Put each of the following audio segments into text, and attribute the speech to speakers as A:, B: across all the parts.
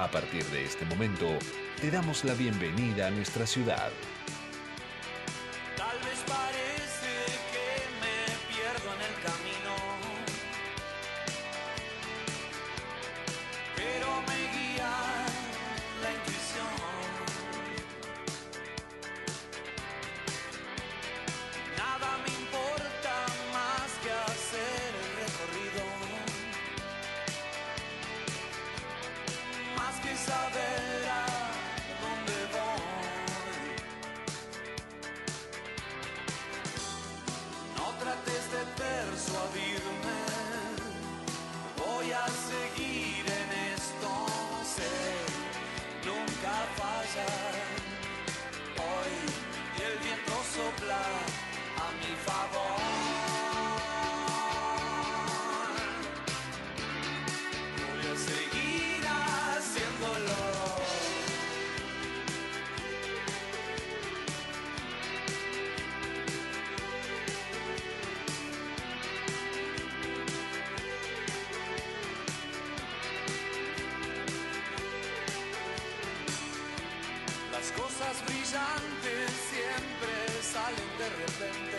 A: A partir de este momento, te damos la bienvenida a nuestra ciudad.
B: Tal vez parece que me pierdo en el camino, pero me guía la intuición. Nada me importa más que hacer el recorrido, más que saber a dónde voy. No trates de persuadirme, voy a seguir en esto, sé, nunca falla. Hoy y el viento sopla a mi favor. Voy a seguir haciéndolo. Las cosas brillantes siempre salen de repente.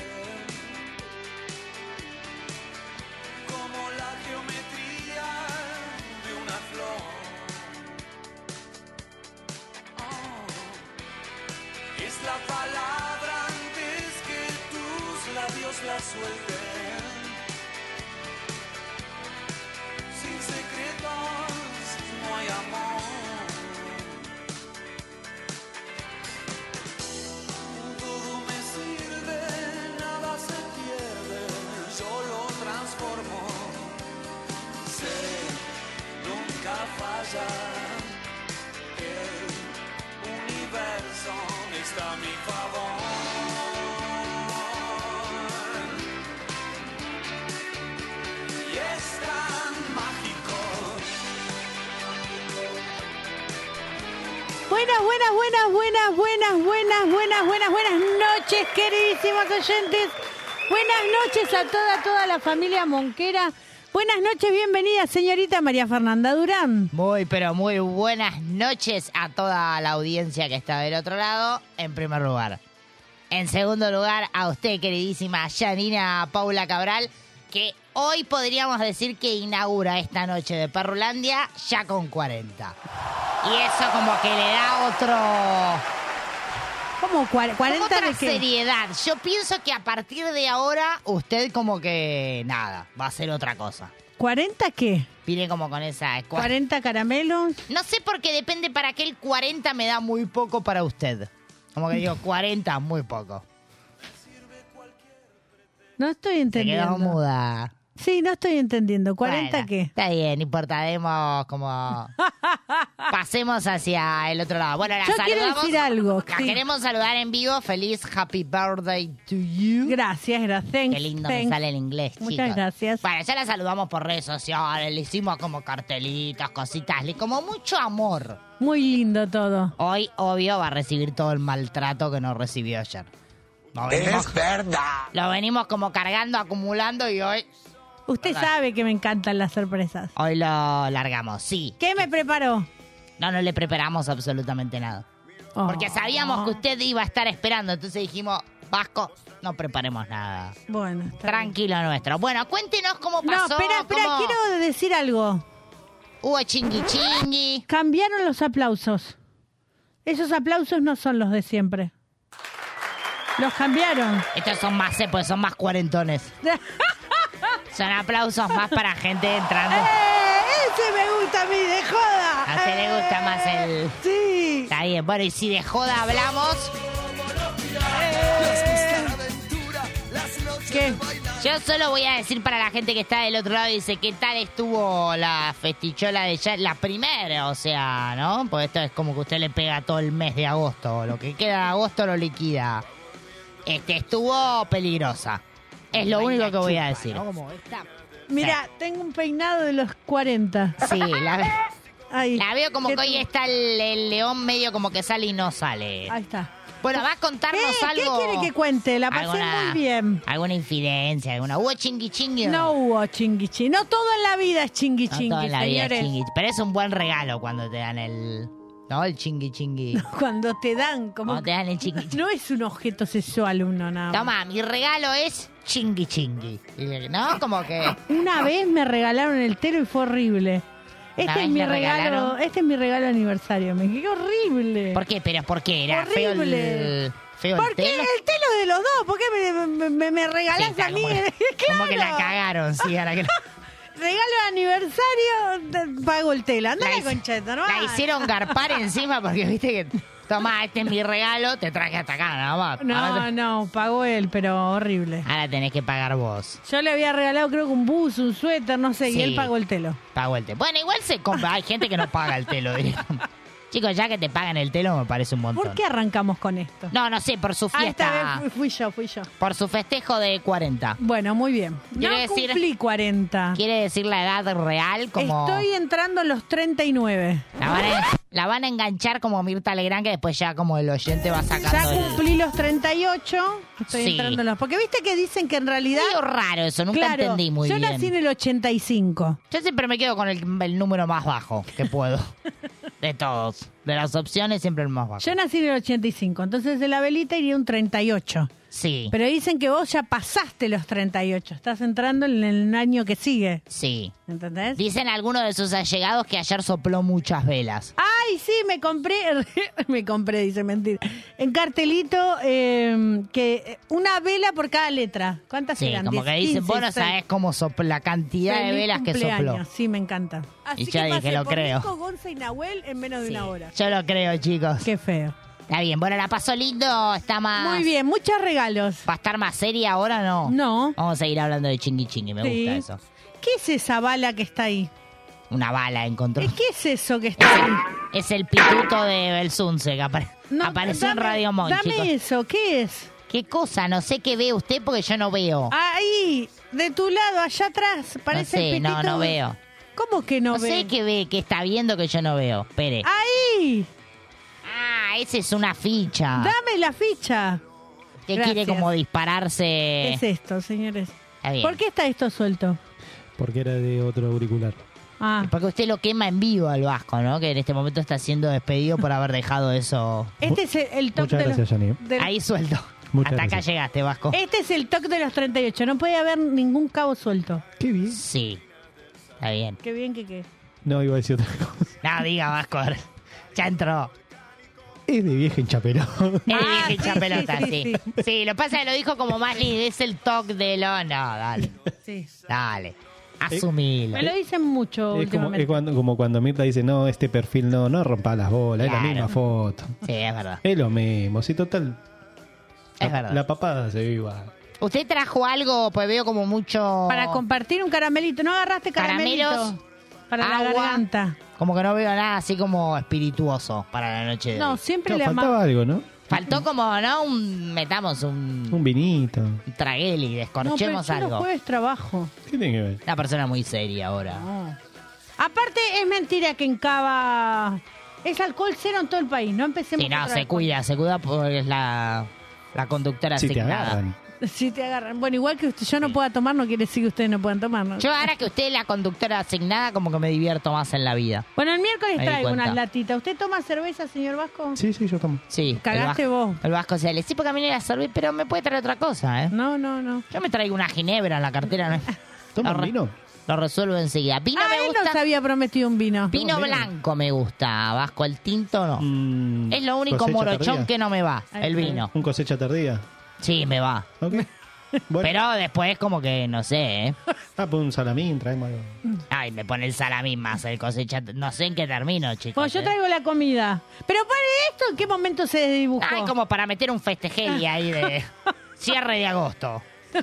B: Como la geometría de una flor. Oh. Es la palabra antes que tus labios la suelten. Sin secretos no hay amor. Todo me sirve, nada se pierde, yo lo transformo. Sé, nunca falla. El universo está a mi favor. Y es tan mágico.
C: Buenas, buenas, buenas, buenas, buenas, buenas, buenas, buenas, buenas noches, queridísimas oyentes. Buenas noches a toda, toda la familia Monquera. Buenas noches, bienvenida, señorita María Fernanda Durán.
D: Muy, pero muy buenas noches a toda la audiencia que está del otro lado, en primer lugar. En segundo lugar, a usted, queridísima Janina Paula Cabral, que hoy podríamos decir que inaugura esta noche de Perrulandia ya con 40. Y eso como que le da otro...
C: ¿Cómo? cua-
D: como
C: 40
D: otra
C: de qué?
D: seriedad. Yo pienso que a partir de ahora, usted como que nada, va a ser otra cosa.
C: ¿40 qué?
D: Viene como con esa... cua-
C: ¿40 caramelos?
D: No sé porque depende para qué el 40 me da muy poco para usted. Como que digo, 40, muy poco.
C: No estoy
D: Te quedó
C: entendiendo.
D: muda.
C: Sí, no estoy entendiendo. ¿40
D: Bueno,
C: qué?
D: Está bien, importaremos como... Pasemos hacia el otro lado. Bueno, la
C: Yo quiero
D: saludamos.
C: decir algo,
D: La
C: sí.
D: queremos saludar en vivo. Feliz Happy Birthday to you.
C: Gracias, gracias. Thanks,
D: Qué lindo
C: thanks.
D: me sale el inglés, chicos.
C: Muchas gracias.
D: Bueno, ya la saludamos por redes sociales, le hicimos como cartelitos, cositas, le como mucho amor.
C: Muy lindo todo.
D: Hoy, obvio, va a recibir todo el maltrato que nos recibió ayer. Lo venimos, lo venimos como cargando, acumulando y hoy,
C: Usted
D: Hola.
C: sabe que me encantan las sorpresas.
D: hoy lo largamos. Sí,
C: ¿Qué me preparó?
D: no, no le preparamos absolutamente nada.
C: Oh.
D: Porque sabíamos que usted iba a estar esperando, entonces dijimos, Vasco, no preparemos nada.
C: Bueno, está bien.
D: Tranquilo nuestro. Bueno, cuéntenos cómo
C: No,
D: pasó.
C: espera, espera,
D: cómo
C: quiero decir algo.
D: Hubo chingui chingui.
C: Cambiaron los aplausos. Esos aplausos no son los de siempre. Los cambiaron.
D: Estos son más pues son más cuarentones. Son aplausos más para gente entrando.
C: ¡Eh! Ese me gusta a mí, de joda.
D: A usted le gusta
C: ¡Eh!
D: más el-
C: Sí.
D: Está bien, bueno, y si de joda hablamos,
C: ¿Qué?
D: Yo solo voy a decir para la gente que está del otro lado y dice qué tal estuvo la festichola de ya la primera, o sea, ¿no? Porque esto es como que usted le pega todo el mes de agosto, lo que queda de agosto lo liquida. Este estuvo peligrosa. Es lo único que voy a decir.
C: Mira, tengo un peinado de los 40.
D: Sí, la, ve-
C: Ahí,
D: la veo como
C: Le
D: que hoy
C: tengo-
D: está el, el león medio como que sale y no sale.
C: Ahí está.
D: Bueno, va a contarnos
C: ¿Qué?
D: algo.
C: ¿Qué quiere que cuente? La pasé
D: alguna-
C: muy bien.
D: Alguna infidencia, alguna. Hubo chingui chingui.
C: No hubo chingui chingui. No todo en la vida es chingui
D: No
C: chingui,
D: Ah, toda la vida es
C: señores.
D: chingui. Pero es un buen regalo cuando te dan el. No, el chingui chingui.
C: Cuando te dan, como.
D: Cuando te dan el chingui chingui.
C: No es un objeto sexual uno nada más.
D: Toma, mi regalo es chingui chingui. Y le- No, como que.
C: Una vez me regalaron el telo y fue horrible.
D: Una
C: Este
D: vez
C: es mi
D: le
C: regalo,
D: regalaron.
C: este es mi regalo de aniversario. Me quedé horrible.
D: ¿Por qué? Pero ¿por qué? Era feo
C: Horrible.
D: el. Feo
C: ¿Por
D: el
C: qué
D: telo.
C: el telo es de los dos? ¿Por qué me, me- me- me
D: Sí,
C: regalás
D: está
C: a mí?
D: Como que,
C: claro.
D: como que la cagaron, sí, ahora que la,
C: Regalo de aniversario, te- pago el telo. Andá
D: la
C: la,
D: hic-
C: concheta, ¿no?
D: la hicieron garpar encima porque viste que. Toma, este es mi regalo, te traje hasta acá, nada más.
C: No,
D: Ahora, te-
C: no, pagó él, pero horrible.
D: ahora tenés que pagar vos.
C: Yo le había regalado, creo que un bus, un suéter, no sé,
D: Sí.
C: y él pagó el telo.
D: Pago el telo. Bueno, igual se compra. Hay gente que no paga el telo. directamente. Chicos, ya que te pagan el telo me parece un montón.
C: ¿Por qué arrancamos con esto?
D: No, no sé, por su
C: ah,
D: fiesta.
C: esta vez fui, fui yo, fui yo.
D: Por su festejo de 40.
C: Bueno, muy bien. No
D: Quiere decir-
C: cumplí 40.
D: ¿Quiere decir la edad real? Como
C: Estoy entrando en los 39.
D: la, van a, la van a enganchar como Mirta Legrand, que después ya como el oyente va
C: Ya
D: sacando el...
C: cumplí los 38. Estoy
D: Sí.
C: entrando en los. Porque viste que dicen que en realidad.
D: Medio raro eso, nunca
C: claro,
D: entendí muy
C: yo
D: bien.
C: nací en el 85.
D: Yo siempre me quedo con el, el número más bajo que puedo. de todos. De las opciones, siempre el más bajo.
C: Yo nací en el 85. Entonces de la velita iría un 38.
D: Sí,
C: Pero dicen que vos ya pasaste los 38. Estás entrando en el año que sigue.
D: sí.
C: ¿Entendés?
D: Dicen algunos de sus allegados que ayer sopló muchas velas.
C: Ay, sí, me compré, me compré, dice mentira. En cartelito, eh, que eh, una vela por cada letra. ¿Cuántas
D: Sí,
C: Ah, eran?
D: como que
C: 10,
D: dicen,
C: 15,
D: vos no sabés cómo sopló, la cantidad de
C: Feliz
D: velas que sopló.
C: cumpleaños. Sí, me encanta. Así
D: ya dije,
C: pasé
D: lo
C: por
D: creo.
C: Nico, Gonza y Nahuel en menos de
D: Sí,
C: una hora.
D: Yo lo creo, chicos.
C: Qué feo.
D: Está bien, bueno, la pasó lindo, está más...
C: Muy bien, muchos regalos.
D: ¿Va a estar más seria ahora no?
C: No.
D: Vamos a seguir hablando de chingui chingui, me
C: Sí.
D: gusta eso.
C: ¿Qué es esa bala que está ahí?
D: Una bala encontró.
C: ¿Qué
D: Es,
C: qué es eso que está ahí?
D: el, es el pituto de Belsunce que apare-
C: No,
D: apareció en
C: dame-
D: Radio Monk,
C: Dame
D: chicos.
C: eso, ¿qué es?
D: ¿Qué cosa? No sé qué ve usted porque yo no veo.
C: Ahí, de tu lado, allá atrás. Parece
D: no
C: el
D: sé, no,
C: pitito.
D: no veo.
C: ¿Cómo que no,
D: No,
C: ve?
D: sé qué ve, qué está viendo que yo no veo. Espere. Ah,
C: ¡Ahí!
D: esa es una ficha.
C: Dame la ficha.
D: Ah. que
C: gracias.
D: quiere como dispararse.
C: ¿Qué es esto, señores?
D: Está bien.
C: ¿Por qué está esto suelto?
E: Porque era de otro auricular.
C: Ah,
D: Porque usted lo quema en vivo al Vasco, ¿no? Que en este momento está siendo despedido por haber dejado eso
C: este es el- el toque
E: Muchas
C: de
E: gracias,
C: los...
E: Yanni.
C: de-
D: ahí suelto.
E: Muchas
D: Hasta acá
E: gracias.
D: llegaste, Vasco.
C: Este es el toque de los 38. No puede haber ningún cabo suelto.
E: Qué bien.
D: Sí. Está bien.
C: Qué bien que qué.
E: No, iba a decir otra cosa.
D: No, diga, Vasco. Ya entró.
E: Es de vieja hinchapelón.
D: El
C: Ah,
D: viejo hincha
C: sí,
D: pelota,
C: sí,
D: Ah, sí,
C: sí,
D: sí, lo pasa que lo dijo como más lindo. Es el toque de lo. No, dale.
C: Sí.
D: Dale. Asumilo.
C: Me lo dicen mucho
E: Es como, es
C: últimamente.
E: cuando, como cuando Mirta dice, no, este perfil no, no rompa las bolas, es
D: Claro.
E: la misma foto.
D: Sí, es verdad.
E: Es lo mismo, si total,
D: Es
E: la,
D: verdad.
E: la papada se viva.
D: Usted trajo algo, pues veo como mucho.
C: Para compartir un caramelito. ¿No agarraste caramelito?
D: Caramelos,
C: Para la
D: agua.
C: garganta.
D: Ah, Como que no veo nada así como espirituoso para la noche de
C: No,
D: hoy.
C: siempre
E: No,
C: le
E: faltaba
C: amaba.
E: algo, ¿no?
D: Faltó como, ¿no? Un, metamos un,
E: Un vinito.
D: un tragueli,
C: No, pero
D: descorchemos
C: yo los
D: algo.
C: jueves trabajo.
E: ¿Qué tiene que ver?
D: Una persona muy seria ahora.
C: Ah, Aparte, es mentira que en Cava es alcohol cero en todo el país. No empecemos
D: Sí, no,
C: otra
D: se
C: vez.
D: cuida, se cuida porque es la, la conductora
E: Si te
D: asignada.
E: agarran.
C: Si te agarran. Bueno, igual que usted, yo no pueda tomar, no quiere decir que ustedes no puedan tomar. ¿no?
D: Yo ahora que usted es la conductora asignada, como que me divierto más en la vida.
C: Bueno, el miércoles
D: Me di
C: traigo
D: cuenta.
C: unas latitas. ¿Usted toma cerveza, señor Vasco?
E: Sí, sí, yo tomo.
D: Sí. el
C: Cagaste
D: Vasco-
C: vos.
D: El vasco se le sí, porque a mí no la serví, pero me puede traer otra cosa, ¿eh?
C: No, no, no.
D: Yo me traigo una ginebra en la cartera, ¿no?
E: ¿Toma
D: Lo re-
E: vino?
D: Lo resuelvo enseguida. Vino
C: ah,
D: me
C: él nos
D: gusta.
C: había prometido un vino.
D: Vino
E: Toma vino.
D: blanco me gusta, Vasco. El tinto no.
E: Mm,
D: es lo único
E: cosecha
D: morochón
E: tardía.
D: que no me va,
C: Ahí
D: el
C: está.
D: vino.
E: Un cosecha tardía.
D: Sí, me va.
E: Ok. Bueno.
D: Pero después como que, no sé, ¿eh?
E: Ah, pues un salamín, traemos algo.
D: Ay, me pone el salamín más, el cosecha... No sé en qué termino, chicos.
C: Bueno, Pues yo
D: ¿eh?
C: traigo la comida. Pero pone esto, ¿en qué momento se dibujó? Ah.
D: Ay, como para meter un festejeli ahí de cierre de agosto.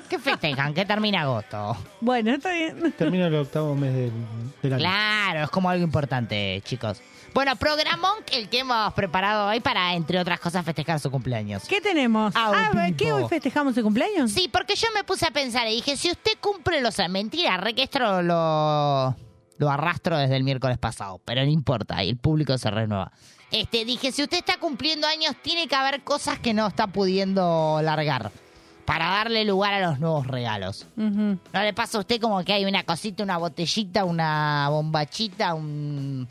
D: ¿Qué festejan? ¿Qué termina agosto?
C: Bueno, está bien.
E: Termina el octavo mes del, del año.
D: Claro, es como algo importante, chicos. Bueno, programón el que hemos preparado hoy para, entre otras cosas, festejar su cumpleaños.
C: ¿Qué tenemos?
D: Ah,
C: Ah,
D: un
C: ¿qué
D: pipo.
C: hoy festejamos el cumpleaños?
D: Sí, porque yo me puse a pensar y dije, si usted cumple los... ah, Mentira, requestro lo, lo arrastro desde el miércoles pasado, pero no importa, y el público se renueva. Este, dije, si usted está cumpliendo años, tiene que haber cosas que no está pudiendo largar para darle lugar a los nuevos regalos.
C: Ujú.
D: ¿No le pasa a usted como que hay una cosita, una botellita, una bombachita, un,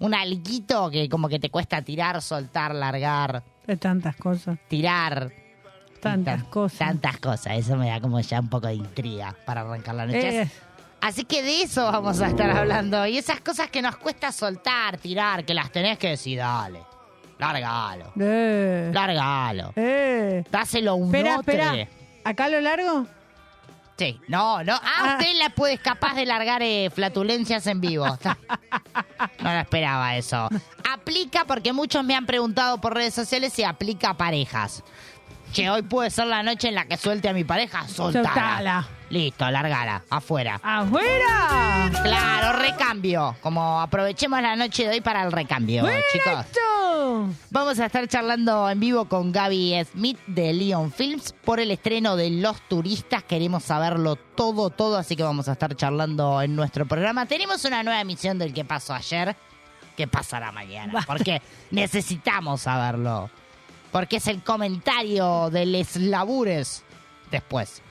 D: un alguito que como que te cuesta tirar, soltar, largar,
C: Hay tantas cosas,
D: tirar?
C: tantas
D: Tan-
C: cosas.
D: Tantas cosas. Eso me da como ya un poco de intriga para arrancar la noche.
C: Eh,
D: Así que de eso vamos a estar hablando. Y esas cosas que nos cuesta soltar, tirar, que las tenés que decir, dale, largalo,
C: eh,
D: largalo,
C: eh.
D: dáselo a un
C: Espera,
D: otro.
C: espera. ¿Acá lo largo?
D: Sí, no, no. Ah,
C: Ah.
D: usted la puede capaz de largar eh, flatulencias en vivo. Está- No la esperaba eso. Aplica porque muchos me han preguntado por redes sociales si aplica a parejas. Che, hoy puede ser la noche en la que suelte a mi pareja. Soltala.
C: Soltala.
D: Listo, largala. Afuera.
C: Ah. ¡Afuera!
D: Claro, recambio. Como aprovechemos la noche de hoy para el recambio, chicos.
C: ¡Esto!
D: Vamos a estar charlando en vivo con Gaby Smith de Leon Films por el estreno de Los Turistas. Queremos saberlo todo, todo, así que vamos a estar charlando en nuestro programa. Tenemos una nueva emisión del que pasó ayer, que pasará mañana, porque necesitamos saberlo. Porque es el comentario de Les Labures después.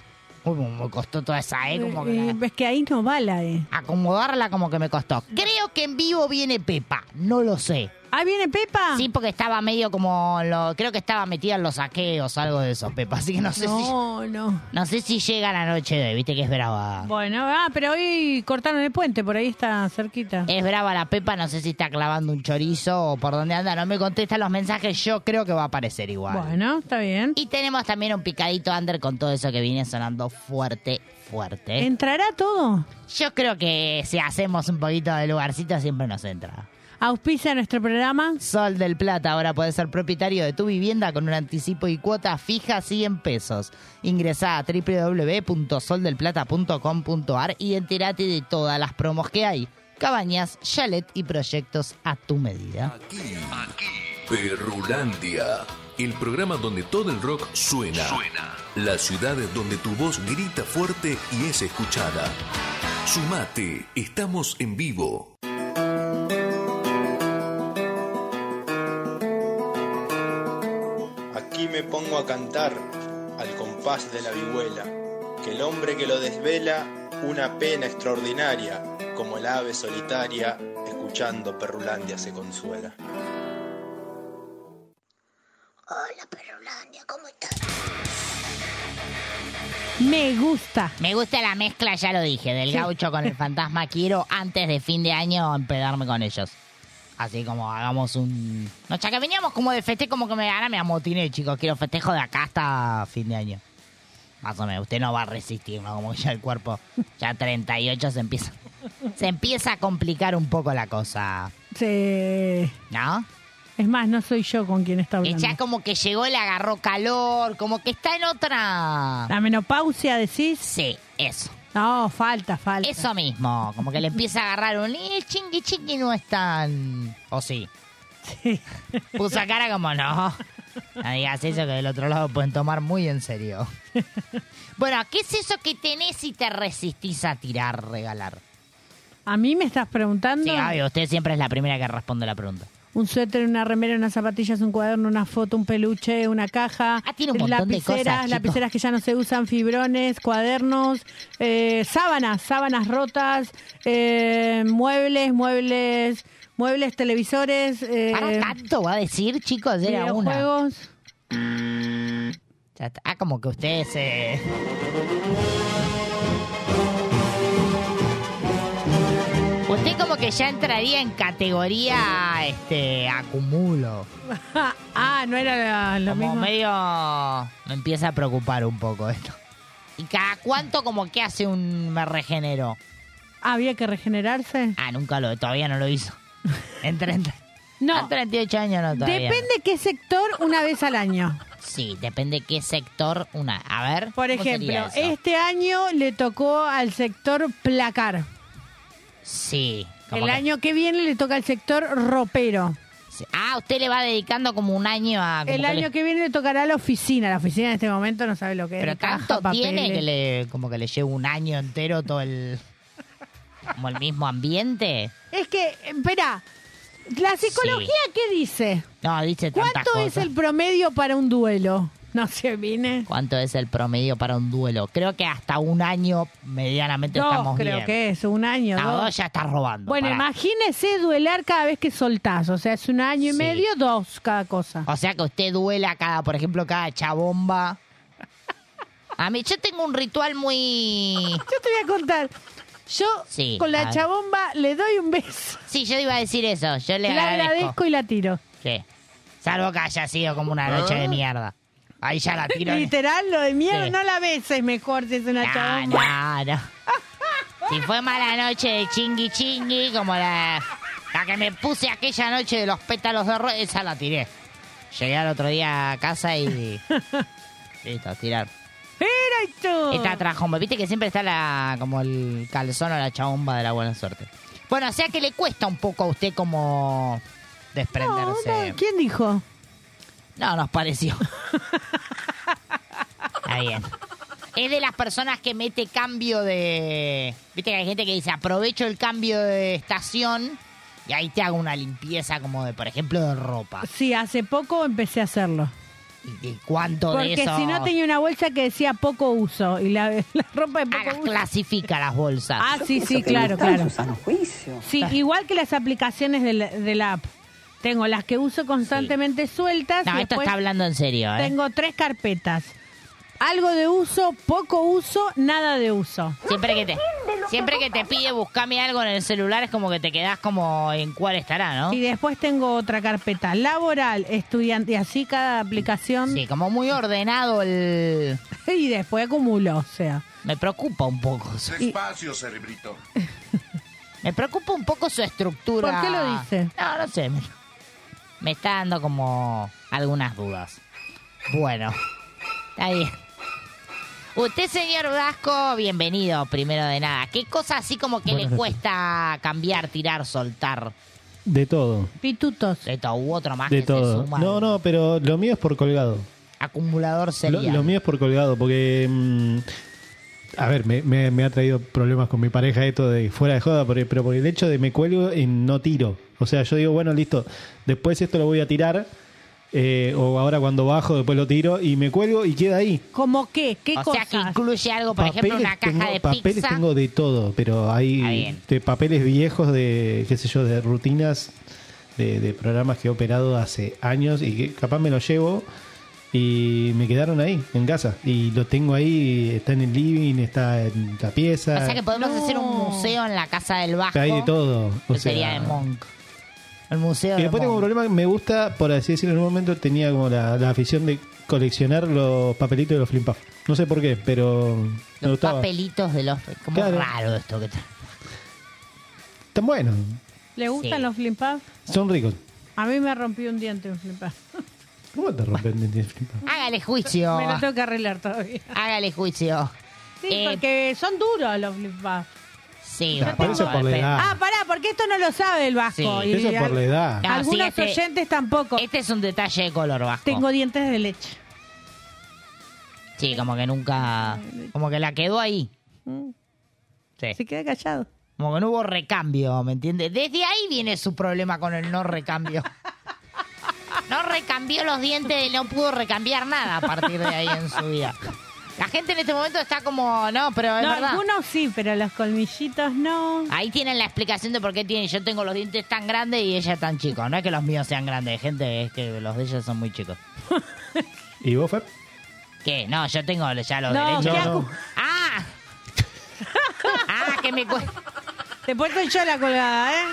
D: Uy, me costó toda esa, ¿eh? Como que la-
C: Eh, es que ahí no va la E.
D: acomodarla como que me costó. Creo que en vivo viene Pepa, no lo sé.
C: Ah, viene Pepa.
D: Sí, porque estaba medio como lo, creo que estaba metida en los saqueos, algo de eso, Pepa, así que no sé si
C: No, no.
D: no sé si llega la noche de hoy, viste que es brava.
C: Bueno, ah, pero hoy cortaron el puente, por ahí está cerquita.
D: Es brava la Pepa, no sé si está clavando un chorizo o por dónde anda, no me contesta los mensajes, yo creo que va a aparecer igual.
C: bueno, está bien.
D: Y tenemos también un picadito under con todo eso que viene sonando fuerte, fuerte.
C: ¿Entrará todo?
D: Yo creo que si hacemos un poquito de lugarcito siempre nos entra.
C: ¿Auspicia nuestro programa?
D: Sol del Plata, ahora podés ser propietario de tu vivienda con un anticipo y cuota fija 100 pesos. Ingresá a www.soldelplata.com.ar y entérate de todas las promos que hay. Cabañas, chalet y proyectos a tu medida.
A: Aquí,
F: Perrulandia, el programa donde todo el rock suena.
A: suena.
F: Las ciudades donde tu voz grita fuerte y es escuchada. Sumate, estamos en vivo.
G: Aquí me pongo a cantar al compás de la vihuela, que el hombre que lo desvela una pena extraordinaria, como el ave solitaria, escuchando Perrulandia se consuela.
H: Hola, Perrolandia, ¿cómo estás?
C: Me gusta.
D: Me gusta la mezcla, ya lo dije, del gaucho con el fantasma. Quiero antes de fin de año empedarme con ellos. Así como hagamos un... No, ya que veníamos como de festejo, como que me gana, me amotiné, chicos. Quiero festejo de acá hasta fin de año. Más o menos, usted no va a resistir, ¿no? Como que ya el cuerpo, ya 38 se empieza... Se empieza a complicar un poco la cosa,
C: Sí.
D: ¿no?
C: Es más, no soy yo con quien está
D: Y
C: hablando.
D: ya como que llegó, le agarró calor, como que está en otra...
C: La menopausia, decís.
D: Sí, eso.
C: No, falta, falta.
D: Eso mismo, como que le empieza a agarrar un "Eh, el chingui chingui no es tan. O sí.
C: Sí.
D: Puso cara como no. No digas eso que del otro lado pueden tomar muy en serio. Bueno, ¿qué es eso que tenés y te resistís a tirar, regalar?
C: ¿A mí me estás preguntando?
D: Sí, obvio, usted siempre es la primera que responde la pregunta.
C: Un suéter, una remera, unas zapatillas, un cuaderno, una foto, un peluche, una caja.
D: Ah, tiene un montón de
C: lapiceras,
D: cosas, chico.
C: lapiceras que ya no se usan, fibrones, cuadernos, eh, sábanas, sábanas rotas, eh, muebles, muebles, muebles, televisores, eh,
D: ¿Para tanto va a decir, chicos? Era una.
C: videojuegos.
D: Ya está. Ah, como que eh. usted se. Usted como que ya entraría en categoría este acumulo.
C: ah, no era lo
D: como
C: mismo.
D: medio me empieza a preocupar un poco esto. Y cada cuánto como que hace un me regenero.
C: Había que regenerarse.
D: Ah, nunca lo, todavía no lo hizo. En 30.
C: No.
D: A 38 años no todavía.
C: Depende qué sector, una vez al año.
D: Sí, depende qué sector una. A ver.
C: Por
D: ¿cómo sería
C: ejemplo,
D: eso?
C: este año le tocó al sector placar.
D: Sí. como
C: El
D: que-
C: año que viene le toca al sector ropero.
D: sí. Ah, usted le va dedicando como un año a. como
C: El
D: que
C: año
D: le-
C: que viene le tocará a la oficina. La oficina en este momento no sabe lo que
D: Pero
C: es. caja,
D: tanto tiene
C: papeles.
D: que le, como que le lleva un año entero todo el. como el mismo ambiente.
C: Es que, espera, ¿la psicología qué dice?
D: No, dice tantas
C: ¿Cuánto es
D: cosas.
C: el promedio para un duelo? No se viene.
D: ¿Cuánto es el promedio para un duelo? Creo que hasta un año medianamente
C: Dos,
D: estamos
C: creo
D: bien.
C: que es, un año.
D: No,
C: dos.
D: dos ya estás robando.
C: Bueno,
D: pará.
C: imagínese duelar cada vez que soltás. O sea, es un año y
D: Sí.
C: medio, dos cada cosa.
D: O sea que usted duela cada, por ejemplo, cada chabomba. A mí, yo tengo un ritual muy.
C: Yo te voy a contar. Yo
D: Sí,
C: con
D: a
C: la
D: ver.
C: chabomba le doy un beso.
D: Sí, yo iba a decir eso. Yo le
C: Le
D: agradezco.
C: agradezco y la tiro.
D: Sí. Salvo que haya sido como una noche de mierda. Ahí ya la tiro.
C: Ah. Literal, lo de mierda,
D: Sí.
C: no la beses mejor si es una
D: No,
C: chabomba.
D: no, no. Si fue mala noche de chingui chingui, como la, la que me puse aquella noche de los pétalos de rosa, esa la tiré. Llegué al otro día a casa y. Listo, a tirar.
C: Mira y tú.
D: Esta trajo, viste que siempre está la como el calzón o la chabomba de la buena suerte. Bueno, o sea que le cuesta un poco a usted como
C: No,
D: desprenderse.
C: no, ¿Quién dijo?
D: No, nos pareció. Está bien. Es de las personas que mete cambio de... Viste que hay gente que dice, aprovecho el cambio de estación y ahí te hago una limpieza como de, por ejemplo, de ropa.
C: Sí, hace poco empecé a hacerlo.
D: ¿Y, y cuánto
C: Porque
D: de eso?
C: si no tenía una bolsa que decía poco uso y la, la ropa de
D: Ah, las
C: poco uso.
D: clasifica las bolsas.
C: Ah, sí, sí, claro, claro. Sí, igual que las aplicaciones de la, de la app. Tengo las que uso constantemente sueltas.
D: no,
C: y
D: esto
C: después
D: está hablando en serio, ¿eh?
C: pues. Tengo tres carpetas. Algo de uso, poco uso, nada de uso.
D: Siempre que te, siempre que te pide buscame algo en el celular es como que te quedás como en cuál estará, ¿no?
C: Y después tengo otra carpeta, laboral, estudiante, y así cada aplicación.
D: Sí, como muy ordenado el...
C: Y después acumulo, o sea.
D: Me preocupa un poco. su-
F: Despacio, cerebrito.
D: Me preocupa un poco su estructura.
C: ¿Por qué lo dice?
D: No, no sé. Me, me está dando como algunas dudas. Bueno, está bien. Usted, señor Vasco, bienvenido, primero de nada. ¿Qué cosa así como que
E: Buenas
D: le
E: noches.
D: cuesta cambiar, tirar, soltar?
E: De todo,
C: Pitutos.
D: De todo u otro más
E: de
D: que se
E: todo.
D: suma.
E: No,
D: al
E: no, pero lo mío es por colgado.
D: Acumulador
E: Lo,
D: sería.
E: lo mío es por colgado, porque. mm, a ver, me, me- me ha traído problemas con mi pareja esto de fuera de joda, porque- pero por el hecho de me cuelgo y no tiro. O sea, yo digo, bueno, listo, después esto lo voy a tirar, eh, o ahora cuando bajo, después lo tiro, y me cuelgo y queda ahí.
C: ¿Cómo qué? ¿Qué
D: o sea,
C: cosas?
D: que incluye algo, por ejemplo, una caja
E: tengo,
D: de
E: papeles
D: pizza.
E: tengo de todo, pero
D: Ah,
E: hay
D: bien.
E: de papeles viejos de, qué sé yo, de rutinas, de, de programas que he operado hace años y que capaz me los llevo y me quedaron ahí, en casa. Y lo tengo ahí, está en el living, está en la pieza.
D: O sea, que podemos hacer un museo en la casa del Vasco.
E: Hay de todo. o
D: que sería
E: sea.
D: de Monk. El museo
E: Y
D: de
E: después tengo un
D: Monk.
E: problema que me gusta, por así decirlo, en un momento tenía como la, la afición de coleccionar los papelitos de los Flimpaf. No sé por qué, pero me
D: Los
E: gustaba.
D: papelitos de los... Como
E: Claro.
D: raro esto que tra-
E: Están buenos,
C: ¿Le gustan
D: Sí.
C: los flimpaps?
E: son ricos.
C: A mí me rompió un diente un flimpap.
E: ¿Cómo te rompen el diente?
D: Hágale juicio.
C: Me lo tengo que arreglar todavía.
D: Hágale juicio.
C: Sí,
D: Eh,
C: porque son duros los flimpaps.
D: Sí,
E: No,
D: un
E: por
D: poco,
E: eso por la
D: pero-
E: edad.
C: Ah, pará, porque esto no lo sabe el Vasco.
D: Sí.
C: Y
E: Eso es por la edad.
D: No, sí,
C: Algunos
D: este-
C: oyentes tampoco.
D: Este es un detalle de color vasco.
C: Tengo dientes de leche.
D: Sí, como que nunca... Como que la quedó ahí.
C: Se
D: Sí.
C: Mm. queda callado.
D: Como que no hubo recambio, ¿me entiendes? Desde ahí viene su problema con el no recambio. No recambió los dientes, no pudo recambiar nada a partir de ahí en su vida. La gente en este momento está como, no, pero es
C: no,
D: verdad.
C: algunos sí, pero los colmillitos no.
D: Ahí tienen la explicación de por qué tiene, yo tengo los dientes tan grandes y ella tan chico. No es que los míos sean grandes, gente, es que los de ella son muy chicos.
E: ¿Y vos, Fer?
D: ¿Qué? No, yo tengo ya los
C: No,
D: derechos.
C: ¿qué
E: No, no.
D: ¡Ah! ¡Ah, que me cuesta!
C: Después soy yo la colgada, ¿eh?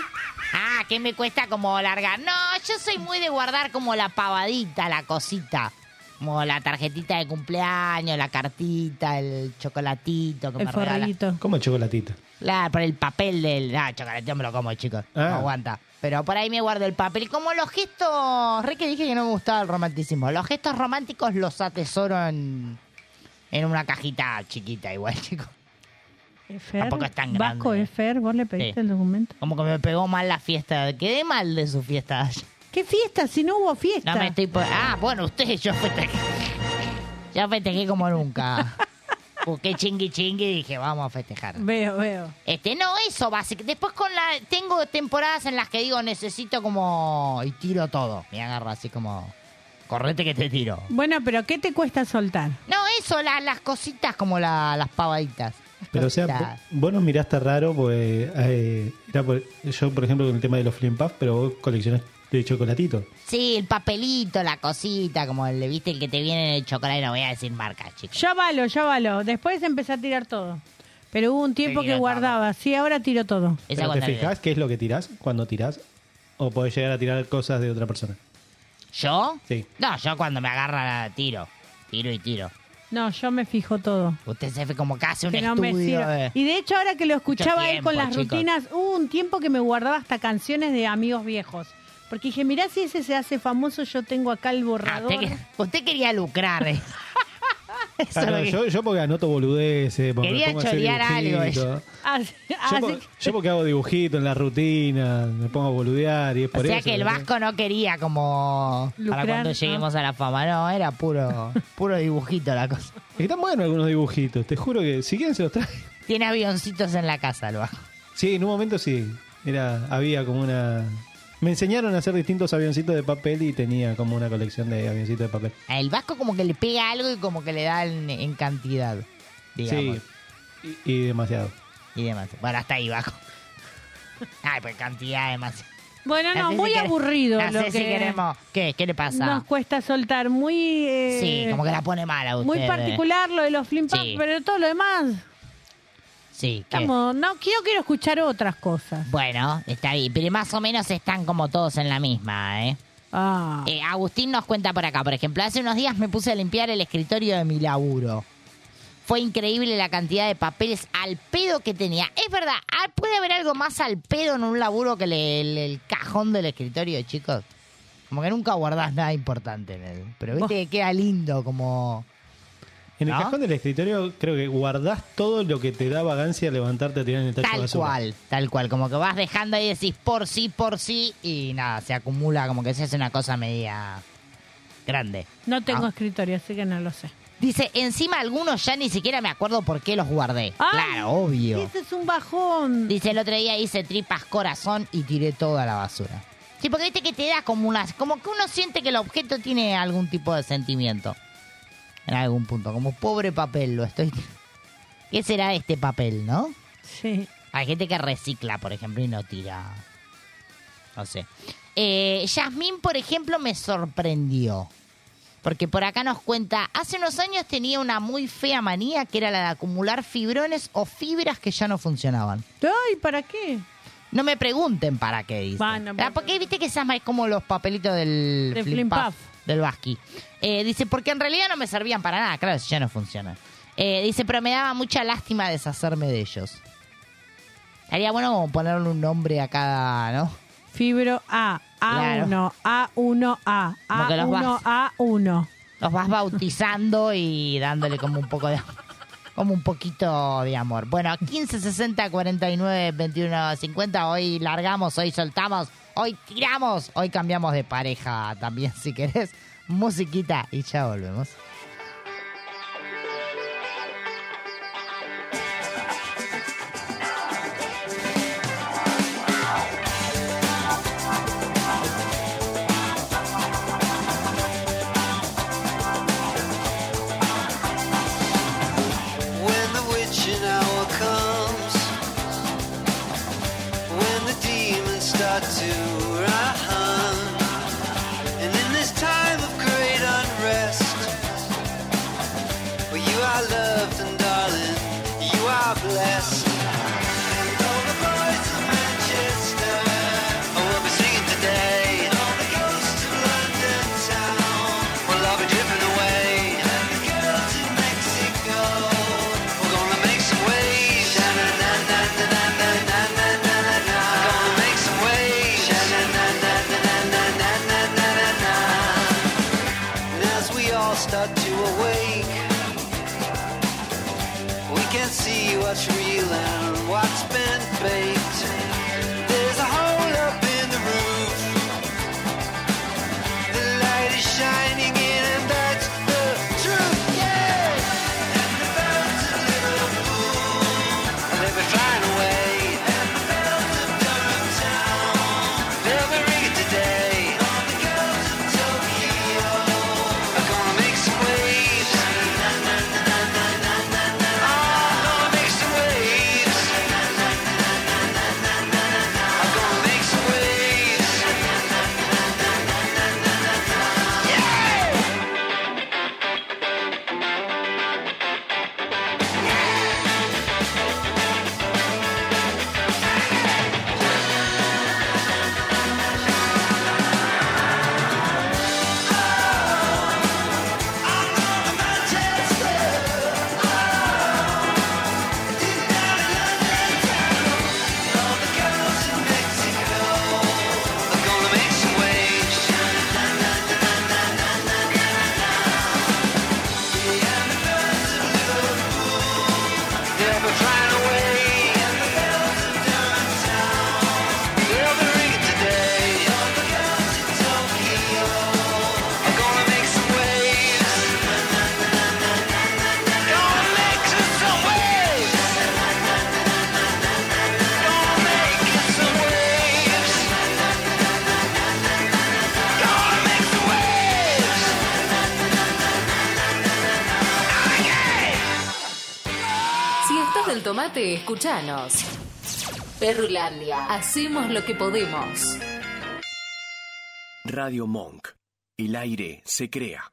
D: ¡Ah, que me cuesta como largar! No, yo soy muy de guardar como la pavadita, la cosita. Como la tarjetita de cumpleaños, la cartita, el chocolatito que
C: El
D: me regala.
C: forrito.
E: ¿Cómo el chocolatito?
D: La, por el papel del. Ah, chocolatito me lo como, chicos. No
E: Ah.
D: aguanta. Pero por ahí me guardo el papel. Como los gestos. Re que dije que no me gustaba el romanticismo. Los gestos románticos los atesoro en. En una cajita chiquita, igual, chicos.
C: Efer,
D: Tampoco es tan
C: Eh, Vasco eh.
D: grande. ¿eh?
C: Efer, vos le pediste
D: Sí.
C: el documento.
D: Como que me pegó mal la fiesta. Quedé mal de su fiesta.
C: ¿Qué fiesta? Si no hubo fiesta.
D: No me estoy. po- Ah, bueno, usted, yo festejé. Yo festejé como nunca. Busqué chingui chingui y dije, vamos a festejar.
C: Veo, veo.
D: Este, no, eso, básicamente. Después con la. Tengo temporadas en las que digo, necesito como. Y tiro todo. Me agarro así como. Correte que te tiro.
C: Bueno, pero ¿qué te cuesta soltar?
D: No, eso, la- las cositas como la- las pavaditas.
E: Pero o sea, vo-
D: Cositas.
E: vos nos miraste raro, pues eh, era por- yo por ejemplo con el tema de los flimpuff, pero vos coleccionás de chocolatito.
D: Sí, el papelito, la cosita, como el, viste, el que te viene en el chocolate. No voy a decir marcas, chicos.
C: Ya valo, ya valo. Después empecé a tirar todo. Pero hubo un tiempo
D: Tiro
C: que
D: todo.
C: guardaba. Sí, ahora tiro todo.
D: Esa
E: Pero ¿Te
D: cuando-
E: fijás qué es lo que tirás cuando tirás? ¿O podés llegar a tirar cosas de otra persona?
D: ¿Yo?
E: Sí.
D: No, yo cuando me agarra la tiro. Tiro y tiro.
C: No, yo me fijo todo.
D: Usted se ve como casi un
C: Que no me
D: estudio.
C: sirve.
D: de-
C: Y de hecho, ahora que lo escuchaba
D: Mucho
C: él con las
D: tiempo, chicos.
C: rutinas, hubo un tiempo que me guardaba hasta canciones de amigos viejos. Porque dije, mirá si ese se hace famoso, yo tengo acá el
D: Ah,
C: borrador.
D: usted, que- usted quería lucrar. eh. Eso
E: Ah,
D: es lo
E: no,
D: que-
E: yo, yo porque anoto boludeces, porque
D: Quería
E: me pongo a hacer
D: chorear algo, eh.
E: dibujitos.
C: Así-
E: Yo,
C: así
E: por-
C: que-
E: yo porque hago dibujitos en la rutina, me pongo a boludear y es
D: O
E: por
D: sea
E: eso,
D: que el
E: ¿no?
D: Vasco no quería como
C: Lucrar,
D: para cuando
C: ¿no?
D: lleguemos a la fama, no, era puro puro dibujito la cosa.
E: Y Están buenos algunos dibujitos, te juro que si quieren se los trae.
D: Tiene avioncitos en la casa el Vasco.
E: Sí, en un momento sí. Era, había como una. Me enseñaron a hacer distintos avioncitos de papel y tenía como una colección de avioncitos de papel.
D: El Vasco como que le pega algo y como que le da en, en cantidad, digamos.
E: Sí. Y, y demasiado.
D: Y demás. Bueno, hasta ahí Vasco. Ay, pues cantidad además.
C: Bueno, no, muy aburrido.
D: No
C: lo
D: sé si
C: que
D: queremos. ¿Qué? ¿Qué le pasa?
C: Nos cuesta soltar. Muy. eh,
D: sí, como que la pone mal a usted. eh.
C: Muy particular lo de los flimpas,
D: Sí.
C: pero todo lo demás.
D: Sí, ¿qué?
C: Estamos, no, yo quiero escuchar otras cosas.
D: Bueno, está bien. Pero más o menos están como todos en la misma, ¿eh?
C: Ah.
D: Eh, Agustín nos cuenta por acá, por ejemplo, hace unos días me puse a limpiar el escritorio de mi laburo. Fue increíble la cantidad de papeles al pedo que tenía. Es verdad, ah, puede haber algo más al pedo en un laburo que le- el, el cajón del escritorio, chicos. Como que nunca guardás nada importante en él. Pero viste que queda lindo, como...
E: En el
D: ¿No?
E: cajón del escritorio creo que guardás todo lo que te da vagancia levantarte a tirar en el tacho de
D: Tal
E: basura.
D: cual, tal cual. Como que vas dejando ahí decís por sí, por sí, y nada, se acumula, como que se hace una cosa media grande.
C: No tengo
D: Ah.
C: escritorio, así que no lo sé.
D: Dice, encima algunos ya ni siquiera me acuerdo por qué los guardé.
C: Ay,
D: claro, obvio.
C: Ese es un bajón.
D: Dice, el otro día hice tripas corazón y tiré toda la basura. Sí, porque viste que te da como unas... Como que uno siente que el objeto tiene algún tipo de sentimiento. En algún punto. Como pobre papel, lo estoy... ¿Qué será este papel, no?
C: Sí.
D: Hay gente que recicla, por ejemplo, y no tira. No sé. Eh, Yasmín, por ejemplo, me sorprendió. Porque por acá nos cuenta, hace unos años tenía una muy fea manía que era la de acumular fibrones o fibras que ya no funcionaban.
C: Ay, ¿para qué?
D: No me pregunten para qué dice.
C: Va, no me
D: Ah, porque viste que esas más como los papelitos del
C: Del
D: flip
C: Flim
D: puff,
C: Puff.
D: del Basqui. Eh, dice, porque en realidad no me servían para nada, claro, si ya no funcionan. Eh, dice, pero me daba mucha lástima deshacerme de ellos. Estaría bueno como ponerle un nombre a cada, ¿no?
C: Fibro A, A1, A1A,
D: Como que los vas-
C: A1A1.
D: Los vas bautizando y dándole como un poco de como un poquito de amor. Bueno, 15 60 49 21 50 hoy largamos, hoy soltamos, hoy tiramos, hoy cambiamos de pareja también si querés. Musiquita y ya volvemos.
B: When the witching hour comes, when the demons start to run, and in this time of great unrest, oh, start to awake. We can see what's real and what's been faked. There's a hole up in the roof. The light is shining in, and that's the truth. Yeah. And the bells of Liverpool they'll be flying away. And the bells of Durham town they'll be ringing today. All the girls of Tokyo are gonna make some waves. All gonna make some waves. Are gonna make some waves. Yeah. Gonna make some waves. They'll be flying away. They'll be ringing today. I'm gonna make some waves. Gonna make some waves. Gonna make some waves. Gonna make some waves. Oh yeah!
I: Si estás del tomate, escúchanos. Perrulandia. Hacemos lo que podemos.
J: Radio Monk. El aire se crea.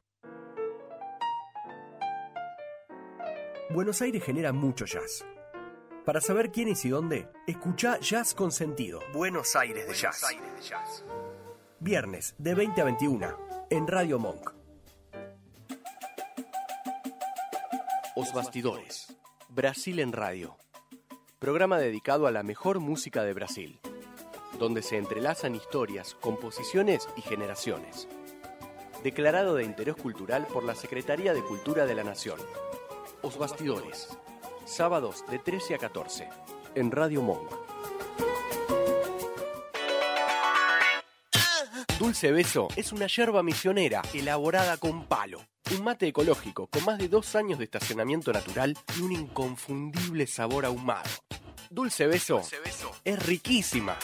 J: Buenos Aires genera mucho jazz. Para saber quién es y dónde, escucha Jazz con Sentido. Buenos Aires de Jazz. Viernes de 20 a 21 en Radio Monk. Os Bastidores. Brasil en Radio. Programa dedicado a la mejor música de Brasil, donde se entrelazan historias, composiciones y generaciones. Declarado de interés cultural por la Secretaría de Cultura de la Nación. Os Bastidores. Sábados de 13 a 14 en Radio Monk. Dulce Beso es una yerba misionera elaborada con palo. Un mate ecológico con más de dos años de estacionamiento natural y un inconfundible sabor ahumado. Dulce Beso, es riquísima.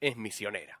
J: Es misionera.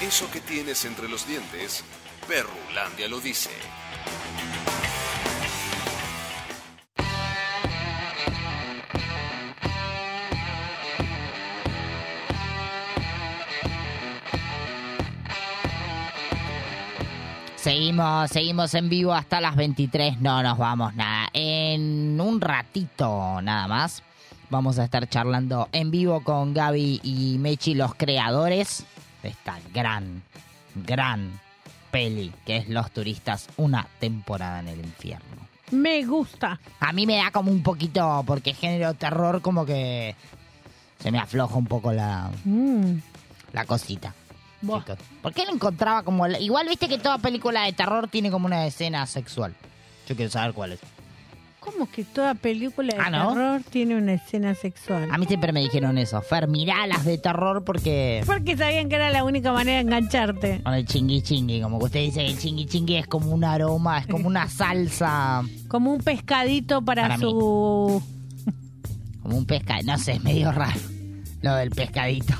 F: Eso que tienes entre los dientes, Perrulandia lo dice.
D: Seguimos, seguimos en vivo hasta las 23. No nos vamos nada. En un ratito nada más vamos a estar charlando en vivo con Gaby y Mechi, los creadores de esta gran, gran peli que es Los Turistas, una temporada en el infierno.
C: Me gusta.
D: A mí me da como un poquito, porque género terror como que se me afloja un poco la,
C: Mm.
D: la cosita.
C: Buah.
D: Chicos, ¿Por qué lo encontraba como.? la- Igual viste que toda película de terror tiene como una escena sexual. Yo quiero saber cuál es.
C: ¿Cómo que toda película de
D: Ah, ¿no? Ah,
C: terror tiene una escena sexual?
D: A mí siempre me dijeron eso. Fer, mirá las de terror porque.
C: Porque sabían que era la única manera de engancharte.
D: Con el chingui chingui. Como que usted dice que el chingui chingui es como un aroma, es como una salsa.
C: Como un pescadito para,
D: Para mí.
C: su...
D: Como un pescado. No sé, es medio raro. Lo del pescadito.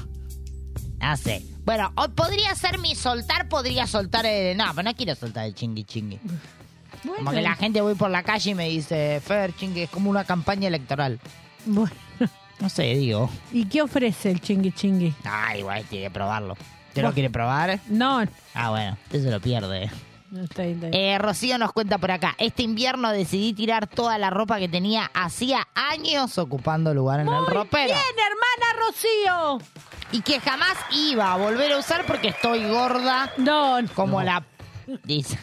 D: No sé. Bueno, o- podría ser mi soltar, podría soltar el... No, pero no quiero soltar el chingui chingui. Como que la gente voy por la calle y me dice, Fer, chingui, es como una campaña electoral.
C: Bueno.
D: No sé, digo.
C: ¿Y qué ofrece el chingui chingui?
D: Ah, igual tiene que probarlo. ¿Usted
C: Vos-
D: lo quiere probar?
C: No.
D: Ah, bueno, usted se lo pierde.
C: No está ahí, está ahí.
D: Eh, Rocío nos cuenta por acá. Este invierno decidí tirar toda la ropa que tenía hacía años ocupando lugar en el ropero.
C: ¡Bien, hermana Rocío!
D: Y que jamás iba a volver a usar porque estoy gorda.
C: No.
D: Como la. Dice.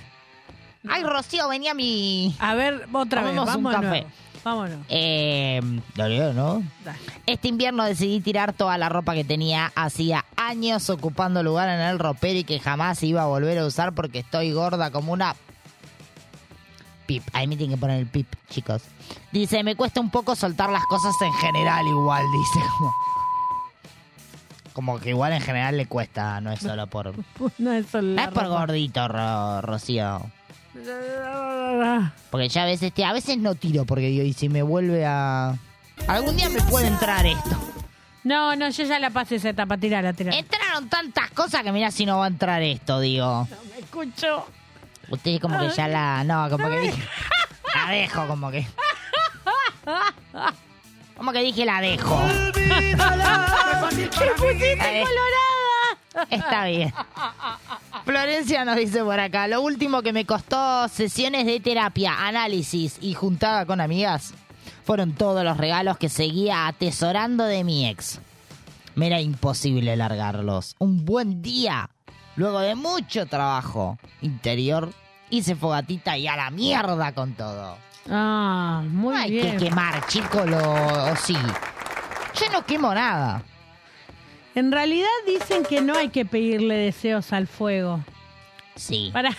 D: Ay, Rocío, venía mi.
C: A ver, otra vez.
D: Tomemos un
C: Vámonos.
D: café.
C: Vámonos.
D: Eh, lo leo, ¿no? Este invierno decidí tirar toda la ropa que tenía hacía años ocupando lugar en el ropero y que jamás iba a volver a usar porque estoy gorda como una pip. Ahí me tienen que poner el pip, chicos. Dice, me cuesta un poco soltar las cosas en general igual, dice. Como, como que igual en general le cuesta, no es solo por...
C: No es solo
D: No
C: la
D: es por
C: ropa.
D: gordito, Ro- Rocío. Porque ya a veces, te- a veces no tiro porque digo, y si me vuelve a... Algún día me puede entrar esto.
C: No, no, yo ya la pasé esa etapa. Tirala, tirala.
D: Entraron tantas cosas que mirá si no va a entrar esto, digo.
C: Me escucho.
D: Ustedes como que ya la... No, como que dije... La dejo, como que... Como que dije la dejo.
B: ¡Qué pusiste
D: colorada! Está bien. Florencia nos dice por acá, lo último que me costó sesiones de terapia, análisis y juntada con amigas fueron todos los regalos que seguía atesorando de mi ex. Me era imposible largarlos. Un buen día, luego de mucho trabajo interior, hice fogatita y a la mierda con todo.
C: Ah, muy
D: Hay
C: bien.
D: que quemar, chico, lo... o sí. Yo no quemo nada.
C: En realidad dicen que no hay que pedirle deseos al fuego.
D: Sí.
C: Para...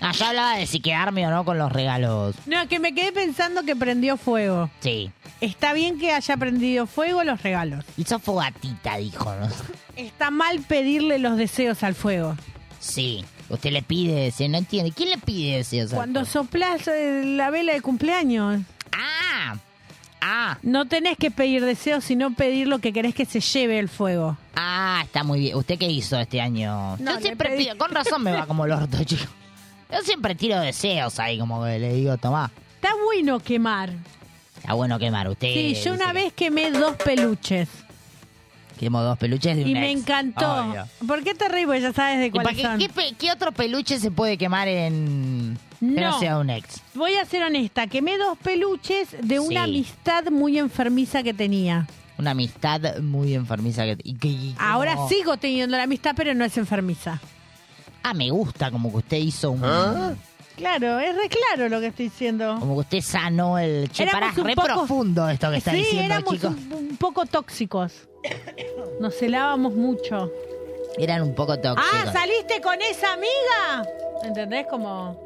D: Ah, yo hablaba de si quedarme o no con los regalos.
C: No, que me quedé pensando que prendió fuego.
D: Sí.
C: Está bien que haya prendido fuego los regalos.
D: Hizo fogatita, dijo. ¿no?
C: Está mal pedirle los deseos al fuego.
D: Sí. Usted le pide ese, no entiende. ¿Quién le pide ese? O sea,
C: Cuando soplás eh, la vela de cumpleaños.
D: Ah, ah.
C: No tenés que pedir deseos, sino pedir lo que querés que se lleve el fuego.
D: Ah, está muy bien. ¿Usted qué hizo este año?
C: No,
D: Yo
C: le
D: siempre
C: pedí-
D: pido, con razón me va como el orto, chico. Yo siempre tiro deseos ahí, como que le digo, tomá.
C: Está bueno quemar.
D: Está bueno quemar usted.
C: Sí, yo una vez quemé dos peluches
D: Quemo dos peluches de un
C: y me
D: ex,
C: encantó.
D: obvio.
C: ¿Por qué te reís? Porque ya sabes de
D: ¿Y para
C: cuáles
D: qué,
C: son.
D: qué pe- qué otro peluche se puede quemar en... Que no
C: No.
D: sea un ex.
C: Voy a ser honesta, quemé dos peluches de una
D: Sí.
C: amistad muy enfermiza que tenía.
D: Una amistad muy enfermiza que... y que- y como-
C: Ahora sigo teniendo la amistad, pero no es enfermiza.
D: Ah, me gusta, como que usted hizo un...
C: ¿Ah? Claro, es re claro lo que estoy diciendo.
D: Como que usted sanó el... Che,
C: Éramos
D: pará,
C: un
D: re
C: poco-
D: profundo esto que está
C: sí,
D: diciendo,
C: éramos
D: chicos.
C: Un, un poco tóxicos. Nos celábamos mucho.
D: Eran un poco tóxicos.
C: Ah, ¿saliste con esa amiga? ¿Entendés? Como...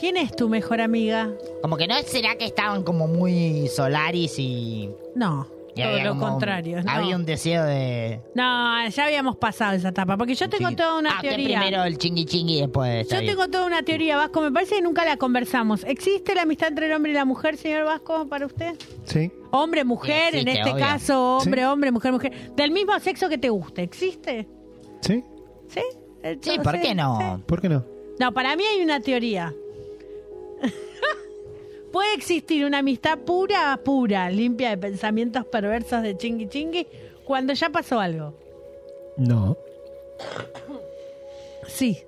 C: ¿Quién es tu mejor amiga?
D: Como que no será que estaban como muy solaris y...
C: No,
D: y
C: todo
D: había
C: lo
D: como un-
C: contrario. no.
D: Había un deseo de...
C: No, ya habíamos pasado esa etapa, porque yo tengo
D: Sí.
C: toda una
D: ah, usted
C: teoría.
D: primero el chingui chingui y después... está
C: Yo
D: bien.
C: tengo toda una teoría, Vasco, me parece que nunca la conversamos. ¿Existe la amistad entre el hombre y la mujer, señor Vasco, para usted?
E: Sí.
C: Hombre, mujer,
E: Sí,
C: en
E: existe,
C: este
E: obvio.
C: caso, hombre,
E: Sí.
C: hombre, mujer, mujer. Del mismo sexo que te guste, ¿existe?
E: ¿Sí?
D: Sí,
C: ¿Sí? Entonces,
D: ¿por qué no?
E: ¿Por qué no?
C: No, para mí hay una teoría. Puede existir una amistad pura, pura, limpia de pensamientos perversos de chingui chingui, cuando ya pasó algo.
E: No.
C: Sí.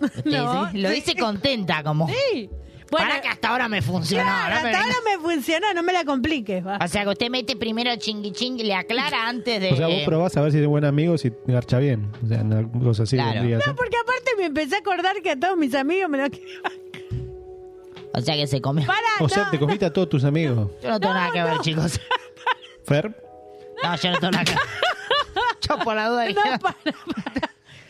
D: Usted
C: No,
D: sí, Lo
C: sí.
D: dice contenta, como...
C: Sí. ¿Eh? Bueno,
D: Para que hasta ahora me funcionó.
C: claro,
D: ahora me
C: hasta
D: vengo-
C: ahora me funcionó, no me la compliques, va.
D: O sea, que usted mete primero chingui chingui, le aclara antes de... eh,
E: O sea, vos probás a ver si es buen amigo, si garcha bien. O sea, una cosa así.
D: Claro.
E: vendría a ser.
C: No, porque aparte me empecé a acordar que a todos mis amigos me lo quemaban.
D: O sea, que se come.
E: o sea, te comiste a todos tus amigos.
D: Yo no tengo nada que ver, chicos.
E: Fer,
D: No, yo no tengo nada que ver. Yo por la duda dije-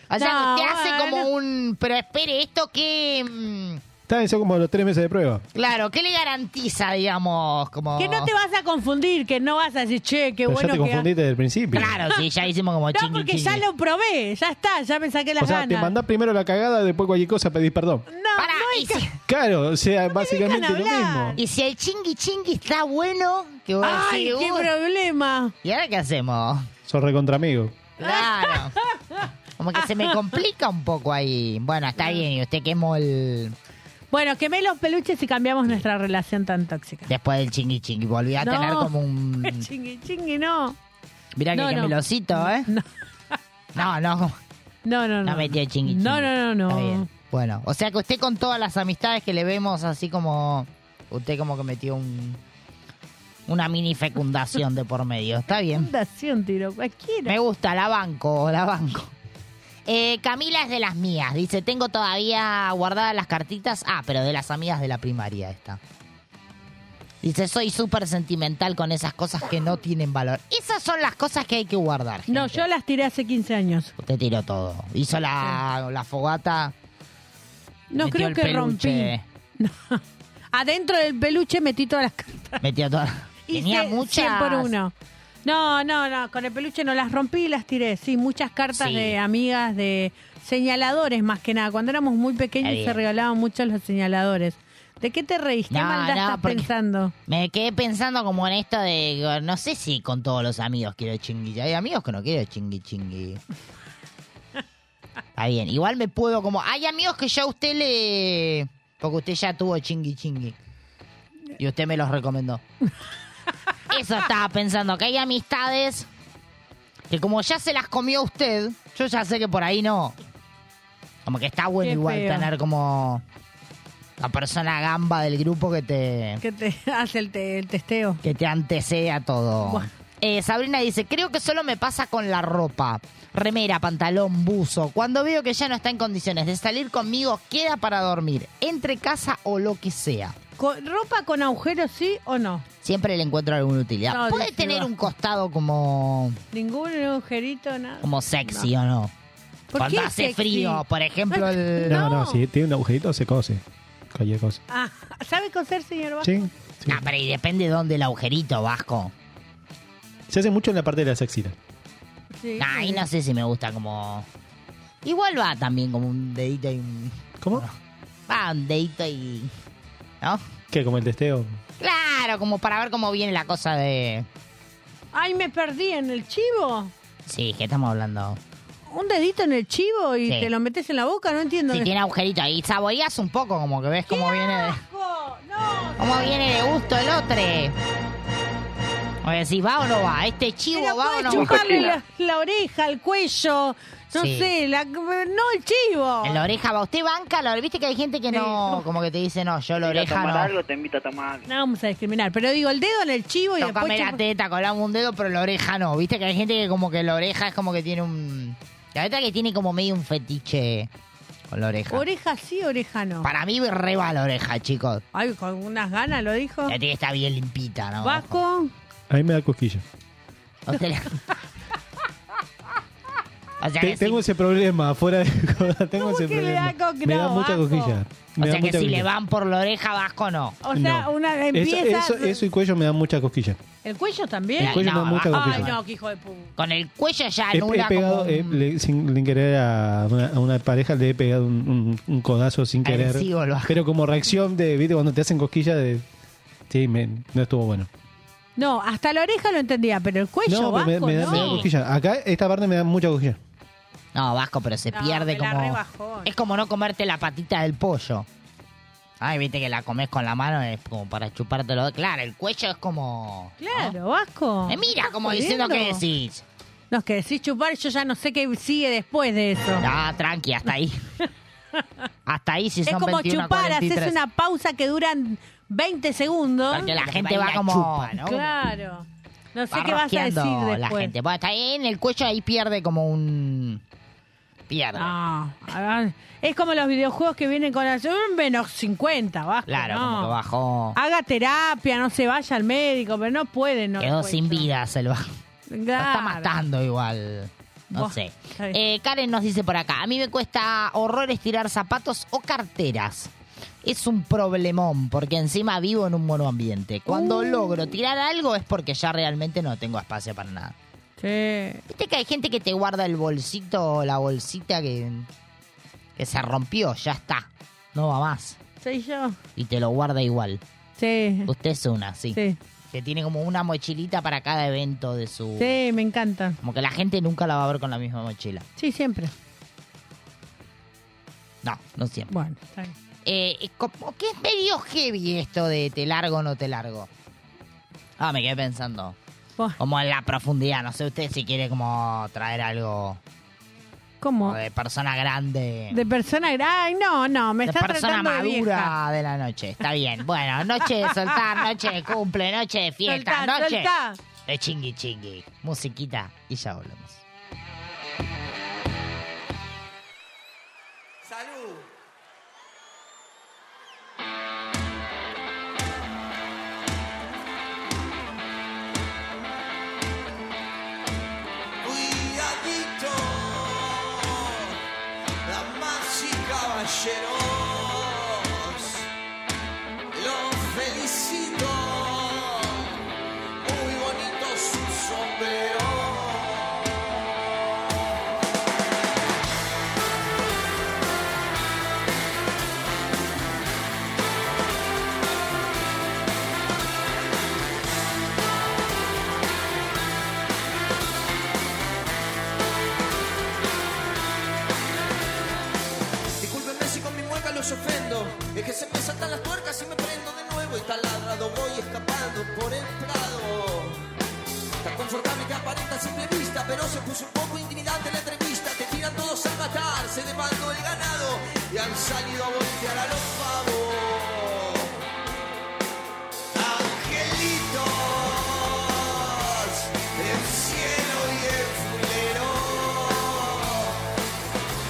D: O sea,
C: No,
D: que usted hace
C: bueno.
D: como un... Pero espere, esto que... mm,
E: está eso como los tres meses de prueba.
D: Claro, ¿qué le garantiza, digamos, como...
C: Que no te vas a confundir, que no vas a decir, che, qué
E: Pero
C: bueno
E: ya te
C: que...
E: confundiste desde el principio.
D: Claro, sí, ya hicimos como
C: No,
D: chingui
C: porque
D: chingui.
C: ya lo probé, ya está, ya me saqué las
E: O sea, te
C: ganas.
E: mandás primero la cagada, después cualquier cosa pedís perdón.
C: No,
D: Pará,
C: no hay
D: y
C: que-
D: si,
E: Claro, o sea, básicamente lo mismo.
D: y si el chingui chingui está bueno, que vos
C: Ay,
D: decís, "Uh,
C: qué
D: "Uy,
C: problema.
D: ¿Y ahora qué hacemos?
E: Sos recontra amigo.
D: Claro. Como que se me complica un poco ahí. Bueno, está bien, y usted quemó el.
C: Bueno, quemé los peluches y cambiamos nuestra relación tan tóxica.
D: Después del chingui chingui. Volví a
C: No.
D: tener como un.
C: Chingui, chingui, no.
D: Mirá que
C: No, no.
D: quemé el osito, ¿eh? No. No, no.
C: No, no,
D: No metió el chingui chingui.
C: No, no, no, no.
D: Está bien. Bueno, o sea que usted con todas las amistades que le vemos, así como. Usted como que metió un. Una mini fecundación de por medio. Está bien.
C: Fecundación, tiro cualquiera.
D: Me gusta, la banco, la banco. Eh, Camila es de las mías. Dice, tengo todavía guardadas las cartitas. Ah, pero de las amigas de la primaria esta. Dice, soy súper sentimental con esas cosas que no tienen valor. Esas son las cosas que hay que guardar.
C: No, yo las tiré hace 15 años.
D: Usted tiró todo. Hizo la, la fogata.
C: No
D: metió
C: creo
D: el
C: que
D: peluche,
C: rompí. Adentro del peluche metí todas las cartas.
D: Metió todo.
C: Y
D: Tenía
C: cien-
D: muchas.
C: cien por uno. No, no, no. Con el peluche no las rompí y las tiré. Sí, muchas cartas
D: Sí.
C: de amigas, de señaladores más que nada. Cuando éramos muy
D: Está
C: pequeños se
D: bien.
C: regalaban mucho los señaladores. ¿De qué te reíste? ¿Qué
D: No,
C: maldad
D: no,
C: estás
D: porque-
C: pensando?
D: Me quedé pensando como en esto de, no sé si con todos los amigos quiero chingui. Hay amigos que no quiero chingui chingui. Está bien, igual me puedo como... Hay amigos que ya a usted le... Porque usted ya tuvo chingui chingui. Y usted me los recomendó. Eso estaba pensando, que hay amistades que como ya se las comió usted, yo ya sé que por ahí no. Como que está bueno
C: Qué
D: igual
C: feo.
D: tener como la persona gamba del grupo que te
C: ¿Qué te hace el, te- el testeo?
D: que te anteceda todo. Eh, Sabrina dice, creo que solo me pasa con la ropa. Remera, pantalón, buzo. Cuando veo que ya no está en condiciones de salir conmigo, queda para dormir, entre casa o lo que sea.
C: Co- ¿Ropa con agujeros sí o no?
D: Siempre le encuentro alguna utilidad.
C: No,
D: Puede
C: dice,
D: tener
C: va.
D: un costado como,
C: Ningún agujerito, nada.
D: como sexy
C: No.
D: o no.
C: ¿Por
D: Cuando
C: qué
D: hace
C: sexy?
D: frío, por ejemplo, el...
E: No, no, si tiene un agujerito se cose. Cualquier cosa.
C: Ah, ¿Sabe coser, señor Vázquez?
E: Sí.
D: Ah, pero y depende de dónde el agujerito, Vasco.
E: Se hace mucho en la parte de las axilas.
C: Sí.
D: Ay, no sé si me gusta como... Igual va también como un dedito y un...
E: ¿Cómo?
D: Va un dedito y... ¿No?
E: ¿Qué? Como el testeo.
D: Claro, como para ver cómo viene la cosa de...
C: Ay, me perdí en el chivo.
D: Sí, que estamos hablando.
C: Un dedito en el chivo y
D: Sí.
C: te lo metes en la boca, no entiendo.
D: Si
C: de-
D: tiene agujerito ahí, saboreas un poco, como que ves cómo viene de... ¿Cómo viene de gusto el otro? O decís, ¿va o no va? ¿Este chivo
C: Pero
D: va o
C: puedes
D: no va?
C: chuparle la, la oreja, el cuello, no
D: Sí.
C: sé, la, no el chivo.
D: En la oreja va. Usted banca la oreja. Viste que hay gente que no... Como que te dice, no, yo la oreja no.
K: te invito a tomar
C: No vamos a discriminar, pero digo, el dedo en el chivo y
D: Tocame
C: después...
D: la
C: chupa-
D: teta, colamos un dedo, pero la oreja no. Viste que hay gente que como que la oreja es como que tiene un... La verdad que tiene como medio un fetiche con la oreja.
C: Oreja sí, oreja no.
D: Para mí reba la oreja, chicos.
C: Ay, con unas ganas lo dijo.
D: La tiene que estar bien limpita, ¿no?
C: Vasco,
E: A mí me da cosquilla.
D: O sea, la- O sea
E: Te-
D: que, si,
E: tengo ese problema afuera de joda, tengo ese
C: que le
E: problema.
C: da co-
E: me
C: no,
E: da mucha
C: Vasco.
E: cosquilla.
D: o
E: Me da mucha
D: sea que si
E: cosquilla.
D: le van por la oreja, Vasco no.
C: o sea,
E: No.
C: una
E: Eso,
C: empieza...
E: eso, eso y cuello me da mucha cosquilla.
C: ¿El cuello también?
E: El cuello me da mucha
C: Ay,
E: cosquilla.
C: no, que hijo de puta.
D: Con el cuello ya
E: He,
D: anula
E: he pegado, eh.
D: como
E: he-
D: un
E: le- sin, sin querer a una, a una pareja le he pegado un, un- un codazo sin querer.
D: Agresivo el Vasco.
E: Pero como reacción de, viste, cuando te hacen cosquilla de... Sí, me- no estuvo bueno.
C: No, hasta la oreja lo entendía, pero el
D: Pues
C: cuello,
E: no, pero me,
C: Vasco,
E: me da,
C: no.
E: me da cosquilla. Acá esta parte me da mucha cosquilla.
D: No, Vasco, pero se
C: No,
D: pierde
C: me la
D: como...
C: rebajó.
D: Es como no comerte la patita del pollo. Ay, viste que la comes con la mano, es como para chupártelo. Claro, el cuello es como...
C: Claro, Vasco.
D: Me mira
C: ¿Estás
D: como diciendo que
C: jodiendo?
D: decís.
C: No, es que decís chupar, yo ya no sé qué sigue después de eso.
D: No, tranqui, hasta ahí. hasta ahí si
C: es
D: son
C: como
D: 21 a
C: chupar, haces
D: 43.
C: una pausa que duran 20 segundos.
D: Porque la gente va como... ¿no?
C: Claro. No sé
D: Va
C: qué vas a decir
D: rosqueando
C: después.
D: la gente. Bueno, está ahí en el cuello ahí pierde como un... Pierde.
C: No, a ver, es como los videojuegos que vienen con la- un menos 50, Vasco.
D: claro,
C: no.
D: como que bajó...
C: Haga terapia, no se vaya al médico, pero no puede, no.
D: Quedó
C: puede.
D: sin vida, se lo bajó. Lo está
C: Claro.
D: matando igual. No
C: Buah,
D: sé.
C: está bien.
D: Eh, Karen nos dice por acá, a mí me cuesta horrores tirar zapatos o carteras. Es un problemón porque encima vivo en un monoambiente. Cuando
C: Uh,
D: logro tirar algo es porque ya realmente no tengo espacio para nada.
C: Sí.
D: Viste que hay gente que te guarda el bolsito o la bolsita que, que se rompió, ya está. No va más.
C: Soy yo.
D: Y te lo guarda igual.
C: Ah. Sí.
D: Usted es una, sí.
C: Sí.
D: que tiene como una mochilita para cada evento de su...
C: Sí, me encanta.
D: Como que la gente nunca la va a ver con la misma mochila.
C: Sí, siempre.
D: No, no siempre.
C: Bueno, está bien.
D: Eh, eh, como que es medio heavy esto de te largo o no te largo. Ah, me quedé pensando. Como en la profundidad, no sé usted si quiere como traer algo
C: ¿Cómo?
D: como de persona grande.
C: De persona grande. No, no, me
D: de
C: está
D: persona
C: tratando de
D: madura
C: vieja.
D: de, la noche. Está bien. Bueno, noche de soltar, noche de cumple, noche de fiesta,
C: Soltá,
D: noche
C: soltá.
D: de chingui chingui. Musiquita y ya volvemos.
B: Salud. Cuidadito, damas y caballeros, los felicito, muy bonito su sombrero. Discúlpenme si con mi mueca los ofendo Es que se me saltan las tuercas y me prendo de nuevo Y taladrado voy escapando por el prado Tan confortable que aparenta a simple vista Pero se puso un poco intimidante la entrevista Te tiran todos a matar, se demandó el ganado Y han salido a voltear a los pavos Angelitos del cielo y el fulero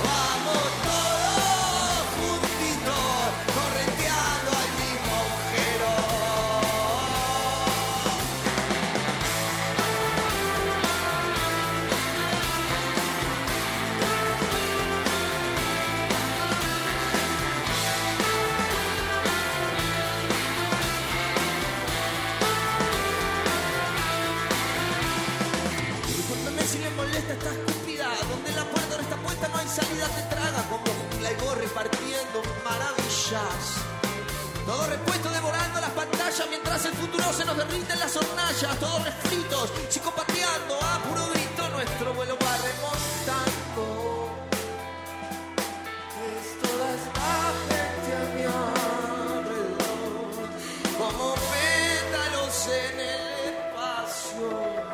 B: Vamos todos juntitos, correteando al mismo agujero. Discúlpame si me molesta esta estúpida Donde la puerta no está puesta no hay salida Te traga como jungla y vos repartiendo maravillas Todo repuesto devorando las pantallas Mientras el futuro se nos derrite en las hornallas Todos refritos, psicopateando a puro grito Nuestro vuelo va remontando Es toda esta gente a mi alrededor Como pétalos en el espacio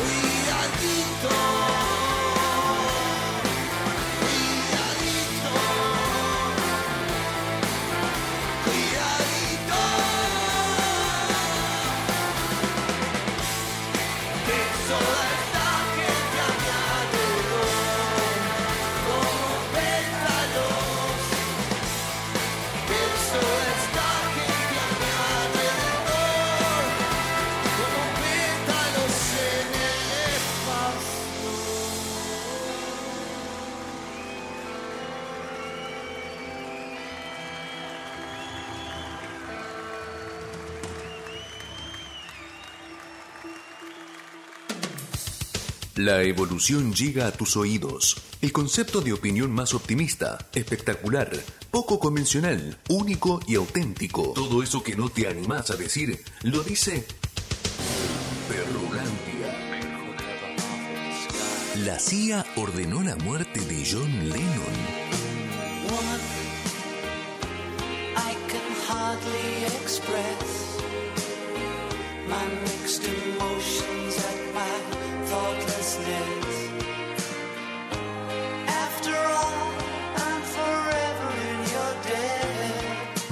B: Cuidadito, cuidadito, cuidadito, que sola está gente a mi alrededor, como pétalos, que sola está gente a mi alrededor, como pétalos en el espacio.
F: La evolución llega a tus oídos. El concepto de opinión más optimista, espectacular, poco convencional, único y auténtico. Todo eso que no te animás a decir, lo dice Perrulandia. La CIA ordenó la muerte de John Lennon.
B: One I can hardly express my mixed emotions at my thoughtlessness. After all, I'm forever in your debt.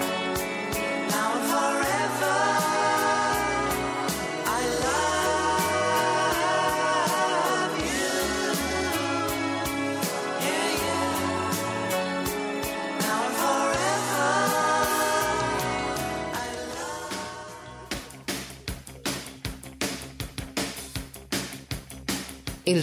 B: Now and forever, I love you. Yeah, yeah. Now and forever.
K: El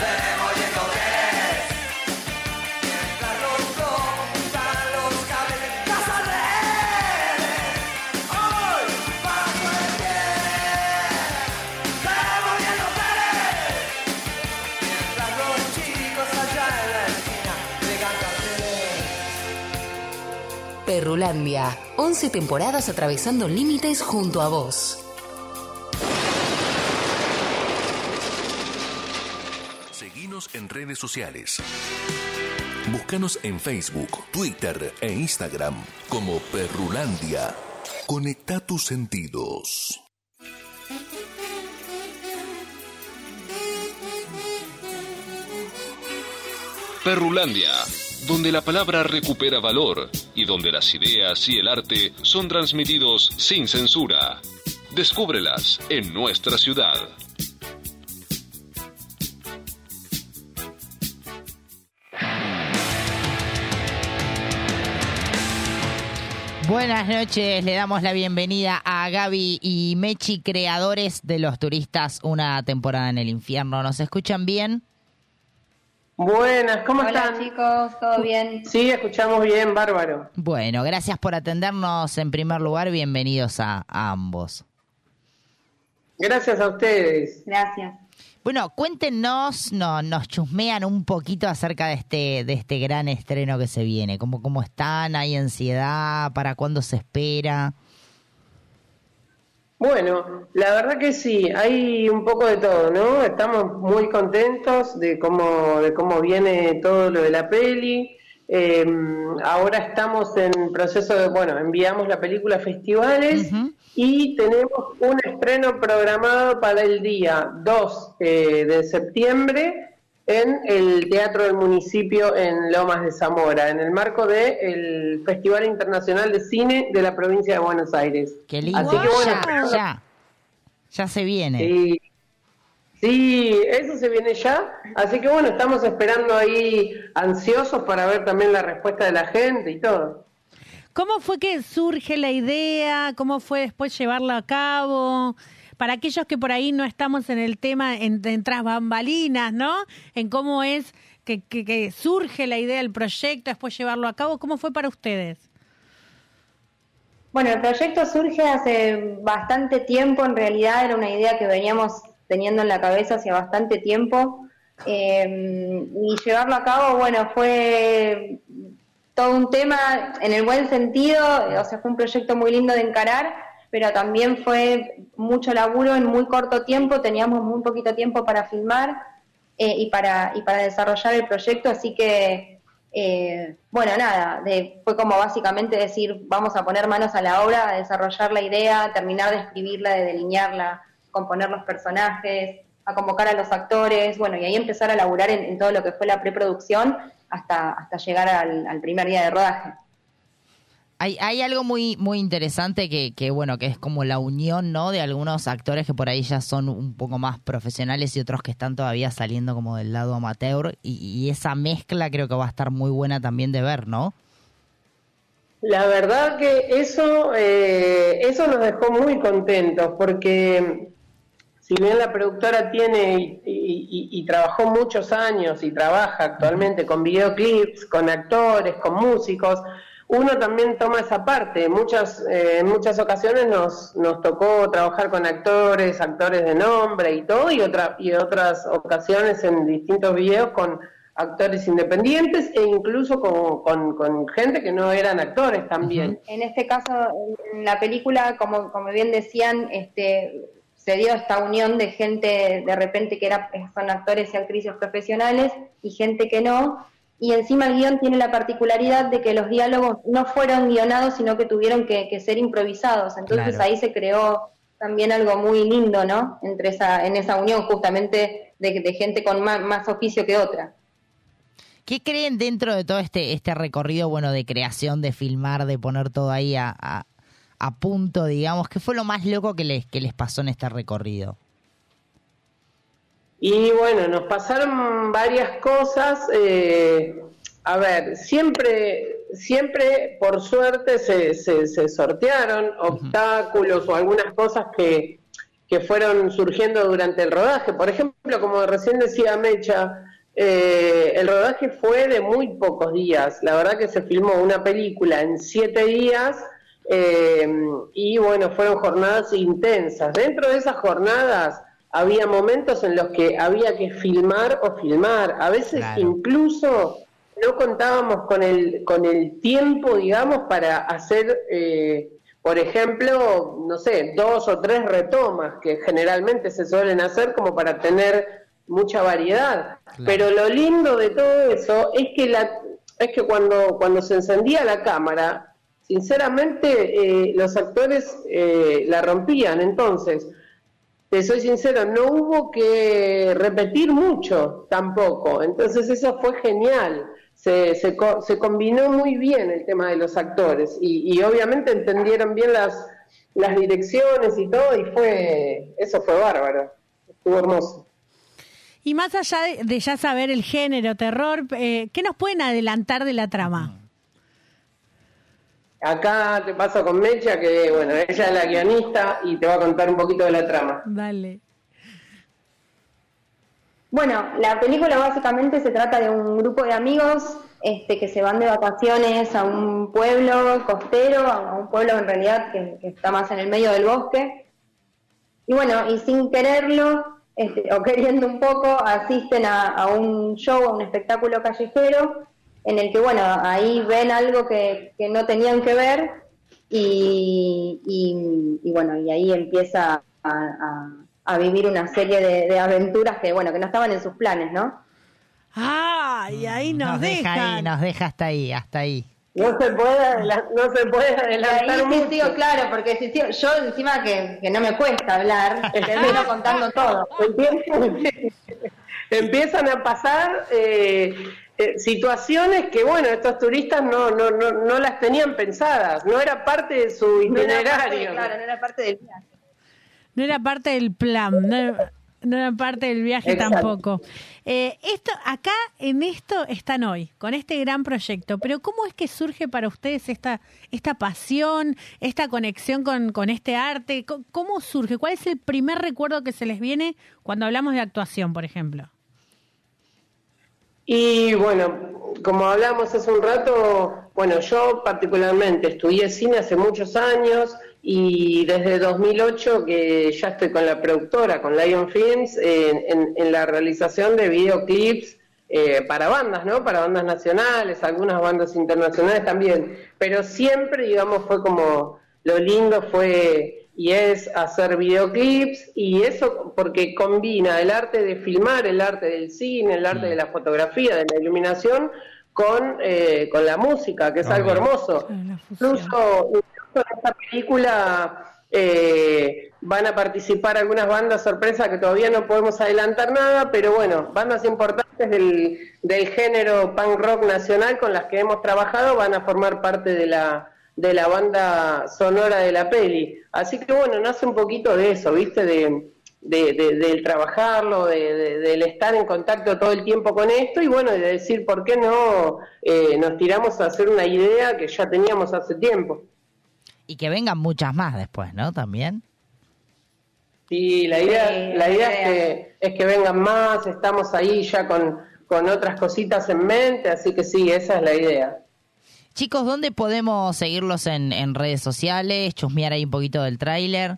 B: veremos y esto qué es. Mientras los compran los cables, las redes. Hoy pasó el tiempo, veremos y esto qué es. Mientras los chicos allá en la esquina pegan carteles.
K: Perrulandia, 11 temporadas atravesando límites junto a vos.
F: Seguinos en redes sociales. Búscanos en Facebook, Twitter e Instagram como Perrulandia. Conecta tus sentidos.
L: Perrulandia, donde la palabra recupera valor y donde las ideas y el arte son transmitidos sin censura. Descúbrelas en nuestra ciudad.
D: Buenas noches, le damos la bienvenida a Gaby y Mechi, creadores de Los Turistas, una temporada en el infierno. ¿Nos escuchan bien?
M: Buenas, ¿cómo
N: Hola,
M: están? chicos, ¿todo bien? Sí, escuchamos bien, bárbaro.
D: Bueno, gracias por atendernos en primer lugar, bienvenidos a, a ambos.
M: Gracias a ustedes.
N: Gracias.
D: Bueno, cuéntenos, no, nos chusmean un poquito acerca de este, de este gran estreno que se viene. ¿Cómo, ¿Cómo están? ¿Hay ansiedad? ¿Para cuándo se espera?
M: Bueno, la verdad que sí, hay un poco de todo, ¿no? Estamos muy contentos de cómo, de cómo viene todo lo de la peli. Eh, ahora estamos en proceso de, bueno, enviamos la película a festivales y tenemos un estreno programado para el día 2 eh, de septiembre en el Teatro del Municipio en Lomas de Zamora, en el marco del Festival Internacional de Cine de la provincia de Buenos Aires.
D: Qué lindo.
M: Así que bueno,
D: ya, ya, ya se viene.
M: Sí. Sí, eso se viene ya. Así que bueno, estamos esperando ahí ansiosos para ver también la respuesta de la gente y todo.
C: ¿Cómo fue que surge la idea? ¿Cómo fue después llevarla a cabo? Para aquellos que por ahí no estamos en el tema en, en tras bambalinas, ¿no? En cómo es que, que- que surge la idea del proyecto, después llevarlo a cabo. ¿Cómo fue para ustedes?
N: Bueno, el proyecto surge hace bastante tiempo, en realidad era una idea que veníamos teniendo en la cabeza hace bastante tiempo. eh, y llevarlo a cabo, bueno, fue todo un tema en el buen sentido, eh, o sea, fue un proyecto muy lindo de encarar, pero también fue mucho laburo en muy corto tiempo, teníamos muy poquito tiempo para filmar eh, y, para, y para desarrollar el proyecto, así que, eh, bueno, nada, de- fue como básicamente decir, vamos a poner manos a la obra, a desarrollar la idea, terminar de escribirla, de delinearla, componer los personajes, a convocar a los actores, bueno, y ahí empezar a laburar en, en todo lo que fue la preproducción hasta, hasta llegar al, al primer día de rodaje.
D: Hay, hay algo muy, muy interesante que, que, bueno, que es como la unión, ¿no? De algunos actores que por ahí ya son un poco más profesionales y otros que están todavía saliendo como del lado amateur. Y, y esa mezcla creo que va a estar muy buena también de ver, ¿no?
M: La verdad que eso, eh, eso nos dejó muy contentos porque mm, si bien la productora tiene y, y- y- y trabajó muchos años y trabaja actualmente con videoclips, con actores, con músicos, uno también toma esa parte. Muchas, eh, en muchas ocasiones nos, nos tocó trabajar con actores, actores de nombre y todo, y, otra, y otras ocasiones en distintos videos con actores independientes e incluso con, con, con gente que no eran actores también.
N: En este caso, en la película, como, como bien decían, este, se dio esta unión de gente de repente que era, son actores y actrices profesionales y gente que no. Y encima el guión tiene la particularidad de que los diálogos no fueron guionados, sino que tuvieron que, que ser improvisados. Entonces
D: Claro.
N: ahí se creó también algo muy lindo, ¿no? Entre esa, en esa unión justamente de, de gente con ma- más oficio que otra.
D: ¿Qué creen dentro de todo este, este recorrido, bueno, de creación, de filmar, de poner todo ahí a, a- a punto, digamos? ¿Qué fue lo más loco que les, que les pasó en este recorrido?
M: Y bueno, nos pasaron varias cosas. eh, a ver, siempre, siempre, por suerte, se, se- se sortearon obstáculos o algunas cosas que, que fueron surgiendo durante el rodaje. Por ejemplo, como recién decía Mecha, eh, el rodaje fue de muy pocos días. La verdad que se filmó una película en siete días eh, y bueno, fueron jornadas intensas. Dentro de esas jornadas había momentos en los que había que filmar o filmar. A veces
D: Claro.
M: incluso no contábamos con el, con el tiempo, digamos, para hacer, eh, por ejemplo, no sé, dos o tres retomas que generalmente se suelen hacer como para tener mucha variedad. Pero lo lindo de todo eso es que, la, es que cuando, cuando se encendía la cámara, sinceramente eh, los actores eh, la rompían. Entonces, te soy sincero, no hubo que repetir mucho tampoco. Entonces eso fue genial. Se, se, co- se combinó muy bien el tema de los actores y, y obviamente entendieron bien las, las direcciones y todo y fue eso fue bárbaro. Estuvo hermoso.
C: Y más allá de, de ya saber el género terror, eh, ¿qué nos pueden adelantar de la trama?
M: Acá te paso con Mecha, que bueno, ella es la guionista y te va a contar un poquito de la trama.
C: Dale.
N: Bueno, la película básicamente se trata de un grupo de amigos este, que se van de vacaciones a un pueblo costero, a un pueblo en realidad que, que está más en el medio del bosque. Y bueno, y sin quererlo, este, o queriendo un poco, asisten a, a un show, a un espectáculo callejero, en el que bueno, ahí ven algo que, que no tenían que ver y, y- y bueno, y ahí empieza a- a, a vivir una serie de, de aventuras que, bueno, que no estaban en sus planes, ¿no?
C: Ah, y ahí nos,
D: deja
C: dejan.
D: ahí, Mm, nos deja hasta ahí, hasta ahí.
M: No se puede, adela- no se puede
N: Y
M: adelantar
N: ahí sí
M: mucho.
N: sigo, claro, porque sí sigo- yo encima que, que no me cuesta hablar, termino contando todo.
M: Empiezan- Empiezan a pasar eh, eh, situaciones que, bueno, estos turistas no, no, no, no las tenían pensadas, no era parte de su
C: No era parte,
M: itinerario.
C: claro, no
N: era parte del viaje.
C: No era parte del plan, no era, no era parte del viaje
M: Exacto.
C: tampoco. Eh, esto, acá en esto están hoy, con este gran proyecto, pero ¿cómo es que surge para ustedes esta, esta pasión, esta conexión con, con este arte? Co- ¿Cómo surge? ¿Cuál es el primer recuerdo que se les viene cuando hablamos de actuación, por ejemplo?
M: Y bueno, como hablamos hace un rato, bueno, yo particularmente estudié cine hace muchos años y desde 2008 que ya estoy con la productora, con Lion Films, en, en- en la realización de videoclips eh, para bandas, ¿no? Para bandas nacionales, algunas bandas internacionales también, pero siempre, digamos, fue como lo lindo fue y es hacer videoclips y eso porque combina el arte de filmar, el arte del cine, el arte de la fotografía, de la iluminación con, eh, con la música, que es algo hermoso. Incluso, incluso en esta película eh, van a participar algunas bandas sorpresa que todavía no podemos adelantar nada, pero bueno, bandas importantes del, del género punk rock nacional con las que hemos trabajado van a formar parte de la, de la banda sonora de la peli. Así que bueno, nace un poquito de eso, ¿viste? De, de- de- del trabajarlo, de, de- del estar en contacto todo el tiempo con esto y bueno, de decir, ¿por qué no eh, nos tiramos a hacer una idea que ya teníamos hace tiempo?
D: Y que vengan muchas más después, ¿no? También.
M: Sí, la idea,
D: Sí,
M: la idea
D: idea.
M: es, que, es que vengan más, estamos ahí ya con, con otras cositas en mente, así que sí, esa es la idea.
D: Chicos, ¿dónde podemos seguirlos en, en redes sociales? Chusmear ahí un poquito del tráiler.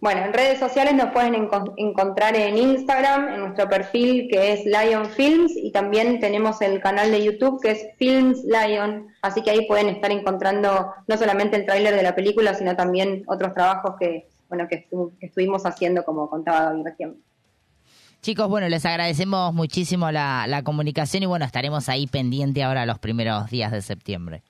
N: Bueno, en redes sociales nos pueden encon- encontrar en Instagram, en nuestro perfil que es Lion Films y también tenemos el canal de YouTube que es Films Lion, así que ahí pueden estar encontrando no solamente el tráiler de la película, sino también otros trabajos que bueno que, estu- que estuvimos haciendo como contaba Gaby recién.
D: Chicos, bueno, les agradecemos muchísimo la, la comunicación y bueno, estaremos ahí pendiente ahora los primeros días de septiembre.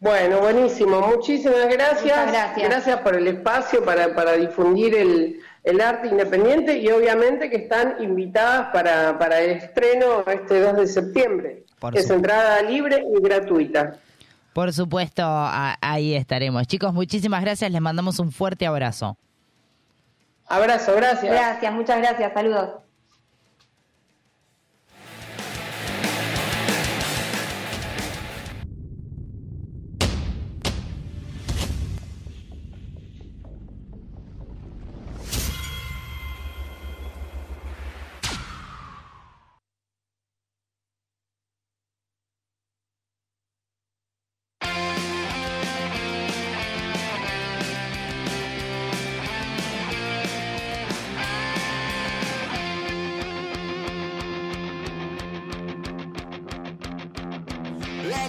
M: Bueno, buenísimo. Muchísimas gracias.
N: Muchas gracias.
M: por el espacio para, para difundir el, el arte independiente y obviamente que están invitadas para, para el estreno este 2 de septiembre.
D: Por
M: es
D: supuesto.
M: entrada libre y gratuita.
D: Por supuesto, a- ahí estaremos. Chicos, muchísimas gracias, les mandamos un fuerte abrazo.
M: Abrazo, gracias.
N: Gracias, muchas gracias, saludos.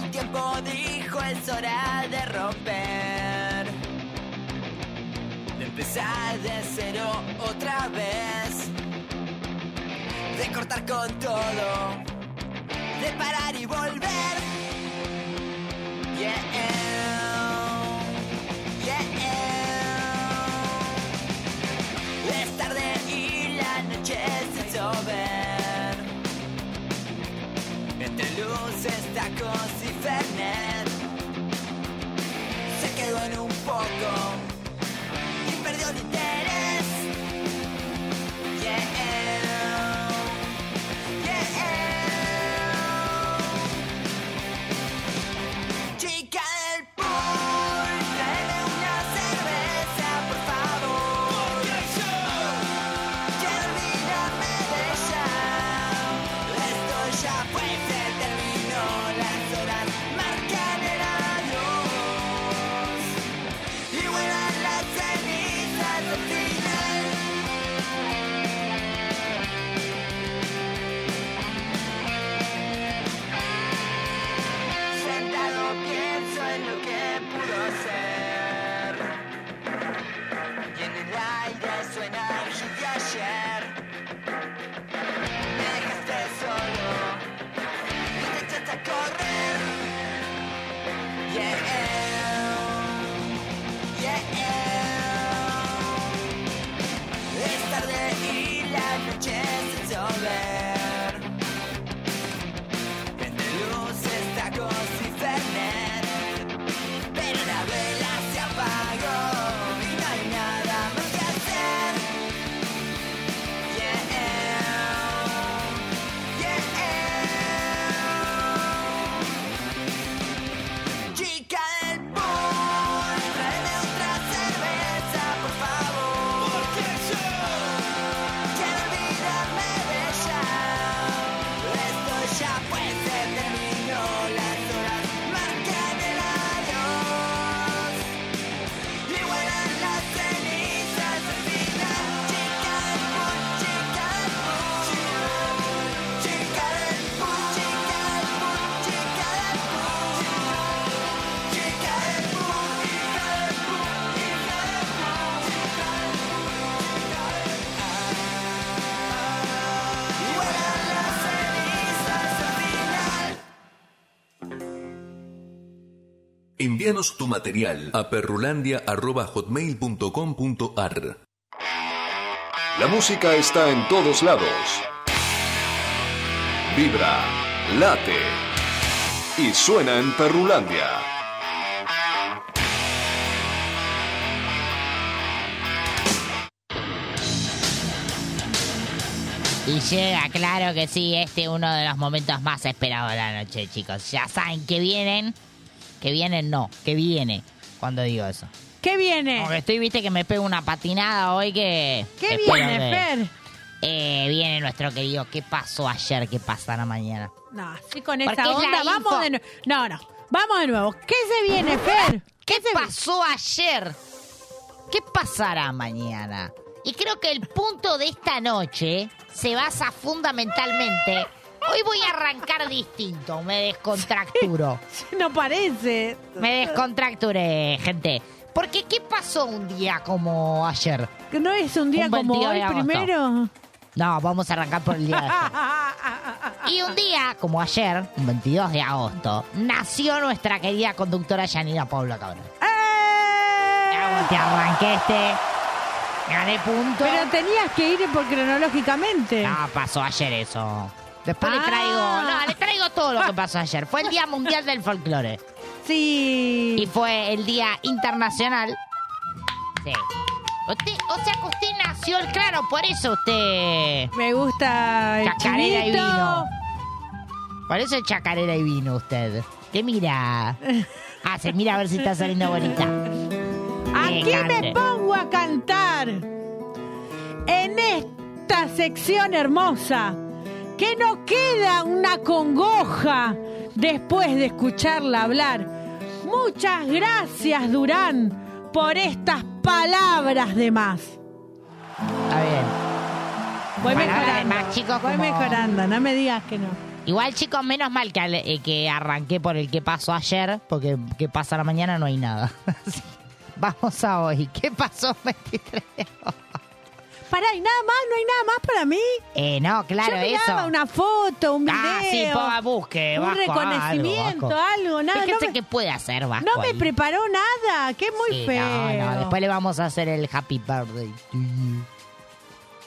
B: El tiempo dijo es hora de romper, de empezar de cero otra vez, de cortar con todo, de parar y volver. Yeah, yeah. Es tarde y la noche se sober. Entre luces, tacos y fernet Se quedó en un poco Y perdió el interés Yeah Yeah Chica del pool Tráeme una cerveza, por favor Quiero olvidarme de ella esto ya fue, se terminó, las horas marcan el adiós Y vuelan las cenizas al final Sentado pienso en lo que pudo ser Y en el aire suena el hit de ayer me dejaste solo y te echaste a correr. Yeah, yeah. Es tarde y la noche se llover. Entre luces, tacos y fernet, pero la vela se apagó y no hay nada más que hacer. Chica del pool, tráeme otra cerveza, por favor. Porque yo quiero olvidarme de ella. Esto ya pues se terminó, las horas marcan el adiós. Y vuelan las cenizas al final. Chica del pool, chica del pool. Chica del pool, chica del pool, chica del pool. Chica del pool, hija del pool, hija del pool, chica del pool. Y vuelan las cenizas al final.
F: Envíanos tu material a perrulandia.hotmail.com.ar
A: La música está en todos lados. Vibra, late y suena en Perrulandia.
D: Y llega, claro que sí, este uno de los momentos más esperados de la noche, chicos. Ya saben que vienen, que vienen no, que viene, cuando digo eso.
C: ¿Qué viene?
D: Porque estoy, viste, que me pego una patinada hoy que...
C: ¿Qué
D: espero
C: viene,
D: que-
C: Fer?
D: eh, viene nuestro querido ¿Qué pasó ayer? ¿Qué pasará mañana?
C: No, así con
D: Porque es
C: esa
D: la
C: onda,
D: info.
C: vamos de nuevo. No, no, vamos de nuevo. ¿Qué se viene, Fer?
D: ¿Qué, pasó ayer? ¿Qué pasará mañana? Y creo que el punto de esta noche se basa fundamentalmente. Hoy voy a arrancar distinto, me descontracturo.
C: No parece.
D: Me descontracturé, gente. Porque ¿qué pasó un día como ayer?
C: Que no es un día como
D: 22 de
C: hoy
D: agosto.
C: primero.
D: No, vamos a arrancar por el día de ayer. Y un día como ayer, un 22 de agosto, nació nuestra querida conductora Yanina Paula Cabrón.
C: ¡Eh!
D: Vamos, Te arranqué este. Gané punto.
C: Pero tenías que ir por cronológicamente.
D: No, Ah, pasó ayer eso. Después
C: Ah.
D: le traigo. No, le traigo todo lo que pasó ayer. Fue el Día Mundial del Folclore.
C: Sí.
D: Y fue el Día Internacional. Sí. Usted, o sea que usted nació el claro, por eso usted.
C: Me gusta el
D: Chacarera y
C: chinito.
D: vino. Por eso es chacarera y vino usted. Te mira. Hace, mira a ver si está saliendo bonita.
C: Aquí me
D: cante.
C: pongo a cantar en esta sección hermosa que no queda una congoja después de escucharla hablar. Muchas gracias, Durán, por estas palabras de más.
D: Está bien.
C: Voy
D: Palabras de
C: mejorando.
D: más, chicos,
C: voy
D: como-
C: mejorando, no me digas que no.
D: Igual, chicos, menos mal que, al- eh, que arranqué por el que pasó ayer, porque que pasa la mañana no hay nada. Así, Vamos a hoy. ¿Qué pasó 23 de agosto?
C: Pará, y nada más, no hay nada más para mí.
D: Eh, no, claro,
C: Yo miraba
D: eso.
C: una foto, un video.
D: Ah, sí, ponga, busque,
C: Un
D: Vasco, haga algo,
C: reconocimiento,
D: Vasco.
C: algo, nada.
D: Fíjese
C: no me,
D: qué puede hacer, Vasco.
C: no me
D: ahí.
C: preparó nada, que es muy
D: Sí,
C: feo.
D: No, no, después le vamos a hacer el happy birthday to you.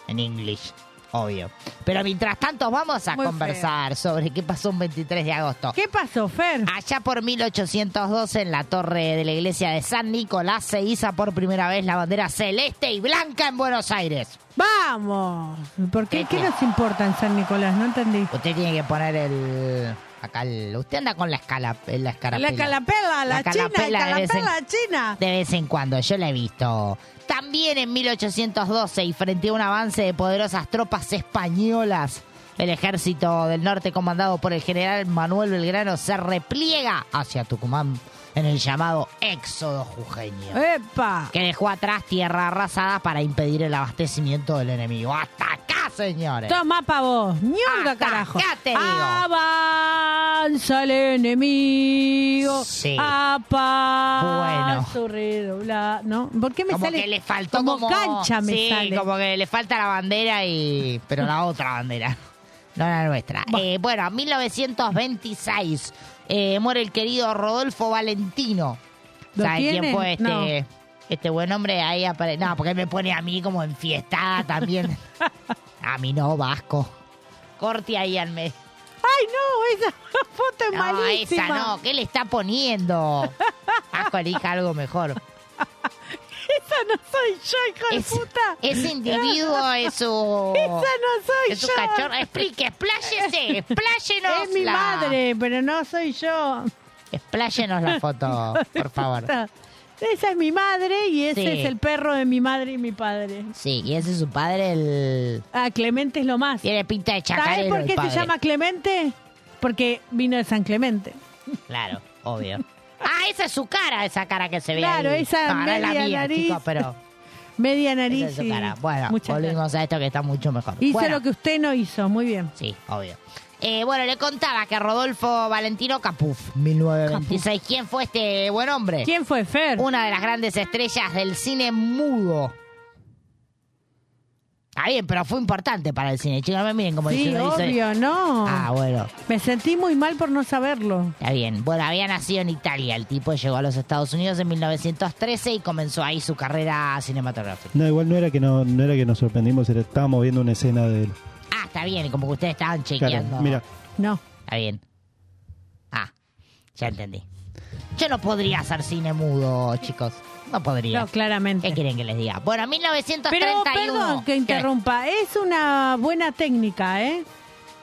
D: En inglés, obvio. Pero mientras tanto vamos a
C: Muy
D: conversar sobre qué pasó un 23 de agosto.
C: ¿Qué pasó, Fer?
D: Allá por 1812 en la torre de la iglesia de San Nicolás se iza por primera vez la bandera celeste y blanca en Buenos Aires. Este.
C: Vamos. ¿Por qué? ¿Qué
D: eh,
C: nos importa en San Nicolás? No entendí.
D: Usted tiene que poner el... Acá el- usted anda con la escala, la escarapela.
C: La calapela, la, china,
D: calapela
C: la
D: de vez en-
C: calapela china.
D: de vez en cuando, yo la he visto. También en 1812 y frente a un avance de poderosas tropas españolas, el ejército del norte comandado por el general Manuel Belgrano se repliega hacia Tucumán en el llamado Éxodo Jujeño.
C: ¡Epa!
D: Que dejó atrás tierra arrasada para impedir el abastecimiento del enemigo. ¡Hasta acá, señores!
C: Toma pa' vos. Ñonga, carajo.
D: acá te digo.
C: Avanza el enemigo.
D: Sí.
C: A
D: Bueno.
C: paso redobla- ¿No? ¿Por qué me
D: como
C: sale?
D: que le faltó
C: como,
D: como,
C: cancha me
D: sí,
C: sale.
D: como que le falta la bandera y pero la otra bandera no la nuestra Eh, bueno en 1926 eh, muere el querido Rodolfo Valentino
C: ¿Lo
D: ¿Sabe
C: tiene?
D: quién fue este
C: No.
D: este buen hombre ahí apare- no porque él me pone a mí como enfiestada también a mí no Vasco corte ahí al medio
C: Ay, no, esa foto es
D: no,
C: malísima.
D: esa no, ¿qué le está poniendo? Vasco, elija algo mejor.
C: Esa no soy yo, hijo de puta.
D: Ese individuo es su.
C: Esa no soy
D: es su
C: yo.
D: cachorro. Explique, expláyese, expláyenos.
C: Es mi
D: la-
C: madre, pero no soy yo.
D: Expláyenos la foto, por favor.
C: Esa es mi madre y ese
D: Sí.
C: es el perro de mi madre y mi padre.
D: Sí, y ese es su padre, el.
C: Ah, Clemente es lo más.
D: Tiene pinta de chacarero.
C: ¿Sabes por
D: el
C: qué se
D: padre.
C: llama Clemente? Porque vino de San Clemente.
D: Claro, obvio. Ah, esa es su cara, esa cara que se ve
C: Claro,
D: ahí.
C: esa
D: No, no es la
C: media
D: mía,
C: nariz.
D: chicos, pero.
C: Media nariz.
D: esa es su
C: y-
D: cara. Bueno,
C: muchas
D: volvimos a esto que está mucho mejor.
C: Hizo
D: Bueno,
C: lo que usted no hizo, muy bien.
D: Sí, obvio. Eh, bueno, le contaba que Rodolfo Valentino Capuf, 1926. ¿Quién fue este buen hombre?
C: ¿Quién fue Fer?
D: Una de las grandes estrellas del cine mudo. Está bien, pero fue importante para el cine. Chicos, miren cómo
C: Sí,
D: diciendo, dice-
C: obvio, no.
D: Ah, bueno.
C: Me sentí muy mal por no saberlo.
D: Está bien. Bueno, había nacido en Italia. El tipo llegó a los Estados Unidos en 1913 y comenzó ahí su carrera cinematográfica.
E: No, igual no era que no, no era que nos sorprendimos, era, estábamos viendo una escena de él.
D: Ah, está bien. Como que ustedes estaban
E: Claro,
D: chequeando.
E: mira,
C: No.
D: Está bien. Ah, ya entendí. Yo no podría hacer cine mudo, chicos. No podría.
C: No, claramente.
D: ¿Qué quieren que les diga? Bueno, 1931.
C: Pero perdón que
D: ¿Qué?
C: interrumpa, es una buena técnica, ¿eh?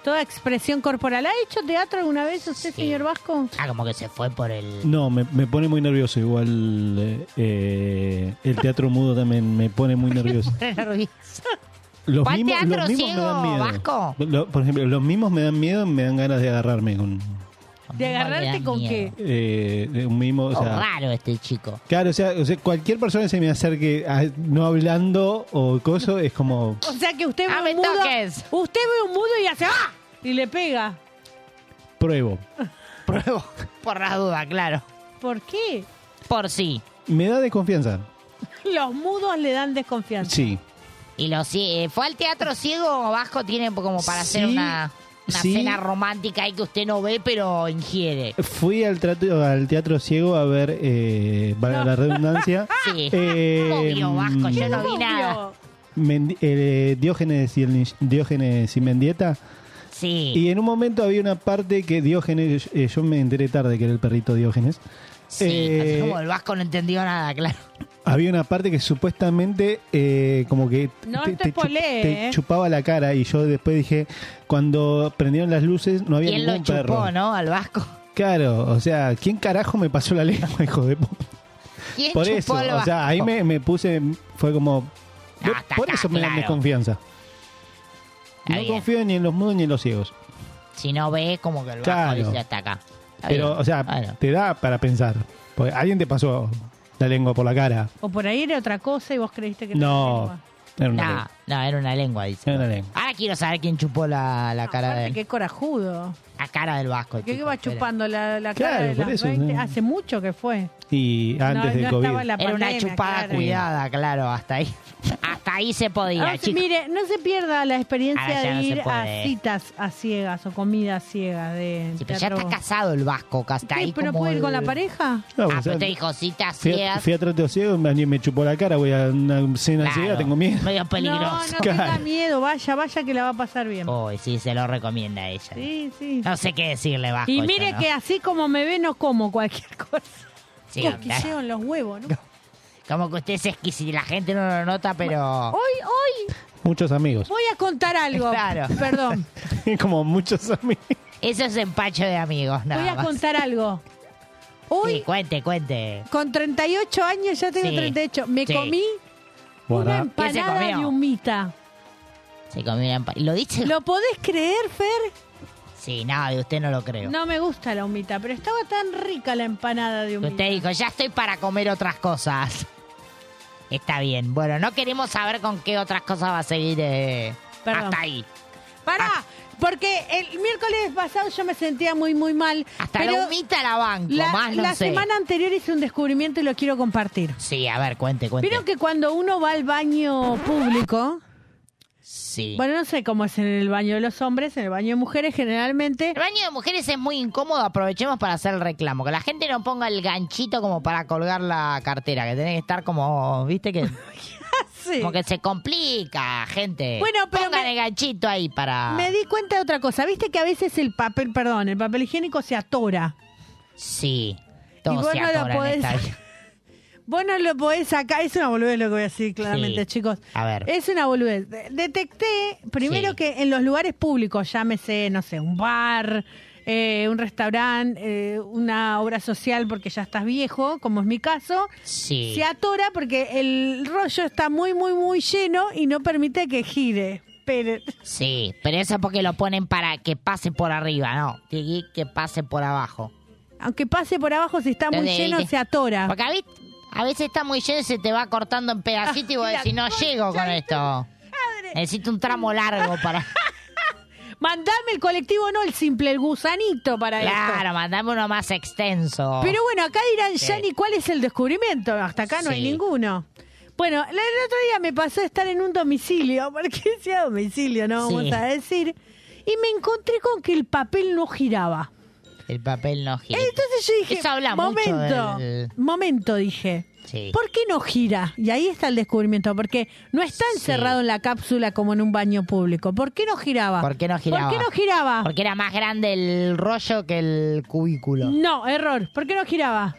C: Toda expresión corporal. ¿Ha hecho teatro alguna vez usted, señor Vasco?
D: Ah, como que se fue por el...
E: no, me, me pone muy nervioso. Igual eh, eh, el teatro mudo también me pone muy nervioso.
D: nervioso.
E: Los
D: ¿Cuál
E: mimos,
D: teatro
E: los mimos me dan
D: ciego,
E: miedo.
D: Vasco?
E: Lo- por ejemplo, los mimos me dan miedo, me dan ganas de agarrarme con
C: ¿De agarrarte con qué?
E: eh, de un mimo. O sea,
D: raro este chico.
E: Claro, o sea, o sea, cualquier persona que se me acerque a- no hablando o coso es como.
C: O sea que
D: Ah,
C: usted ve un mudo. Usted ve un mudo y hace ¡ah! Y le pega.
E: Pruebo.
D: Pruebo. Por la duda, claro.
C: ¿Por qué?
D: Por sí.
E: Me da desconfianza.
C: Los mudos le dan desconfianza.
E: Sí.
D: Y lo sí, eh, fue al teatro ciego Vasco tiene como para hacer
E: Sí,
D: una, una
E: sí.
D: cena romántica ahí que usted no ve pero ingiere.
E: Fui al, trato- al teatro ciego a ver, eh, valga la redundancia.
D: Sí.
E: eh,
D: Ah,
E: mm,
D: Obvio, Vasco, yo no vi nada.
E: Mendi- eh, Diógenes y el nin- Diógenes y Mendieta.
D: Sí.
E: Y en un momento había una parte que Diógenes, eh, yo me enteré tarde que era el perrito Diógenes.
D: Sí,
E: Eh,
D: así como el Vasco no entendió nada, claro.
E: había una parte que supuestamente eh, como que
D: No te
E: chu-
D: spoilees,
E: te
D: eh.
E: chupaba la cara y yo después dije, cuando prendieron las luces no había
D: Y él lo
E: ningún
D: chupó,
E: perro.
D: ¿no? Al Vasco.
E: Claro, o sea, ¿quién carajo me pasó la lengua, hijo de puta?
D: ¿Quién
E: Por
D: chupó
E: eso,
D: al
E: o sea,
D: Vasco?
E: ahí me, me puse, fue como...
D: No, hasta
E: por
D: acá,
E: eso me
D: claro.
E: da desconfianza.
D: Está
E: no
D: bien.
E: confío ni en los mudos ni en los ciegos.
D: Si no ve, como que el Vasco
E: Claro.
D: dice hasta acá. Está
E: Pero,
D: bien. Ah,
E: o sea, te da para pensar. Porque alguien te pasó la lengua por la cara.
C: O por ahí era otra cosa y vos creíste que era
E: No, era una
D: No,
E: lengua.
D: no, era una lengua, dice. Ah,
E: Era una lengua.
D: Ahora quiero saber quién chupó la, la cara de
C: otra. Qué corajudo.
D: La cara del Vasco.
C: ¿Qué que
D: chicos,
C: va
D: espera.
C: chupando la, la
D: Claro,
C: cara de
D: por
C: las
D: eso,
C: 20?
D: ¿no?
C: Hace mucho que fue.
E: Y antes
C: No,
E: del
C: no
E: COVID.
C: estaba la
D: Era una
C: pandemia,
D: chupada
C: claro.
D: cuidada, claro, hasta ahí. Hasta ahí se podía,
C: Ah, sí,
D: chicos.
C: mire, no se pierda la experiencia
D: Ahora ya
C: de
D: no se
C: ir a
D: puede.
C: citas a ciegas o comidas ciegas de
D: Sí, pero ya
C: teatro.
D: está casado el Vasco, que hasta
C: ¿Qué?
D: ahí
C: ¿Pero
D: como
C: puede ir con
D: el-
C: la pareja?
E: No,
D: ah,
E: o sea,
D: pero te dijo citas
E: Fui a,
D: ciegas.
E: fui a trato ciego, alguien me chupó la cara, voy a una cena
D: Claro,
E: ciega, tengo miedo.
D: Medio
C: No,
D: peligroso.
C: no tenga miedo, vaya, vaya que la va a pasar bien.
D: Uy, sí, se lo recomienda a ella.
C: Sí, sí.
D: No sé qué decirle, Vasco.
C: y
D: yo,
C: mire
D: ¿no?
C: que así como me ve, no como cualquier cosa.
D: Sí,
C: Cosquilleo en los huevos, ¿no?
D: Como que usted es exquisito y la gente no lo nota, pero...
C: Hoy, hoy
E: Muchos amigos.
C: voy a contar algo.
D: Claro.
C: Perdón.
E: Como muchos amigos.
D: Eso es empacho de amigos, nada
C: Voy a
D: más.
C: contar algo. Hoy,
D: Sí, cuente, cuente.
C: con 38 años, ya tengo
D: Sí.
C: 38, me
D: Sí.
C: comí una
D: ¿Qué se
C: empanada de
D: comió?
C: humita.
D: Se comió una empa- ¿Lo dice?
C: ¿Lo podés creer, Fer?
D: Sí, no, de usted no lo creo.
C: No me gusta la humita, pero estaba tan rica la empanada de humita.
D: Usted dijo, ya estoy para comer otras cosas. Está bien. Bueno, no queremos saber con qué otras cosas va a seguir eh, hasta ahí.
C: Pará,
D: Ah.
C: porque el miércoles pasado yo me sentía muy, muy mal.
D: Hasta la humita la banco,
C: La,
D: más no
C: la
D: sé.
C: semana anterior hice un descubrimiento y lo quiero compartir.
D: Sí, a ver, cuente, cuente.
C: Vieron que cuando uno va al baño público,
D: Sí.
C: bueno, no sé cómo es en el baño de los hombres, en el baño de mujeres generalmente.
D: el baño de mujeres es muy incómodo, aprovechemos para hacer el reclamo. Que la gente no ponga el ganchito como para colgar la cartera, que tenés que estar como, viste que... eh, Como que se complica, gente.
C: Bueno, pero
D: Pongan el ganchito ahí para...
C: Me di cuenta de otra cosa. Viste que a veces el papel, perdón, el papel higiénico se atora.
D: Sí,
C: Y
D: todo
C: vos
D: se
C: no lo
D: atora en
C: podés-
D: esta vida.
C: Vos no lo podés sacar. Es una boludez lo que voy a decir claramente,
D: Sí.
C: chicos.
D: A ver.
C: Es una boludez. De- Detecté, primero
D: Sí.
C: que en los lugares públicos, llámese, no sé, un bar, eh, un restaurante, eh, una obra social porque ya estás viejo, como es mi caso,
D: Sí.
C: se atora porque el rollo está muy, muy, muy lleno y no permite que gire. Pero,
D: Sí, pero eso es porque lo ponen para que pase por arriba, no, tiene que que pase por abajo.
C: aunque pase por abajo, si está muy
D: Entonces,
C: lleno,
D: ¿viste?
C: se atora.
D: Porque a veces, a veces está muy lleno y se te va cortando en pedacitos y vos decís, no llego con esto. Necesito un tramo largo para...
C: Mandame el colectivo, no el simple, el gusanito para esto.
D: Claro, mandame uno más extenso.
C: Pero bueno, acá dirán,
D: Sí.
C: Yanni, ¿cuál es el descubrimiento? Hasta acá no hay
D: Sí.
C: ninguno. Bueno, la- el otro día me pasó de estar en un domicilio, porque sea domicilio, no vamos
D: Sí.
C: a decir, y me encontré con que el papel no giraba.
D: El papel no gira.
C: Entonces yo dije,
D: Eso habla
C: momento,
D: mucho del...
C: momento, dije.
D: Sí.
C: ¿Por qué no gira? Y ahí está el descubrimiento, porque no está encerrado en la cápsula como en un baño público. ¿Por qué no giraba?
D: ¿Por qué no giraba?
C: ¿Por qué no giraba?
D: Porque era más grande el rollo que el cubículo.
C: No, error. ¿Por qué no giraba?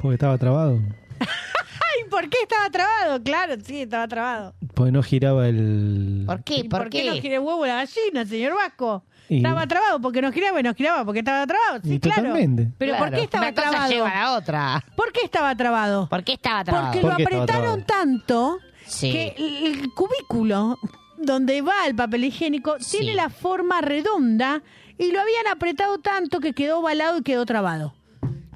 E: Porque estaba trabado.
C: Ay, ¿por qué estaba trabado? Claro, sí, estaba trabado.
E: Porque no giraba el...
D: ¿Por qué?
C: ¿Y
D: ¿Por,
C: ¿Por, qué? no quiere huevo la gallina, señor Vasco?
E: Y-
C: Estaba trabado porque no giraba y no giraba porque estaba trabado. Sí,
E: Y
C: claro.
E: totalmente.
C: Pero ¿por
D: Claro.
C: qué estaba
D: Una cosa
C: trabado?
D: lleva a la otra.
C: ¿Por qué estaba trabado?
D: ¿Por qué estaba trabado?
C: Porque
E: ¿Por
C: lo
E: qué estaba
C: apretaron tanto
D: Sí.
C: que el el cubículo donde va el papel higiénico tiene la forma redonda y lo habían apretado tanto que quedó ovalado y quedó trabado.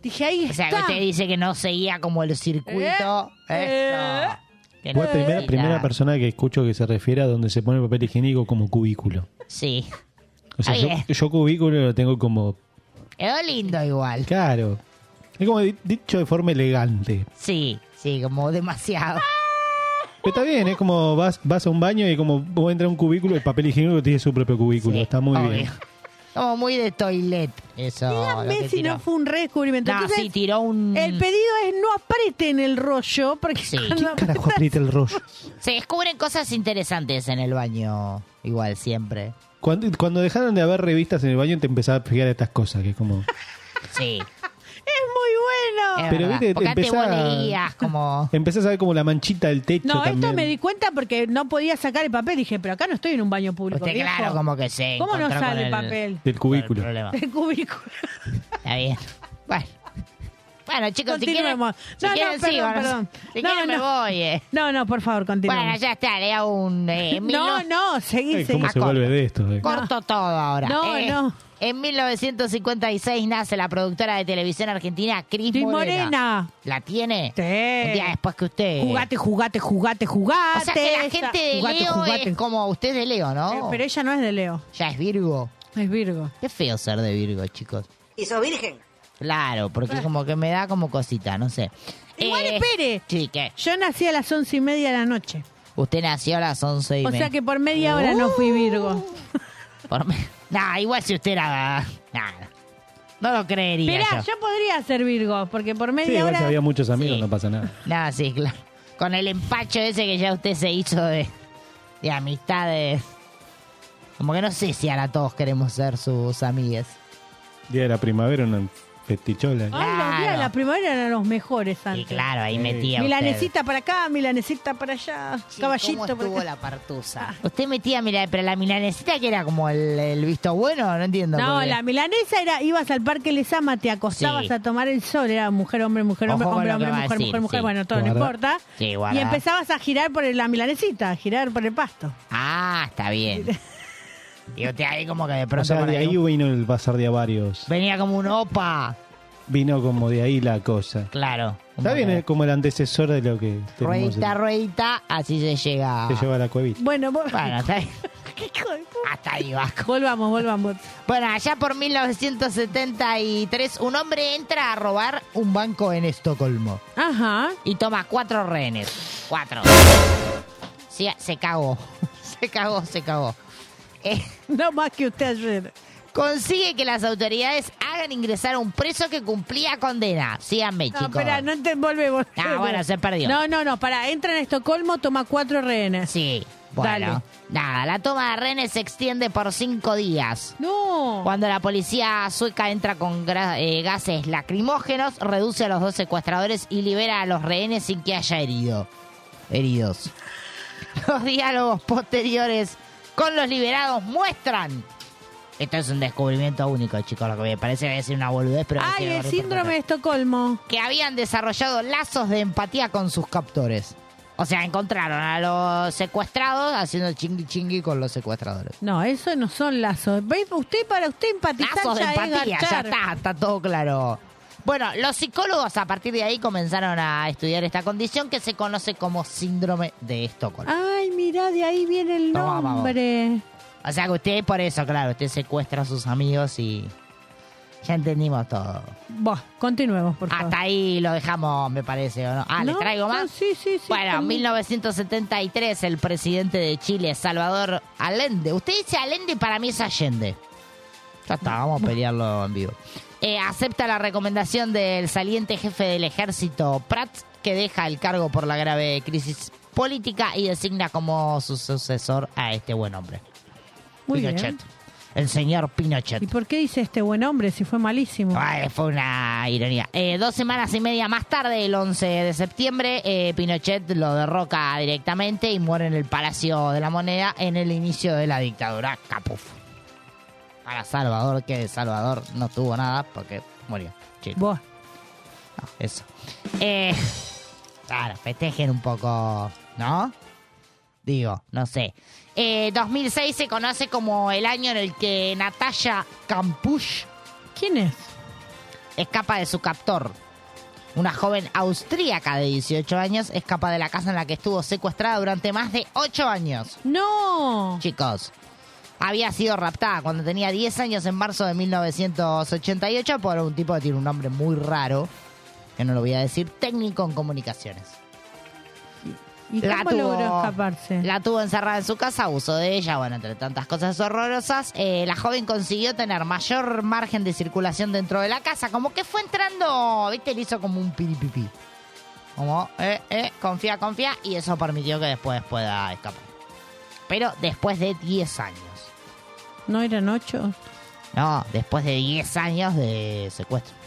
C: Dije, ahí
D: O sea, que
C: está.
D: usted Este dice que no seguía como el circuito.
C: Eh,
D: Eso. Que
E: Fue
D: no
E: primera,
D: seguía.
E: primera persona que escucho que se refiere a donde se pone papel higiénico como cubículo.
D: Sí.
E: O sea,
D: Ah,
E: yo,
D: bien.
E: yo cubículo lo tengo como
D: Quedó lindo igual.
E: Claro. Es como di- dicho de forma elegante.
D: Sí, sí, como demasiado.
E: Pero está bien, es como vas, vas a un baño y como vos entras a un cubículo el papel higiénico tiene su propio cubículo. está muy
D: obvio.
E: bien.
D: Como muy de toilet. Eso. lo que
C: Messi
D: tiró.
C: no fue un redescubrimiento.
D: No,
C: Entonces,
D: sí, tiró un-
C: El pedido es no aprieten el rollo porque cuando
E: Carajo, aprieta el rollo.
D: Se descubren cosas interesantes en el baño. Igual, siempre.
E: Cuando, cuando dejaron de haber revistas en el baño te empezás a fijar estas cosas, que es como...
D: Sí.
C: es muy bueno.
E: Pero viste,
D: porque antes vos
E: empezá-
D: leías como...
E: Empezás a ver como la manchita del techo
C: No,
E: también.
C: esto me di cuenta porque no podía sacar el papel. Dije, pero acá no estoy en un baño público.
D: Usted,
C: viejo.
D: claro, como que se
C: ¿Cómo no
D: encontró con
C: sale el
D: el-
C: papel?
E: Del cubículo.
C: El cubículo.
D: Está bien. Bueno. Bueno, chicos, si quieren,
C: Continuemos.
D: si
C: no,
D: quieren
C: no, perdón,
D: sigo, no sé.
C: perdón.
D: Si
C: no,
D: quieren me
C: no.
D: voy. eh.
C: No, no, por favor, continuemos.
D: Bueno, ya está, le hago un... eh, mil Ah,
C: No, no, seguí,
E: Ay, ¿Cómo
C: seguí.
E: se vuelve de esto? eh?
D: Corto todo ahora. Eh,
C: No, no.
D: En 1956 nace la productora de televisión argentina Cris
C: Cris
D: Morena.
C: Morena.
D: ¿La tiene?
C: Sí.
D: Un día después que usted.
C: Jugate, jugate, jugate, jugate.
D: O sea que la gente de
C: Jugate,
D: Leo
C: jugate.
D: es como usted es de Leo,
C: Eh,
D: ¿no?
C: pero ella no es de Leo.
D: Ya es Virgo.
C: Es Virgo.
D: Qué feo ser de Virgo, chicos.
O: ¿Y sos virgen?
D: Claro, porque es como que me da como cosita, no sé.
C: Igual,
D: Eh,
C: espere.
D: Sí, ¿qué?
C: Yo nací a las once y media de la noche.
D: Usted nació a las 11 y
C: O
D: me-
C: sea que por media hora no fui Virgo.
D: por me- Nah, igual si usted era... Nada. No lo creería
C: Mirá,
D: yo.
C: yo podría ser Virgo, porque por
E: Sí,
C: media
E: igual si
C: hora.
E: había muchos amigos, no pasa nada.
D: Nah, sí, claro. Con el empacho ese que ya usted se hizo de, de amistades. Como que no sé si ahora todos queremos ser sus amigas.
E: Día de la primavera, una festichola.
D: Ah,
C: Ay, los días de la primavera eran los mejores antes.
D: claro, ahí metía
C: Milanesita para acá, milanesita para allá. caballito Ah.
D: ¿cómo estuvo
C: para
D: la partusa? Usted metía, mira, pero la milanesita que era como el, el visto bueno, no entiendo.
C: No,
D: porque-
C: la milanesa era, ibas al parque Lesama, te acostabas
D: Sí.
C: a tomar el sol, era mujer, hombre, mujer, hombre,
D: Ojo con
C: hombre,
D: lo que
C: hombre,
D: va a
C: mujer,
D: decir,
C: mujer, mujer,
D: sí.
C: bueno, todo, no
D: Guarda.
C: importa.
D: Sí,
C: y
D: guarda.
C: empezabas a girar por el- la milanesita, a girar por el pasto.
D: Ah, está bien. Y usted ahí como que de pronto
E: O sea,
D: por
E: de
D: ahí
E: ahí vino el bazar de avarios.
D: venía como un opa.
E: Vino como de ahí la cosa.
D: Claro.
E: Está bien, es como el antecesor de lo que tenemos.
D: Ruedita, ruedita, así se llega.
E: Te lleva a la cuevita.
C: Bueno, vos-
D: Bueno, está bien. Hasta ahí Vasco.
C: Volvamos, volvamos.
D: Bueno, allá por 1973, un hombre entra a robar un banco en Estocolmo.
C: Ah, Ajá.
D: Y toma cuatro rehenes. Cuatro. Sí, se cagó. Se cagó, se cagó. Eh,
C: No más que usted ayer.
D: Consigue que las autoridades hagan ingresar a un preso que cumplía condena. Síganme,
C: No,
D: chicos.
C: espera, no te volvemos.
D: Ah, bueno, se perdió.
C: No, no, no, para, entra en Estocolmo, toma cuatro rehenes.
D: Sí,
C: Dale.
D: Bueno, nada, la toma de rehenes se extiende por cinco días.
C: No.
D: Cuando la policía sueca entra con gra- eh, gases lacrimógenos, reduce a los dos secuestradores y libera a los rehenes sin que haya herido. Heridos. Los diálogos posteriores con los liberados muestran. Esto es un descubrimiento único, chicos, lo que me parece que es una boludez, pero... me
C: Ay,
D: tiene
C: el
D: gorrito
C: síndrome de Estocolmo.
D: que habían desarrollado lazos de empatía con sus captores. O sea, encontraron a los secuestrados haciendo chingui chingui con los secuestradores.
C: No, eso no son lazos. ¿Ve? Usted para usted empatizar
D: Lazos de
C: ya es
D: empatía, ya
C: garchar.
D: está, está todo claro. Bueno, los psicólogos a partir de ahí comenzaron a estudiar esta condición que se conoce como síndrome de Estocolmo.
C: Ay, mirá, de ahí viene el
D: Toma, vamos.
C: nombre.
D: O sea que usted por eso, claro, usted secuestra a sus amigos y ya entendimos todo.
C: Buah, continuemos, por favor.
D: Hasta ahí lo dejamos, me parece, ¿o no? Ah, ¿le
C: No,
D: traigo
C: no,
D: más?
C: sí, sí, sí.
D: Bueno,
C: está bien.
D: 1973, el presidente de Chile, Salvador Allende. Usted dice Allende, para mí es Allende. Ya está, vamos a pelearlo en vivo. Eh, acepta la recomendación del saliente jefe del ejército, Pratt, que deja el cargo por la grave crisis política y designa como su sucesor a este buen hombre.
C: Muy bien.
D: Pinochet. El señor Pinochet.
C: ¿Y por qué dice este buen hombre si fue malísimo?
D: Ay, fue una ironía. Eh, dos semanas y media más tarde, el 11 de septiembre, eh, Pinochet lo derroca directamente y muere en el Palacio de la Moneda en el inicio de la dictadura Capuf. Para Salvador, que Salvador no tuvo nada porque murió. Chico.
C: Buah.
D: Eso. Eh, Claro, festejen un poco, ¿no? Digo, no sé. Eh, 2006 se conoce como el año en el que Natalia Campush.
C: ¿Quién es?
D: Escapa de su captor. Una joven austríaca de 18 años escapa de la casa en la que estuvo secuestrada durante más de 8 años.
C: ¡No!
D: Chicos, había sido raptada cuando tenía 10 años en marzo de 1988 por un tipo que tiene un nombre muy raro, que no lo voy a decir, técnico en comunicaciones.
C: ¿Y cómo logró escaparse?
D: La tuvo encerrada en su casa, abusó de ella, bueno, entre tantas cosas horrorosas. Eh, la joven consiguió tener mayor margen de circulación dentro de la casa, como que fue entrando, viste, le hizo como un piripipi. Como, eh, eh, confía, confía, y eso permitió que después pueda escapar. Pero después de 10 años.
C: ¿No eran ocho?
D: No, después de 10 años de secuestro.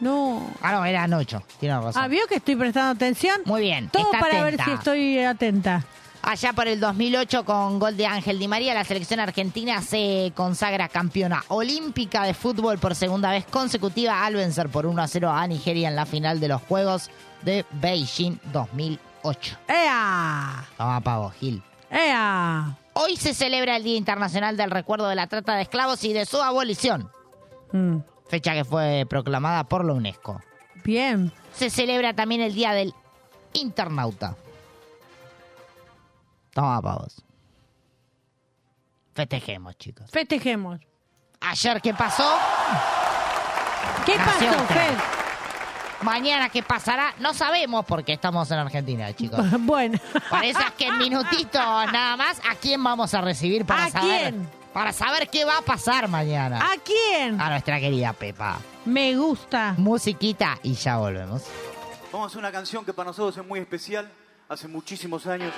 C: No.
D: Ah, no, eran 8, tiene razón.
C: Ah, ¿vio que estoy prestando atención?
D: Muy bien.
C: Todo
D: está
C: para ver
D: atenta.
C: si estoy atenta.
D: Allá por el 2008 con gol de Ángel Di María, la selección argentina se consagra campeona olímpica de fútbol por segunda vez consecutiva al vencer por 1 a 0 a Nigeria en la final de los Juegos de Beijing 2008.
C: Eh. ¡Ea!
D: Toma pavo, Gil.
C: ¡Ea!
D: Hoy se celebra el Día Internacional del Recuerdo de la Trata de Esclavos y de su abolición,
C: Mm.
D: fecha que fue proclamada por la UNESCO.
C: Bien.
D: Se celebra también el Día del Internauta. Toma pavos. Festejemos, chicos.
C: Festejemos.
D: Ayer, ¿qué pasó?
C: ¿Qué
D: Nació
C: pasó,
D: otra.
C: Fer?
D: Mañana, ¿qué pasará? No sabemos porque estamos en Argentina, chicos.
C: Bueno.
D: Por eso es que en minutitos nada más, ¿a quién vamos a recibir para
C: ¿A
D: saber?
C: quién?
D: Para saber qué va a pasar mañana.
C: ¿A quién?
D: A nuestra querida Pepa.
C: Me gusta.
D: Musiquita y ya volvemos.
P: Vamos a hacer una canción que para nosotros es muy especial. Hace muchísimos años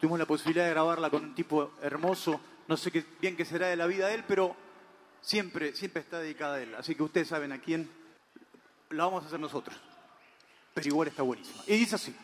P: tuvimos la posibilidad de grabarla con un tipo hermoso. No sé qué, bien qué será de la vida de él, pero siempre, siempre está dedicada a él. Así que ustedes saben a quién la vamos a hacer nosotros. Pero igual está buenísima. Y dice así.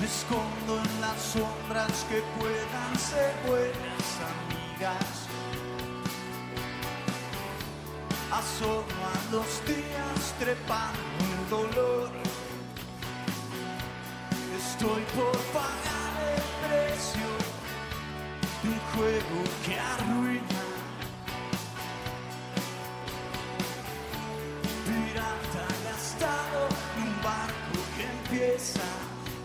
B: Me escondo en las sombras que puedan ser buenas amigas. Asomo a los días trepando el dolor. Estoy por pagar el precio de un juego que arruina. Pirata gastado en un barco que empieza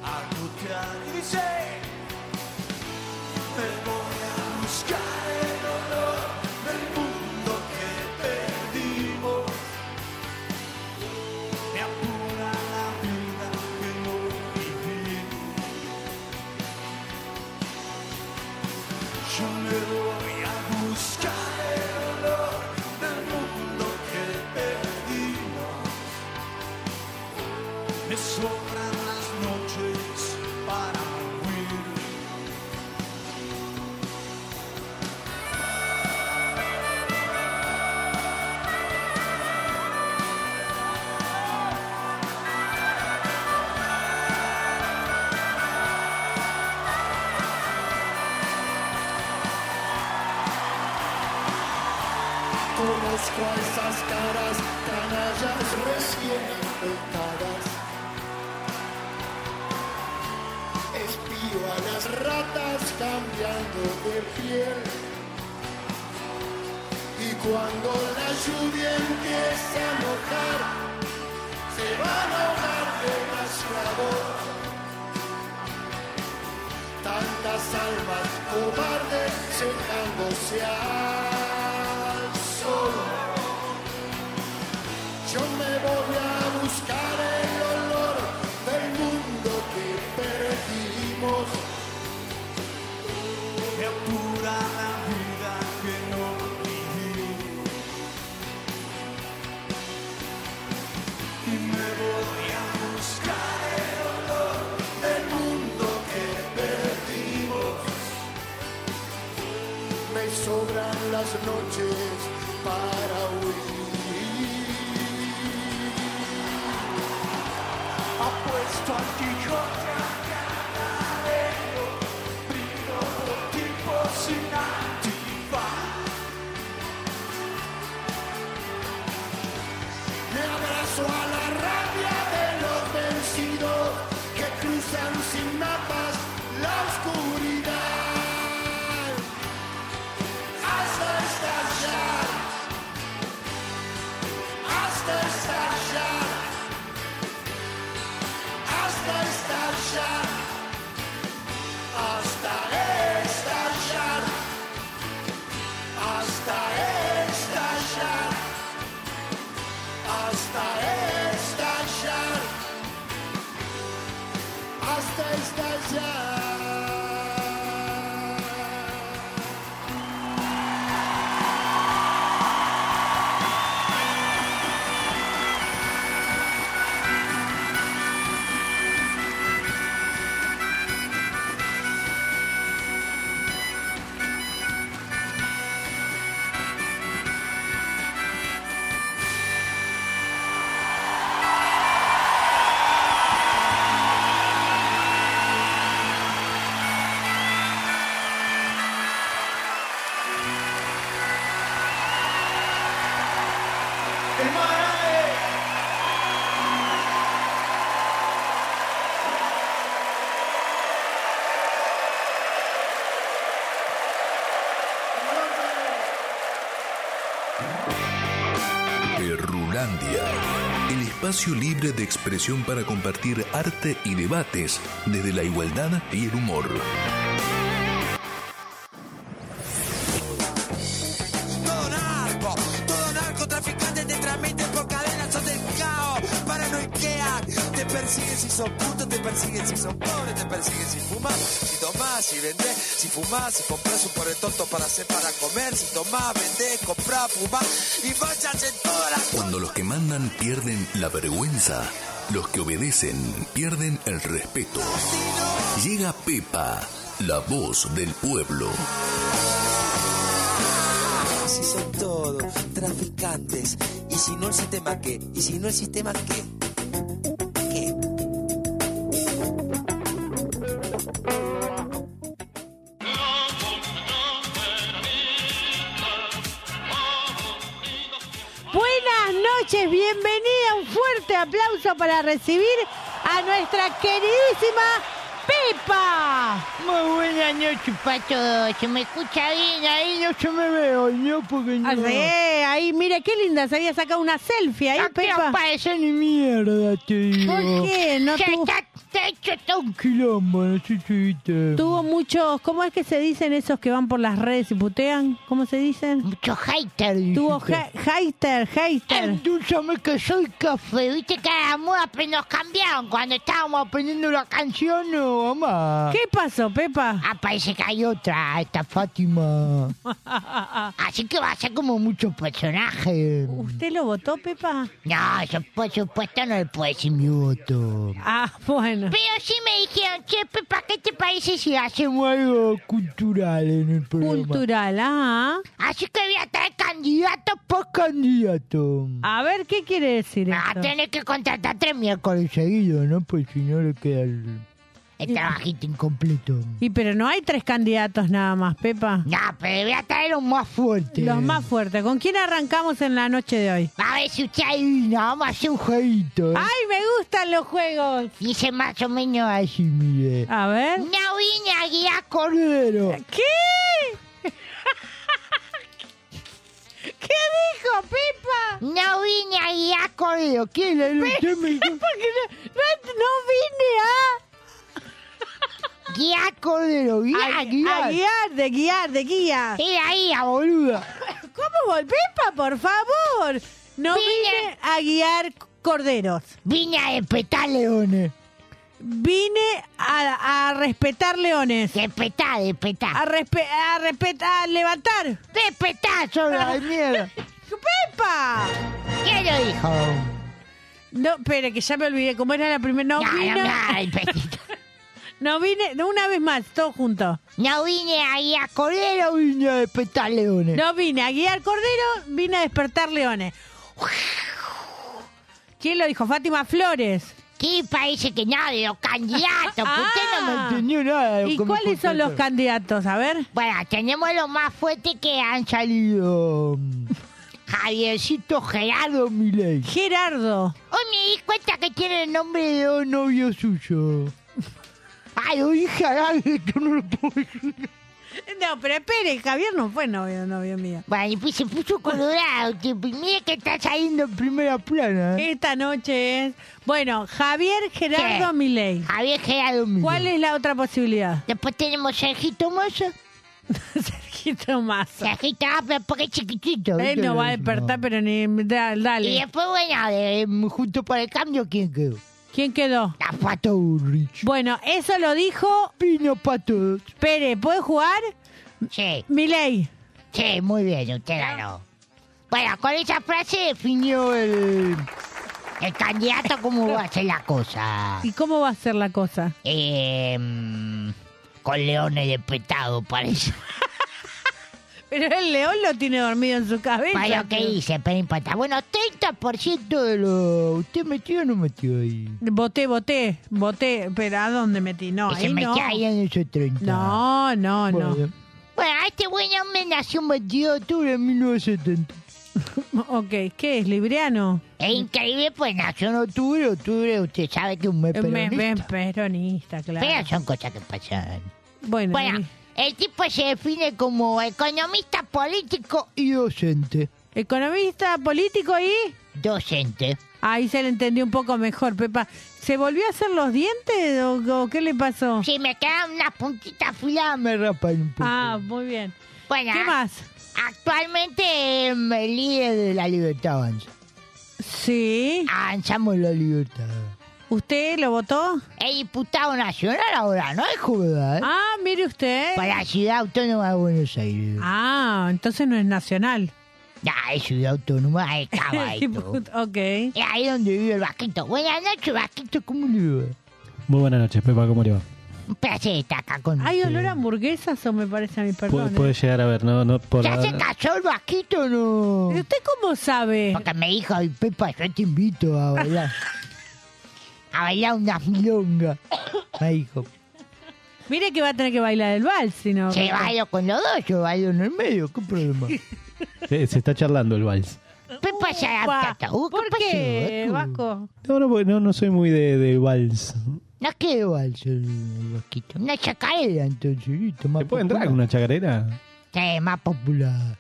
B: agotar y dice me voy a buscar el olor del mundo que perdimos me apura la vida que no vivimos yo me voy a buscar el olor del mundo que perdimos me sobran las noches para huir.
Q: Conozco a esas caras canallas recién inventadas. Espío a las ratas cambiando de piel. Y cuando la lluvia empieza a mojar, se van a ahogar demasiado. Tantas almas cobardes secándose al sol. Yo me voy a buscar el olor del mundo que perdimos.
B: Me apura la vida que no vivimos. Y me voy a buscar el olor del mundo que perdimos.
Q: Me
B: sobran las noches para huir. Apuesto al Quijote a ganarelo, brindo por tipo sin antifaz. Me abrazo a la rabia de los vencidos que cruzan sin mapas la oscuridad. Hasta estallar, hasta estallar, hasta estallar, hasta estallar, hasta estallar hasta estallar, hasta estallar.
R: ¡El más grande!
F: Perrulandia, el espacio libre de expresión para compartir arte y debates desde la igualdad y el humor.
S: todo narco, todo narcotraficante te transmite por cadenas, son del caos, paranoiquean, te persiguen si son putos, te persiguen si son pobres, te persiguen si fumas, si tomás, si vendés, si fumás, si compras un pobre tonto para hacer para comer, si tomás, vendés, comprás, fumás y vayas en todas las
F: Cuando los que mandan pierden la vergüenza, los que obedecen pierden el respeto. Llega Pepa, la voz del pueblo.
S: Si son todos traficantes, y si no el sistema qué, y si no el sistema qué. ¿Qué?
C: Buenas noches, bienvenida. Un fuerte aplauso para recibir a nuestra queridísima Pepa.
D: Muy buenas noches para todos. Se me escucha bien ahí, no se me veo, no porque no.
C: Arre, ahí, mire qué linda, se había sacado una selfie ahí, Pepa.
D: apareció ni mierda, te digo.
C: ¿Por qué? No
D: Se
C: tuvo-
D: está- se hizo todo un quilombo, no sé si viste.
C: Tuvo muchos, ¿cómo es que se dicen esos que van por las redes y putean? ¿Cómo se dicen?
D: Muchos haters.
C: Tuvo ha- hater, hater.
D: Endulzame que soy café, viste que las modas pues, nos cambiaron cuando estábamos aprendiendo la canción, no, mamá.
C: ¿Qué pasó, Pepa?
D: Ah, parece que hay otra, esta Fátima. Así que va a ser como muchos personajes.
C: ¿Usted lo votó, Pepa?
D: No, yo por supuesto no le puedo decir mi voto.
C: Ah, bueno.
D: Pero sí me dijeron, che, Pepa, ¿qué te parece si hacemos algo cultural en el programa?
C: Cultural, ah.
D: Así que voy a traer candidato por candidato.
C: A ver, ¿qué quiere decir
D: Me va a
C: esto?
D: tener que contratar tres miércoles seguidos, ¿no? Pues si no le queda el, el trabajito incompleto.
C: Y pero no hay tres candidatos nada más, Pepa.
D: No, pero voy a traer los más fuertes.
C: Los más fuertes. ¿Con quién arrancamos en la noche de hoy?
D: A ver si usted adivina, vamos a hacer un jueguito. ¿eh?
C: ¡Ay, me gustan los juegos!
D: Dice más o menos así, mire.
C: A ver.
D: Naviña guía cordero.
C: ¿Qué? ¿Qué dijo, Pepa?
D: Naviña guía cordero. ¿Quién le lo usted me dijo?
C: Porque no, no, no vine a...
D: Guía cordero, guía,
C: a,
D: guía.
C: a guiar, de guiar, de guía.
D: Era ahí, boluda.
C: ¿Cómo vol, Pepa, por favor? No vine a guiar corderos.
D: Vine a despetar leones.
C: Vine a, a respetar leones.
D: Despetá,
C: A,
D: despetá.
C: respe- a respetar, a levantar.
D: Despetá, sola de mierda.
C: ¡Pepa!
D: ¿Qué lo dijo?
C: No, espere, que ya me olvidé. ¿Cómo era la primera
D: No, no,
C: novina?
D: no, despetá.
C: No vine, no, una vez más, todos juntos.
D: No vine a guiar cordero, vine a despertar leones.
C: No vine a guiar cordero, vine a despertar leones. ¿Quién lo dijo? Fátima Flores.
D: ¿Qué parece que nadie, los candidatos? ¿Por qué no me entendió nada? de lo
C: Ah. ¿Y
D: que me
C: cuáles son los
D: contaron?
C: candidatos? A ver.
D: Bueno, tenemos los más fuertes que han salido. mm, Javiercito Gerardo Milei.
C: Gerardo.
D: Hoy me di cuenta que tiene el nombre de dos novios suyos. Ay, lo dije al aire, yo no lo puedo decir.
C: No, pero espere, Javier no fue novio, novio mío.
D: Bueno, y pues se puso colorado, que mira que está saliendo en primera plana.
C: Esta noche es. Bueno, Javier Gerardo
D: Sí.
C: Milei.
D: Javier Gerardo Milei.
C: ¿Cuál es la otra posibilidad?
D: Después tenemos Sergito Massa.
C: Sergito Massa.
D: Sergito Massa, ah, pero porque es chiquitito.
C: Él
D: ¿viste?
C: no va a despertar, pero ni. da-
D: Y
C: Dale.
D: después, bueno, de, junto por el cambio, ¿quién quedó?
C: ¿Quién quedó?
D: La Pato Burrich.
C: Bueno, eso lo dijo.
D: Pino Pato.
C: Pere, ¿puede jugar?
D: Sí,
C: Milei.
D: sí, muy bien, usted ganó. Bueno, con esa frase definió el, el candidato cómo va a ser la cosa.
C: ¿Y cómo va a ser la cosa?
D: Eh, mm, con leones de petado, parece.
C: Pero el león lo tiene dormido en su cabeza.
D: Vaya, ¿qué dice? Pero no importa. Bueno, 30% de lo... ¿Usted metió o no metió ahí?
C: Voté, voté, voté, pero ¿a dónde metí? No,
D: Que se
C: ahí
D: metió
C: no.
D: ahí en esos 30.
C: No, no, no.
D: Bueno. Bueno, este buen hombre nació un 22 de octubre de 1970.
C: Ok, ¿qué es? ¿Libriano?
D: Es increíble, pues nació en octubre, octubre, usted sabe que es un mes
C: Eh, me-
D: peronista.
C: me- peronista, claro.
D: Pero son cosas que pasan.
C: Bueno,
D: Bueno, el tipo se define como economista político y docente.
C: economista, político y...
D: Docente.
C: Ahí se le entendió un poco mejor, Pepa. ¿Se volvió a hacer los dientes o, o qué le pasó?
D: Si me quedan unas puntitas afiladas, me rapan un poco.
C: Ah, muy bien.
D: bueno,
C: ¿Qué más?
D: actualmente em, el líder de la libertad avanza.
C: Sí.
D: Avanzamos la libertad.
C: ¿Usted lo votó?
D: Es diputado nacional ahora, ¿no es jugador?
C: Ah, mire usted.
D: Para la ciudad autónoma de Buenos Aires.
C: Ah, entonces no es nacional.
D: Ya, es ciudad autónoma de Caballo.
C: Diput- ok.
D: es ahí donde vive el vaquito. Buenas noches, vaquito, ¿cómo le va?
E: Muy buenas noches, Pepa, ¿cómo le va?
D: Un placer estar acá con
C: ¿Hay
D: usted.
C: olor a hamburguesas o me parece a mí? Perdón.
E: Puede,
C: eh.
E: puede llegar a ver, no, no por
D: ¿Ya se
E: ahora-
D: cayó el vaquito o no?
C: ¿Y usted cómo sabe?
D: Porque me dijo, "Ay, Pepa, yo te invito a bailar. a bailar unas milongas. Me dijo.
C: Mire que va a tener que bailar el vals, si no.
D: Se bailo con los dos, yo bailo en el medio, ¿qué problema?
E: se, se está charlando el vals.
D: Pepa se
C: Upa,
D: adapta a todo.
C: ¿Por qué, Vasco?
E: No, no, porque no, no soy muy de, de vals.
D: No quedó vals el vaquito. Una chacarera, entonces. ¿viste? Más
E: ¿Se puede entrar con
D: popular.
E: una chacarera?
D: Sí, más popular.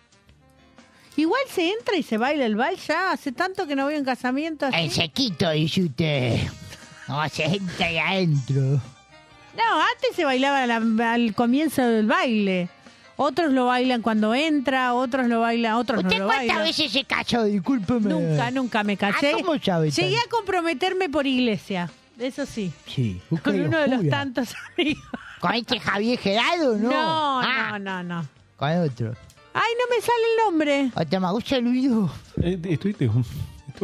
C: Igual se entra y se baila el vals ya. Hace tanto que no voy a un casamiento así.
D: El sequito, dice usted. No, se entra ahí adentro.
C: No, antes se bailaba la- al comienzo del baile. Otros lo bailan cuando entra, otros lo bailan, otros
D: ¿Usted
C: no lo
D: cuántas
C: bailan.
D: veces se cayó? Discúlpeme.
C: Nunca, nunca me casé.
D: Ah, ¿cómo sabe
C: Llegué
D: tanto?
C: a comprometerme por iglesia. Eso sí.
D: Sí, busca
C: Con uno de los
D: locura.
C: tantos amigos.
D: ¿Con este Javier Gerardo, no?
C: No,
D: Ah,
C: no, no, no.
D: Con otro.
C: Ay, no me sale el nombre.
D: Otro me gusta el oído.
E: Eh, estuviste estuvo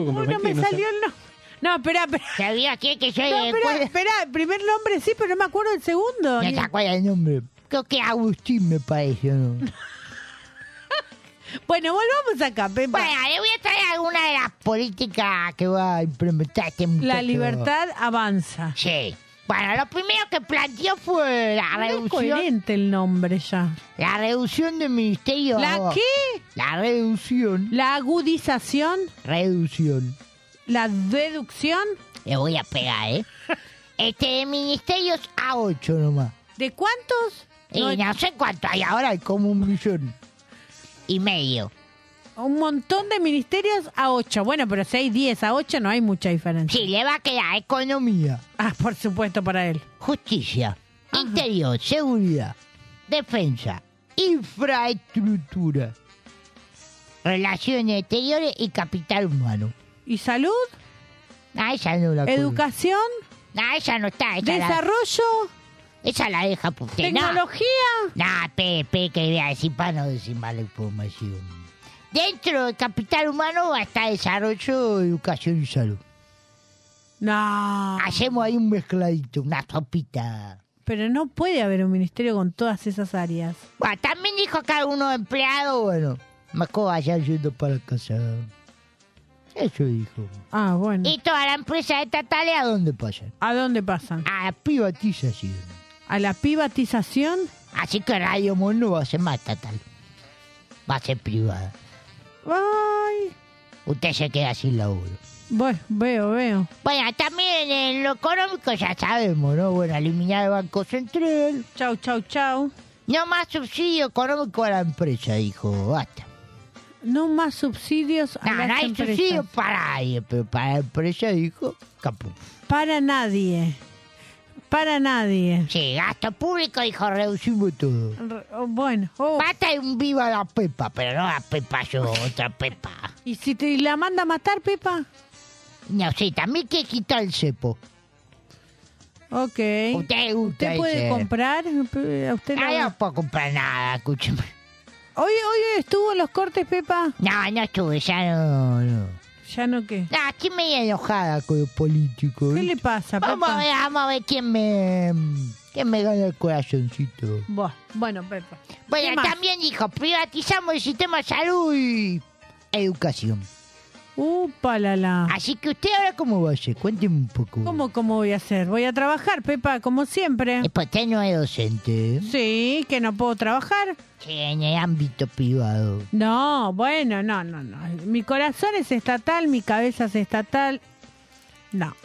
C: Uy,
E: comprometido.
C: no me
E: no sé.
C: salió el nombre. No, espera, espera.
D: Sabía que, que yo
C: No,
D: eh,
C: espera,
D: cuál-
C: espera, el primer nombre sí, pero no me acuerdo el segundo.
D: No se acuerda el nombre. Creo que Agustín me parece, ¿no?
C: Bueno, volvamos acá, Pepa.
D: bueno, le voy a traer alguna de las políticas que va a implementar este muchacho.
C: La libertad avanza.
D: Sí. Bueno, lo primero que planteó fue la
C: No es
D: reducción,
C: coherente Este el nombre ya.
D: la reducción del ministerio.
C: ¿La qué?
D: La reducción.
C: ¿La agudización?
D: Reducción.
C: ¿La deducción?
D: Le voy a pegar, ¿eh? Este de ministerios a 8 nomás.
C: ¿De cuántos?
D: Y
C: No,
D: no sé cuánto hay ahora, hay como un millón y medio.
C: un montón de ministerios a ocho. Bueno, pero si hay diez a ocho no hay mucha diferencia.
D: Sí, le va a quedar economía,
C: Ah, por supuesto para él.
D: justicia, interior, seguridad, defensa, infraestructura, relaciones exteriores y capital humano.
C: ¿Y salud?
D: Ah, esa no la cuelgo.
C: ¿Educación?
D: Ah, esa no está, esa, la,
C: ¿Desarrollo?
D: esa la deja por usted. No,
C: ¿Tecnología?
D: no, Pepe, que voy a decir para no decir mala información. Dentro del capital humano va a estar desarrollo, educación y salud.
C: No.
D: Hacemos ahí un mezcladito, una sopita.
C: Pero no puede haber un ministerio con todas esas áreas.
D: Bueno, Ah, también dijo acá algunos empleados, bueno, me cojo allá yendo para casa. Eso dijo.
C: Ah, bueno.
D: ¿Y toda la empresa estatales a dónde pasan?
C: ¿A dónde pasan?
D: A la privatización.
C: ¿A la privatización?
D: Así que Radio Mono va a ser más estatal. Va a ser privada.
C: Ay.
D: Usted se queda sin laburo.
C: Bueno, veo, veo.
D: Bueno, también en lo económico ya sabemos, ¿no? Bueno, eliminar el Banco Central.
C: Chau, chau, chau.
D: No más subsidio económico a la empresa, dijo. Basta.
C: No más subsidios a
D: No,
C: las
D: no hay
C: empresas.
D: subsidio para nadie, pero para la empresa dijo caput.
C: Para nadie. Para nadie.
D: Sí, gasto público dijo reducimos todo.
C: Bueno, oh.
D: Basta de un viva la pepa, pero no la pepa yo, otra pepa.
C: ¿Y si te la manda a matar, Pepa?
D: No, sí, también que quitar el cepo.
C: Ok.
D: Usted gusta
C: ¿Usted puede
D: ese.
C: comprar? Eh, ¿A usted
D: No,
C: la-
D: no puedo comprar nada, escúchame.
C: ¿Hoy, ¿Hoy estuvo en los cortes, Pepa?
D: No, no estuve, ya no. no.
C: ¿Ya no qué?
D: No, estoy medio enojada con los políticos.
C: ¿Qué
D: ¿viste?
C: le pasa, Pepa?
D: Vamos a ver, vamos a ver quién me, quién me gana el corazoncito.
C: Buah, Bueno, Pepa. ¿Qué
D: Bueno,
C: más?
D: también dijo, privatizamos el sistema de salud y educación.
C: Upa, la, la.
D: Así que usted ahora cómo va a ser, cuénteme un poco.
C: ¿Cómo, ¿Cómo voy a hacer? Voy a trabajar, Pepa, como siempre.
D: Pues usted no es docente.
C: Sí, que no puedo trabajar.
D: Sí, en el ámbito privado.
C: No, bueno, no, no, no. Mi corazón es estatal, mi cabeza es estatal. No.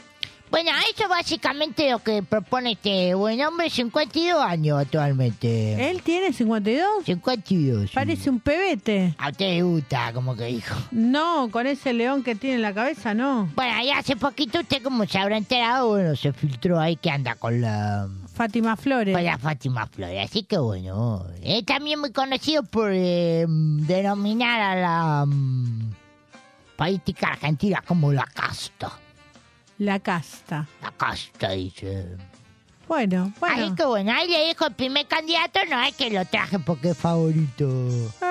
D: Bueno, eso básicamente lo que propone este buen hombre, 52 años actualmente.
C: ¿Él tiene 52?
D: 52.
C: Parece un pebete.
D: A usted le gusta, como que dijo.
C: No, con ese león que tiene en la cabeza, no.
D: Bueno, y hace poquito usted como se habrá enterado, bueno, se filtró ahí que anda con la...
C: Fátima Flores.
D: Con la Fátima Flores, así que bueno. Es también muy conocido por eh, denominar a la mm, política argentina como la casta.
C: La casta.
D: La casta, dice.
C: Bueno, bueno.
D: Así que bueno, ahí le dijo el primer candidato, no es que lo traje porque es favorito.
C: Ah,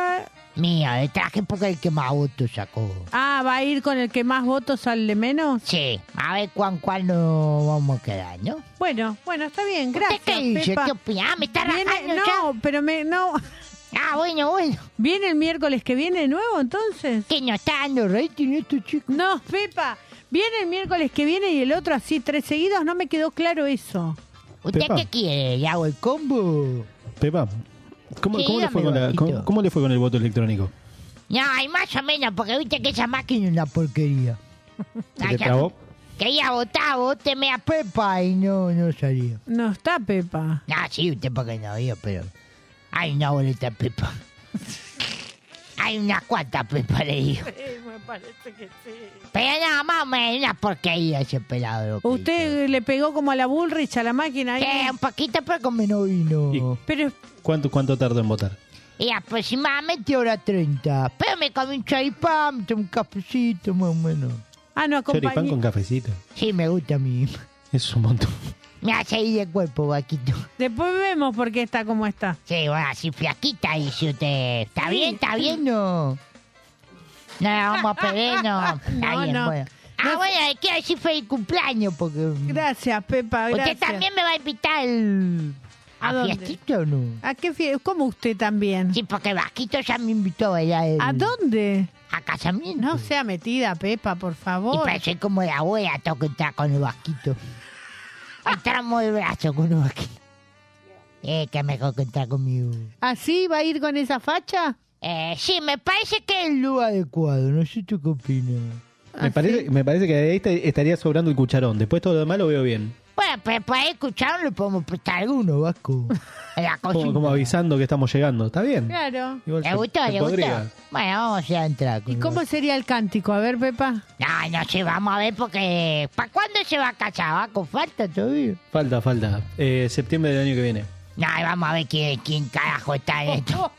D: Mío, lo traje porque es el que más votos sacó.
C: Ah, ¿va a ir con el que más votos sale menos?
D: Sí, a ver cuán cuál nos vamos a quedar, ¿no?
C: Bueno, bueno, está bien,
D: ¿Usted
C: gracias.
D: qué dice?
C: Pepa.
D: ¿Qué opina? Ah, me está
C: Viene-
D: rajando
C: No, pero me. No.
D: Ah, bueno, bueno.
C: ¿Viene el miércoles que viene de nuevo entonces?
D: Que no está dando rating esto, chico.
C: No, Pepa. Viene el miércoles que viene y el otro así tres seguidos, no me quedó claro eso.
D: ¿Usted
E: Pepa.
D: qué quiere? Eh, ¿Le hago el combo?
E: Pepa, ¿cómo,
D: Sí,
E: cómo le fue
D: dígame,
E: con la-
D: Jorgito.
E: cómo- cómo le fue con el voto electrónico?
D: No, hay más o menos, porque viste que esa máquina es una porquería.
E: ¿Se
D: Ah,
E: le
D: ya-
E: trabó?
D: Quería votar, voté media prepa y no, no salía.
C: No está Pepa.
D: Ah, sí, usted porque no vio, pero... Hay una boleta de pepa. Hay unas cuantas pepa, le digo.
C: me parece que sí.
D: Pero nada más, me una porquería ese pelado. loco.
C: Usted le pegó como a la Bullrich a la máquina ahí.
D: Sí, un poquito, pero como no vino.
C: Pero
E: ¿Cuánto, cuánto tardó en votar?
D: Y pues, aproximadamente hora 30. Pero me comí un choripán, tomé un cafecito, más o menos.
C: Ah, no,
E: Choripán con cafecito.
D: Sí, me gusta a mí.
E: Es un montón.
D: Me hace ir el cuerpo, vaquito.
C: después vemos por qué está como está.
D: Sí, bueno, así flaquita, dice usted. Eh, ¿Está bien, está bien no? No, vamos a perder, no. Está
C: No,
D: bien,
C: no.
D: bueno. Ah, bueno, le quiero decir feliz cumpleaños porque...
C: Gracias, Pepa, gracias.
D: ¿Usted también me va a invitar al-
C: ¿A
D: a,
C: dónde?
D: fiestita o no?
C: ¿A qué fie- ¿Cómo usted también?
D: Sí, porque Vasquito ya me invitó a bailar. el-
C: ¿A dónde?
D: A casamiento.
C: No sea metida, Pepa, por
D: Y
C: favor.
D: parece como la abuela, tengo que entrar con el vasquito.
C: Ah.
D: Entramos de brazo Ah, con el vasquito. Eh, que mejor que entrar conmigo.
C: ¿Así va a ir con esa facha?
D: Eh, sí, me parece que es el lugar adecuado, no sé tú qué opinas.
C: Ah,
E: Me parece, me parece que de este estaría sobrando el cucharón. Después todo lo demás lo veo bien.
D: Bueno, pero para escucharlo le podemos prestar alguno, Vasco. En la
E: Como,
D: cocina.
E: como avisando que estamos llegando. ¿Está bien?
C: Claro.
E: Igual
D: ¿Le
E: se-
D: gustó?
E: se
D: ¿Le gustó?
E: podría.
D: Bueno, vamos ya a entrar. Con el
C: ¿Cómo sería el cántico? A ver, Pepa.
D: vasco. No, no sé, vamos a ver porque... ¿Para cuándo se va a casar, Vasco? Falta todavía.
E: Falta, falta. Eh, septiembre del año que viene.
D: No, y vamos a ver quién, quién carajo está en esto.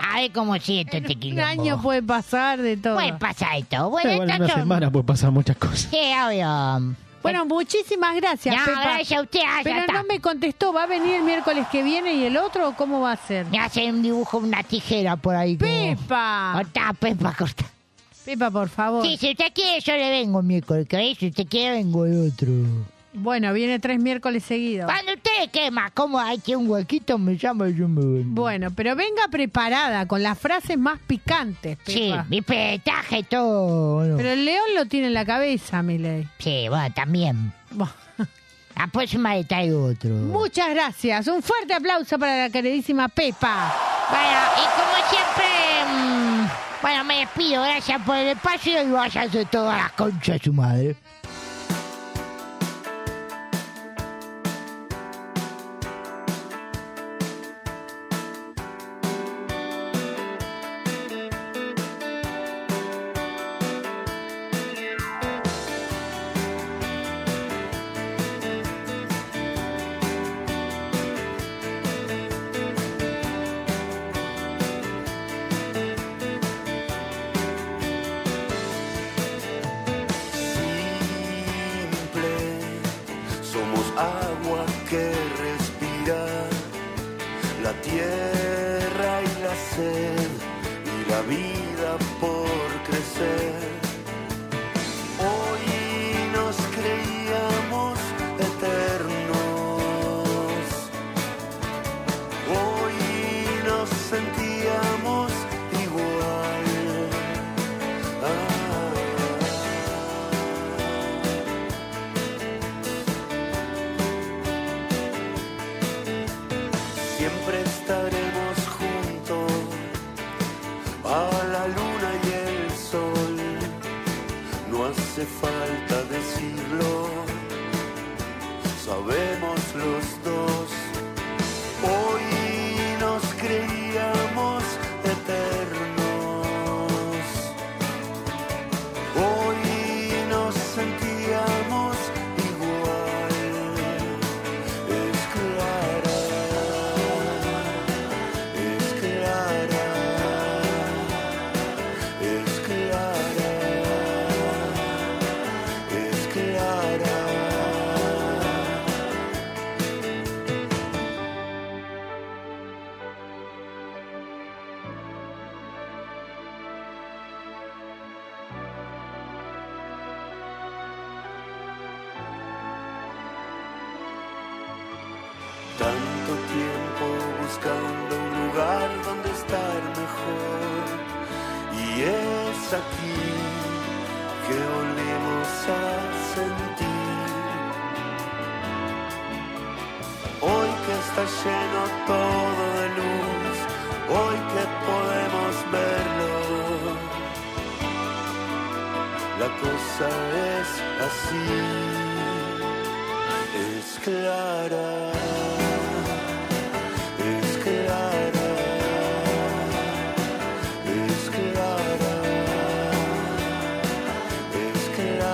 D: A ver cómo sigue este
C: Un
D: tequilombo.
C: año puede pasar de todo.
D: Puede pasar esto. Bueno,
E: Eh, bueno, en una
D: entonces-
E: semana puede pasar muchas cosas.
D: Sí, obvio. Eh,
C: Bueno, muchísimas gracias,
D: No,
C: Pepa.
D: gracias a usted, ah, ya
C: Pero
D: está.
C: no me contestó, ¿va a venir el miércoles que viene y el otro o cómo va a ser?
D: Me hacen un dibujo, una tijera por ahí. como-
C: Pepa.
D: Cortá, Pepa, cortá.
C: Pepa, por favor.
D: Sí, si usted quiere, yo le vengo el miércoles. que hoy, Si usted quiere, vengo el otro.
C: Bueno, viene tres miércoles seguidos.
D: Cuando usted quema, como hay que un huequito, me llama y yo me voy.
C: Bueno, pero venga preparada con las frases más picantes.
D: Sí,
C: Pepa.
D: mi petaje todo.
C: Pero el león lo tiene en la cabeza, Miley.
D: Sí, bueno, también. Ah, pues, La próxima le traigo otro.
C: Muchas gracias. Un fuerte aplauso para la queridísima Pepa.
D: Bueno, y como siempre, mm, bueno, me despido. Gracias por el espacio y váyanse todas las conchas de su madre.
B: Somos agua que respira la tierra y la sed y la vida por crecer. Hoy nos creíamos eternos. Hoy nos sentíamos igual. Ah. siempre estaremos juntos a la luna y el sol. No hace falta decirlo, sabemos los dos. Hoy nos creíamos eternos. Hoy nos sentíamos igual. Es clara, es clara, es clara, es clara. Tanto tiempo buscando un lugar donde estar mejor. Y es aquí que volvemos a sentir. Hoy que está lleno todo de luz, hoy que podemos verlo. La cosa es así es clara. Es clara. Es clara. Es clara.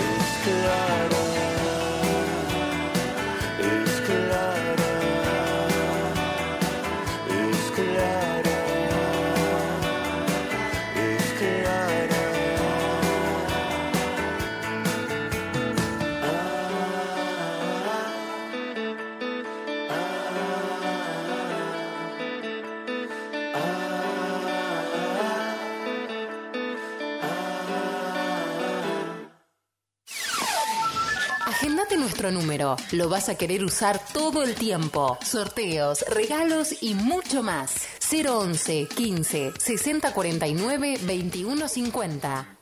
B: Es clara, es clara, es clara, es clara.
K: Agendate nuestro número. Lo vas a querer usar todo el tiempo. Sorteos, regalos y mucho más. 011 15 60 49 21 50.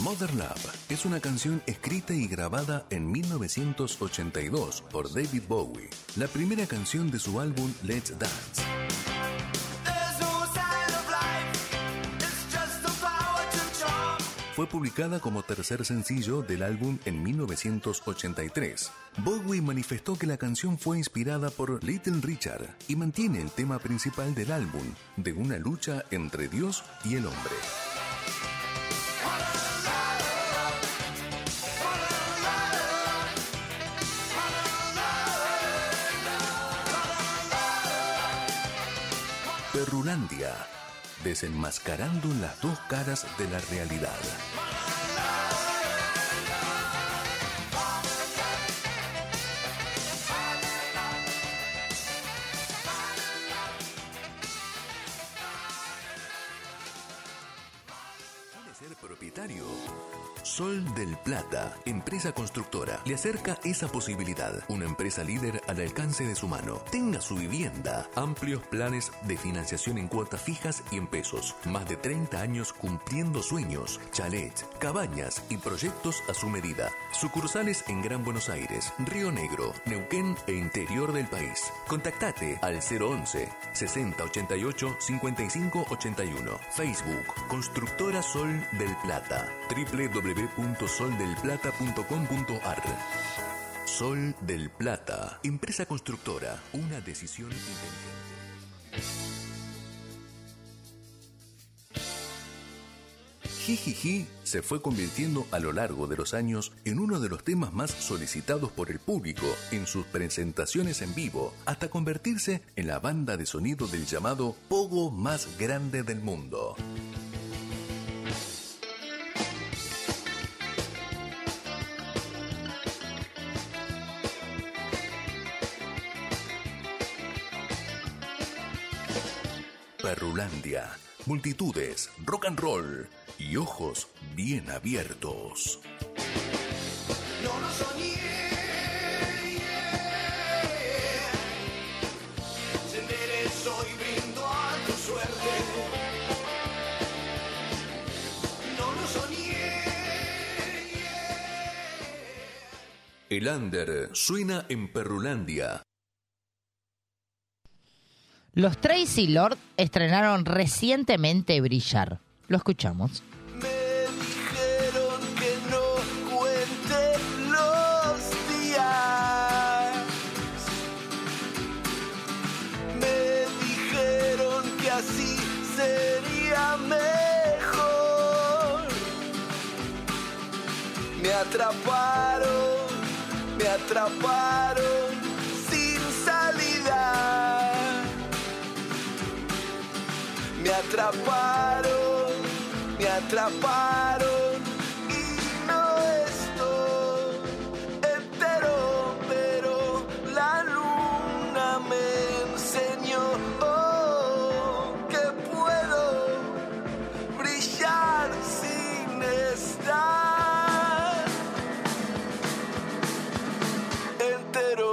F: Modern Love es una canción escrita y grabada en 1982 por David Bowie, la primera canción de su álbum Let's Dance. fue publicada como tercer sencillo del álbum en 1983. Bowie manifestó que la canción fue inspirada por Little Richard y mantiene el tema principal del álbum, de una lucha entre Dios y el hombre. Perrulandia, desenmascarando las dos caras de la realidad. ¿Quiere ser propietario? Sol del Plata, empresa constructora, le acerca esa posibilidad. Una empresa líder al alcance de su mano. Tenga su vivienda. Amplios planes de financiación en cuotas fijas y en pesos. Más de 30 años cumpliendo sueños, chalets, cabañas y proyectos a su medida. Sucursales en Gran Buenos Aires, Río Negro, Neuquén e interior del país. Contactate al 011 6088 5581. Facebook Constructora Sol del Plata. www.soldelplata.com.ar. Sol del Plata, empresa constructora, una decisión inteligente. Jijiji se fue convirtiendo a lo largo de los años en uno de los temas más solicitados por el público en sus presentaciones en vivo, hasta convertirse en la banda de sonido del llamado Pogo más grande del mundo. Perrulandia, multitudes, rock and roll y ojos bien abiertos.
B: No lo soñé, yeah. Se enderezó y brindo a tu suerte. No lo soñé,
F: El under suena en Perrulandia.
D: Los Tracy Lord estrenaron recientemente Brillar. Lo escuchamos.
B: dijeron que no cuente los días. Me dijeron que así sería mejor. Me atraparon, me atraparon sin salida. Me atraparon, me atraparon y no estoy entero, pero la luna me enseñó oh, que puedo brillar sin estar entero.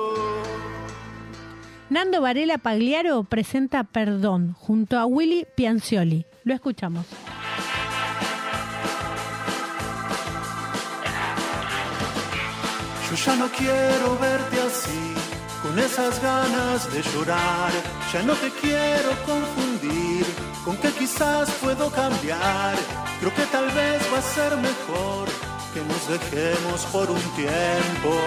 C: Nando Varela Pagliaro presenta Perdón junto a Willy Piancioli. Lo escuchamos.
B: Yo ya no quiero verte así, con esas ganas de llorar. Ya no te quiero confundir, con que quizás puedo cambiar. Creo que tal vez va a ser mejor que nos dejemos por un tiempo.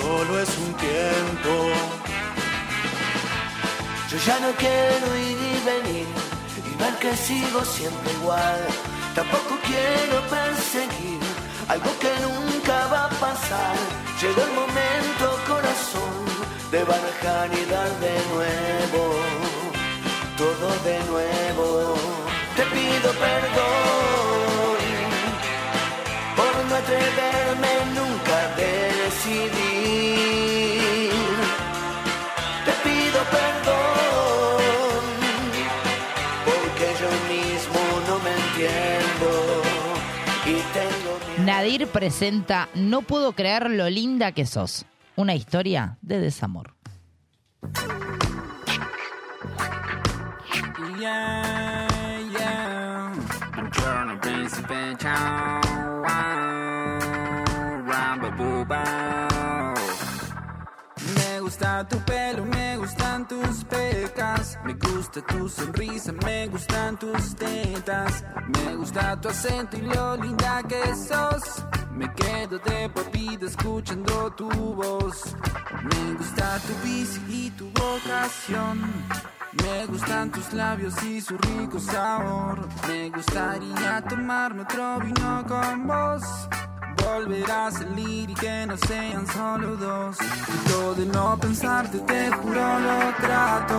B: Solo es un tiempo.
E: Yo ya no quiero ir y venir, igual que sigo siempre igual. Tampoco quiero perseguir algo que nunca va a pasar. Llegó el momento, corazón, de barajar y dar de nuevo, todo de nuevo. Te pido perdón por no atreverme nunca a decidir. Te pido perdón porque yo mismo no me entiendo y tengo
D: Nadir presenta No puedo creer lo linda que sos. Una historia de desamor.
T: Yeah, yeah. I'm trying to be special. Me gusta tu pelo, me gustan tus pecas. más. Me gusta tu sonrisa, me gustan tus tetas. Me gusta tu acento y lo linda que sos. Me quedo de por vida escuchando tu voz. Me gusta tu bici y tu vocación. Me gustan tus labios y su rico sabor. Me gustaría tomarme otro vino con vos. Volver a salir y que no sean solo dos. Lo de no pensarte, te juro, lo trato.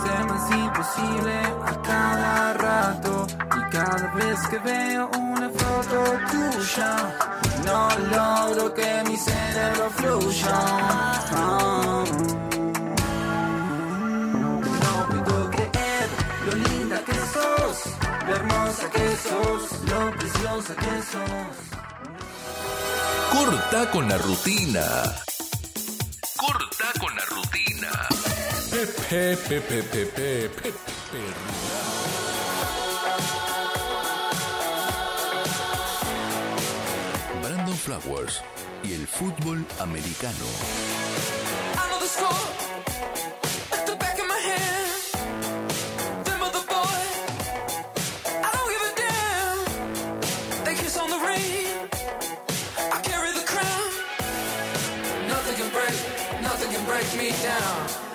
T: Se me es imposible a cada rato. Y cada vez que veo una foto tuya, no logro que mi cerebro fluya. Ah. No puedo creer lo linda que sos, lo hermosa que sos, lo preciosa que sos.
F: Corta con la rutina.
A: Corta con la rutina.
F: Pepe, pepe, pepe, pepe, Brandon Flowers y el fútbol americano.
S: I know the score at the back of my head. Them other boys, I don't give a damn. They kiss on the ring. I carry the crown. Nothing can break, nothing can break me down.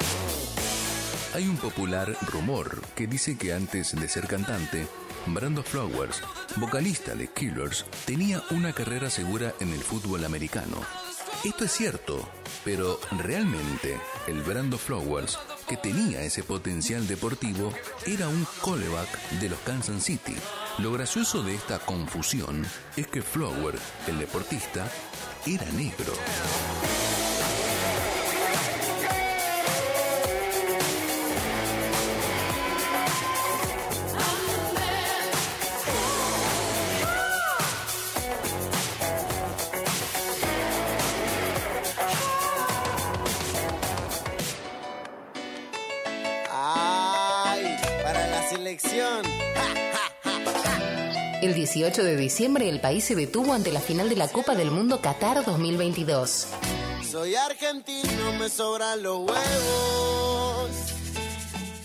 F: Hay un popular rumor que dice que antes de ser cantante, Brando Flowers, vocalista de Killers, tenía una carrera segura en el fútbol americano. Esto es cierto, pero realmente el Brando Flowers, que tenía ese potencial deportivo, era un callback de los Kansas City. Lo gracioso de esta confusión es que Flower, el deportista, era negro.
R: ¡Ay! Para la selección.
K: El 18 de diciembre el país se detuvo ante la final de la Copa del Mundo Qatar 2022.
R: Soy argentino, me sobran los huevos.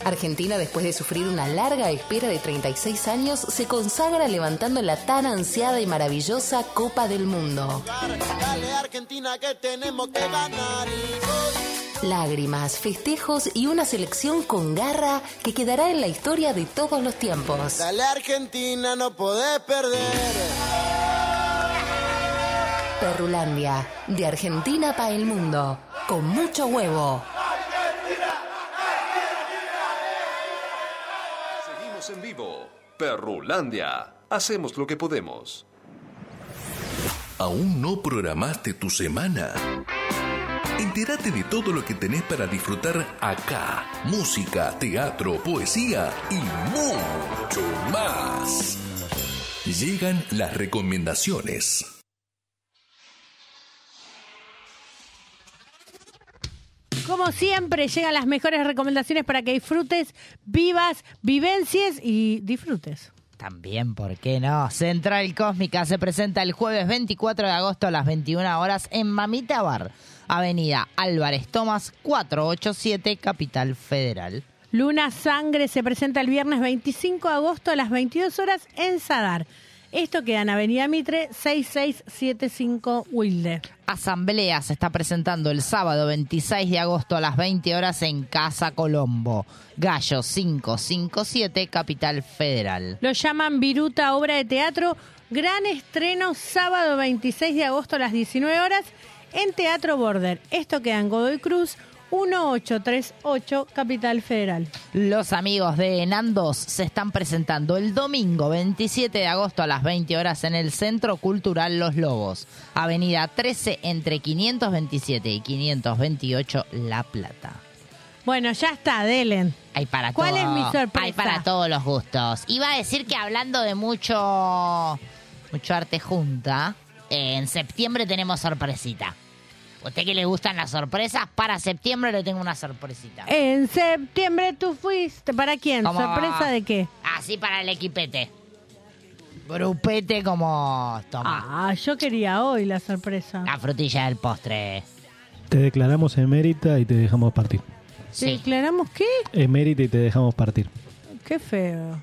K: Argentina, después de sufrir una larga espera de 36 años, se consagra levantando la tan ansiada y maravillosa Copa del Mundo.
R: Dale Argentina que tenemos que ganar y gol.
K: Lágrimas, festejos y una selección con garra que quedará en la historia de todos los tiempos.
R: Dale Argentina, no podés perder.
K: Perrulandia, de Argentina para el mundo, con mucho huevo.
L: Seguimos en vivo. Perrulandia. Hacemos lo que podemos.
F: ¿Aún no programaste tu semana? Entérate de todo lo que tenés para disfrutar acá. Música, teatro, poesía y mucho más. Llegan las recomendaciones.
C: Como siempre, llegan las mejores recomendaciones para que disfrutes, vivas, vivencias y disfrutes.
D: También, ¿por qué no? Central Cósmica se presenta el jueves 24 de agosto a las 21 horas en Mamita Bar, Avenida Álvarez Tomás 487, Capital Federal.
C: Luna Sangre se presenta el viernes 25 de agosto a las 22 horas en Sadar. Esto queda en Avenida Mitre 6675 Wilde.
D: Asamblea se está presentando el sábado 26 de agosto a las 20 horas en Casa Colombo, Gallo 557, Capital Federal.
C: Lo llaman Viruta Obra de Teatro. Gran estreno sábado 26 de agosto a las 19 horas en Teatro Border. Esto queda en Godoy Cruz 1838 Capital Federal.
D: Los amigos de Nandos se están presentando el domingo 27 de agosto a las 20 horas en el Centro Cultural Los Lobos, Avenida 13 entre 527 y 528 La Plata.
C: Bueno, ya está, Delen.
D: Hay para
C: ¿Cuál
D: todo-
C: es mi sorpresa?
D: Hay para todos los gustos. Iba a decir que hablando de mucho, mucho arte junta, eh, en septiembre tenemos sorpresita. ¿Usted que le gustan las sorpresas? Para septiembre le tengo una sorpresita.
C: En septiembre tú fuiste. ¿Para quién?
D: ¿Cómo va?
C: ¿Sorpresa de qué?
D: Así para el equipete. Grupete como toma.
C: Ah, yo quería hoy la sorpresa.
D: La frutilla del postre.
E: Te declaramos emérita y te dejamos partir.
C: ¿Declaramos qué?
E: Emérita y te dejamos partir.
C: Qué feo.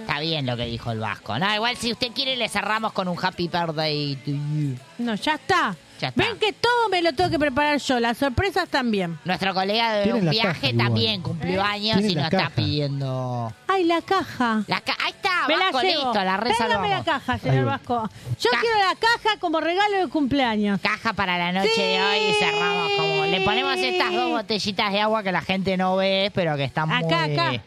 D: Está bien lo que dijo el Vasco. No, igual si usted quiere le cerramos con un happy birthday to you.
C: No, ya está. Ven que todo me lo tengo que preparar yo, las sorpresas también.
D: Nuestro colega de
C: Tiene
D: un
C: la
D: viaje
C: caja igual.
D: también cumplió
C: ¿Eh?
D: años
C: Tiene
D: y
C: la
D: nos está
C: caja.
D: pidiendo.
C: Ay, la caja.
D: ahí está, Vasco, listo, la
C: Téngame la
D: reservamos.
C: caja,
D: Ahí
C: señor
D: voy.
C: Vasco. Yo quiero la caja como regalo de cumpleaños.
D: Caja para la noche de hoy y cerramos como. Le ponemos estas dos botellitas de agua que la gente no ve, pero que están
C: Acá,
D: muy.
C: acá.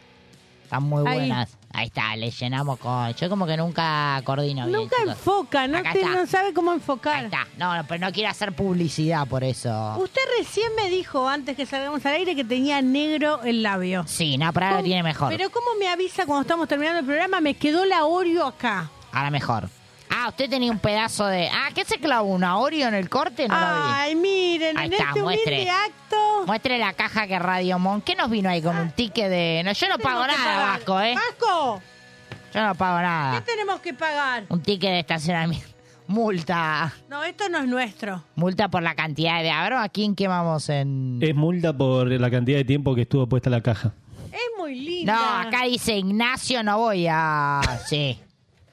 D: Están muy
C: Ahí.
D: buenas. Ahí está, le llenamos con. Yo como que nunca coordino bien.
C: Nunca
D: chicos.
C: enfoca, no,
D: Acá
C: te-
D: está.
C: no sabe cómo enfocar.
D: Ahí está. No, no, pero no quiero hacer publicidad por eso.
C: Usted recién me dijo antes que salgamos al aire que tenía negro el labio.
D: Sí, no, pero ahora lo tiene mejor.
C: Pero ¿cómo me avisa cuando estamos terminando el programa? Me quedó la Oreo acá.
D: Ahora mejor. Ah, usted tenía un pedazo de. Ah, ¿qué se clavó? ¿Una Oreo en el corte? No la vi.
C: Ay, miren,
D: Ahí
C: en
D: está,
C: este humilde
D: muestre.
C: acto. Ah.
D: Muestre la caja que Radio Mon. ¿Qué nos vino ahí con un ticket de.? No, yo no pago
C: tenemos que
D: nada,
C: pagar?
D: Vasco, ¿eh?
C: Este ¡Vasco! Este
D: Yo no pago
C: ¿Qué
D: nada.
C: tenemos que pagar?
D: Un ticket de estacionamiento. Multa.
C: No, esto no es nuestro.
D: Multa por la cantidad de. A ver, ¿a quién quemamos en.?
E: Es multa por la cantidad de tiempo que estuvo puesta la caja.
C: Es muy
D: No, acá dice Ignacio, no voy a. Sí.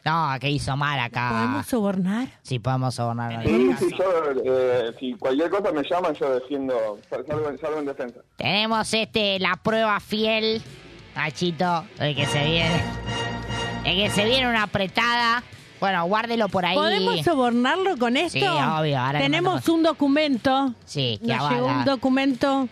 D: No, que hizo mal acá.
G: ¿Podemos
C: sobornar?
D: Sí, podemos sobornar. a
G: Sí,
D: Ignacio.
G: sí, yo, eh, si cualquier cosa me llaman, yo defiendo, sal- salgo, en- salgo en defensa.
D: Tenemos este la prueba fiel, Nachito, de que se viene. De que se viene una apretada. Bueno, guárdelo por ahí.
C: ¿Podemos sobornarlo con esto?
D: Sí, obvio, ahora le
C: Tenemos
D: mandamos-
C: un documento.
D: Sí, que
C: Nos llegó
D: avala.
C: un documento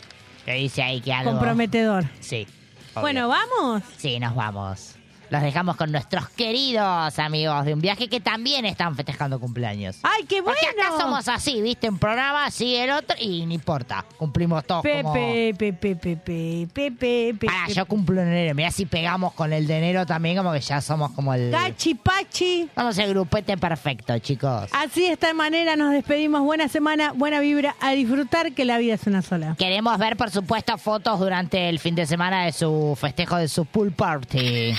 D: Que dice ahí que algo.
C: comprometedor.
D: Sí. obvio.
C: Bueno, ¿vamos?
D: Sí, nos vamos. Los dejamos con nuestros queridos amigos de un viaje que también están festejando cumpleaños.
C: ¡Ay, qué bueno!
D: Porque acá somos así, ¿viste? Un programa, sigue el otro y no importa. Cumplimos todos como...
C: Pepe, Pepe, Pepe, Pepe, Pepe.
D: Pará, yo cumplo en enero. Mirá si pegamos con el de enero también, como que ya somos como el...
C: Gachi, Pachi.
D: Somos el grupete perfecto, chicos.
C: Así de esta manera nos despedimos. Buena semana, buena vibra, a disfrutar que la vida es una sola.
D: Queremos ver, por supuesto, fotos durante el fin de semana de su festejo de su pool party.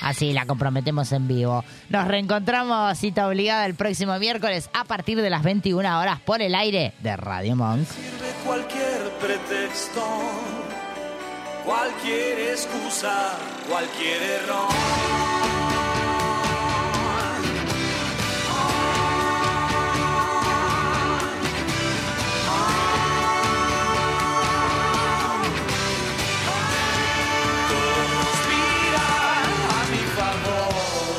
D: Así la comprometemos en vivo. Nos reencontramos, cita obligada, el próximo miércoles a partir de las 21 horas por el aire de Radio Monk.
U: sirve cualquier pretexto, cualquier excusa, cualquier error. Todo conspira a mi favor.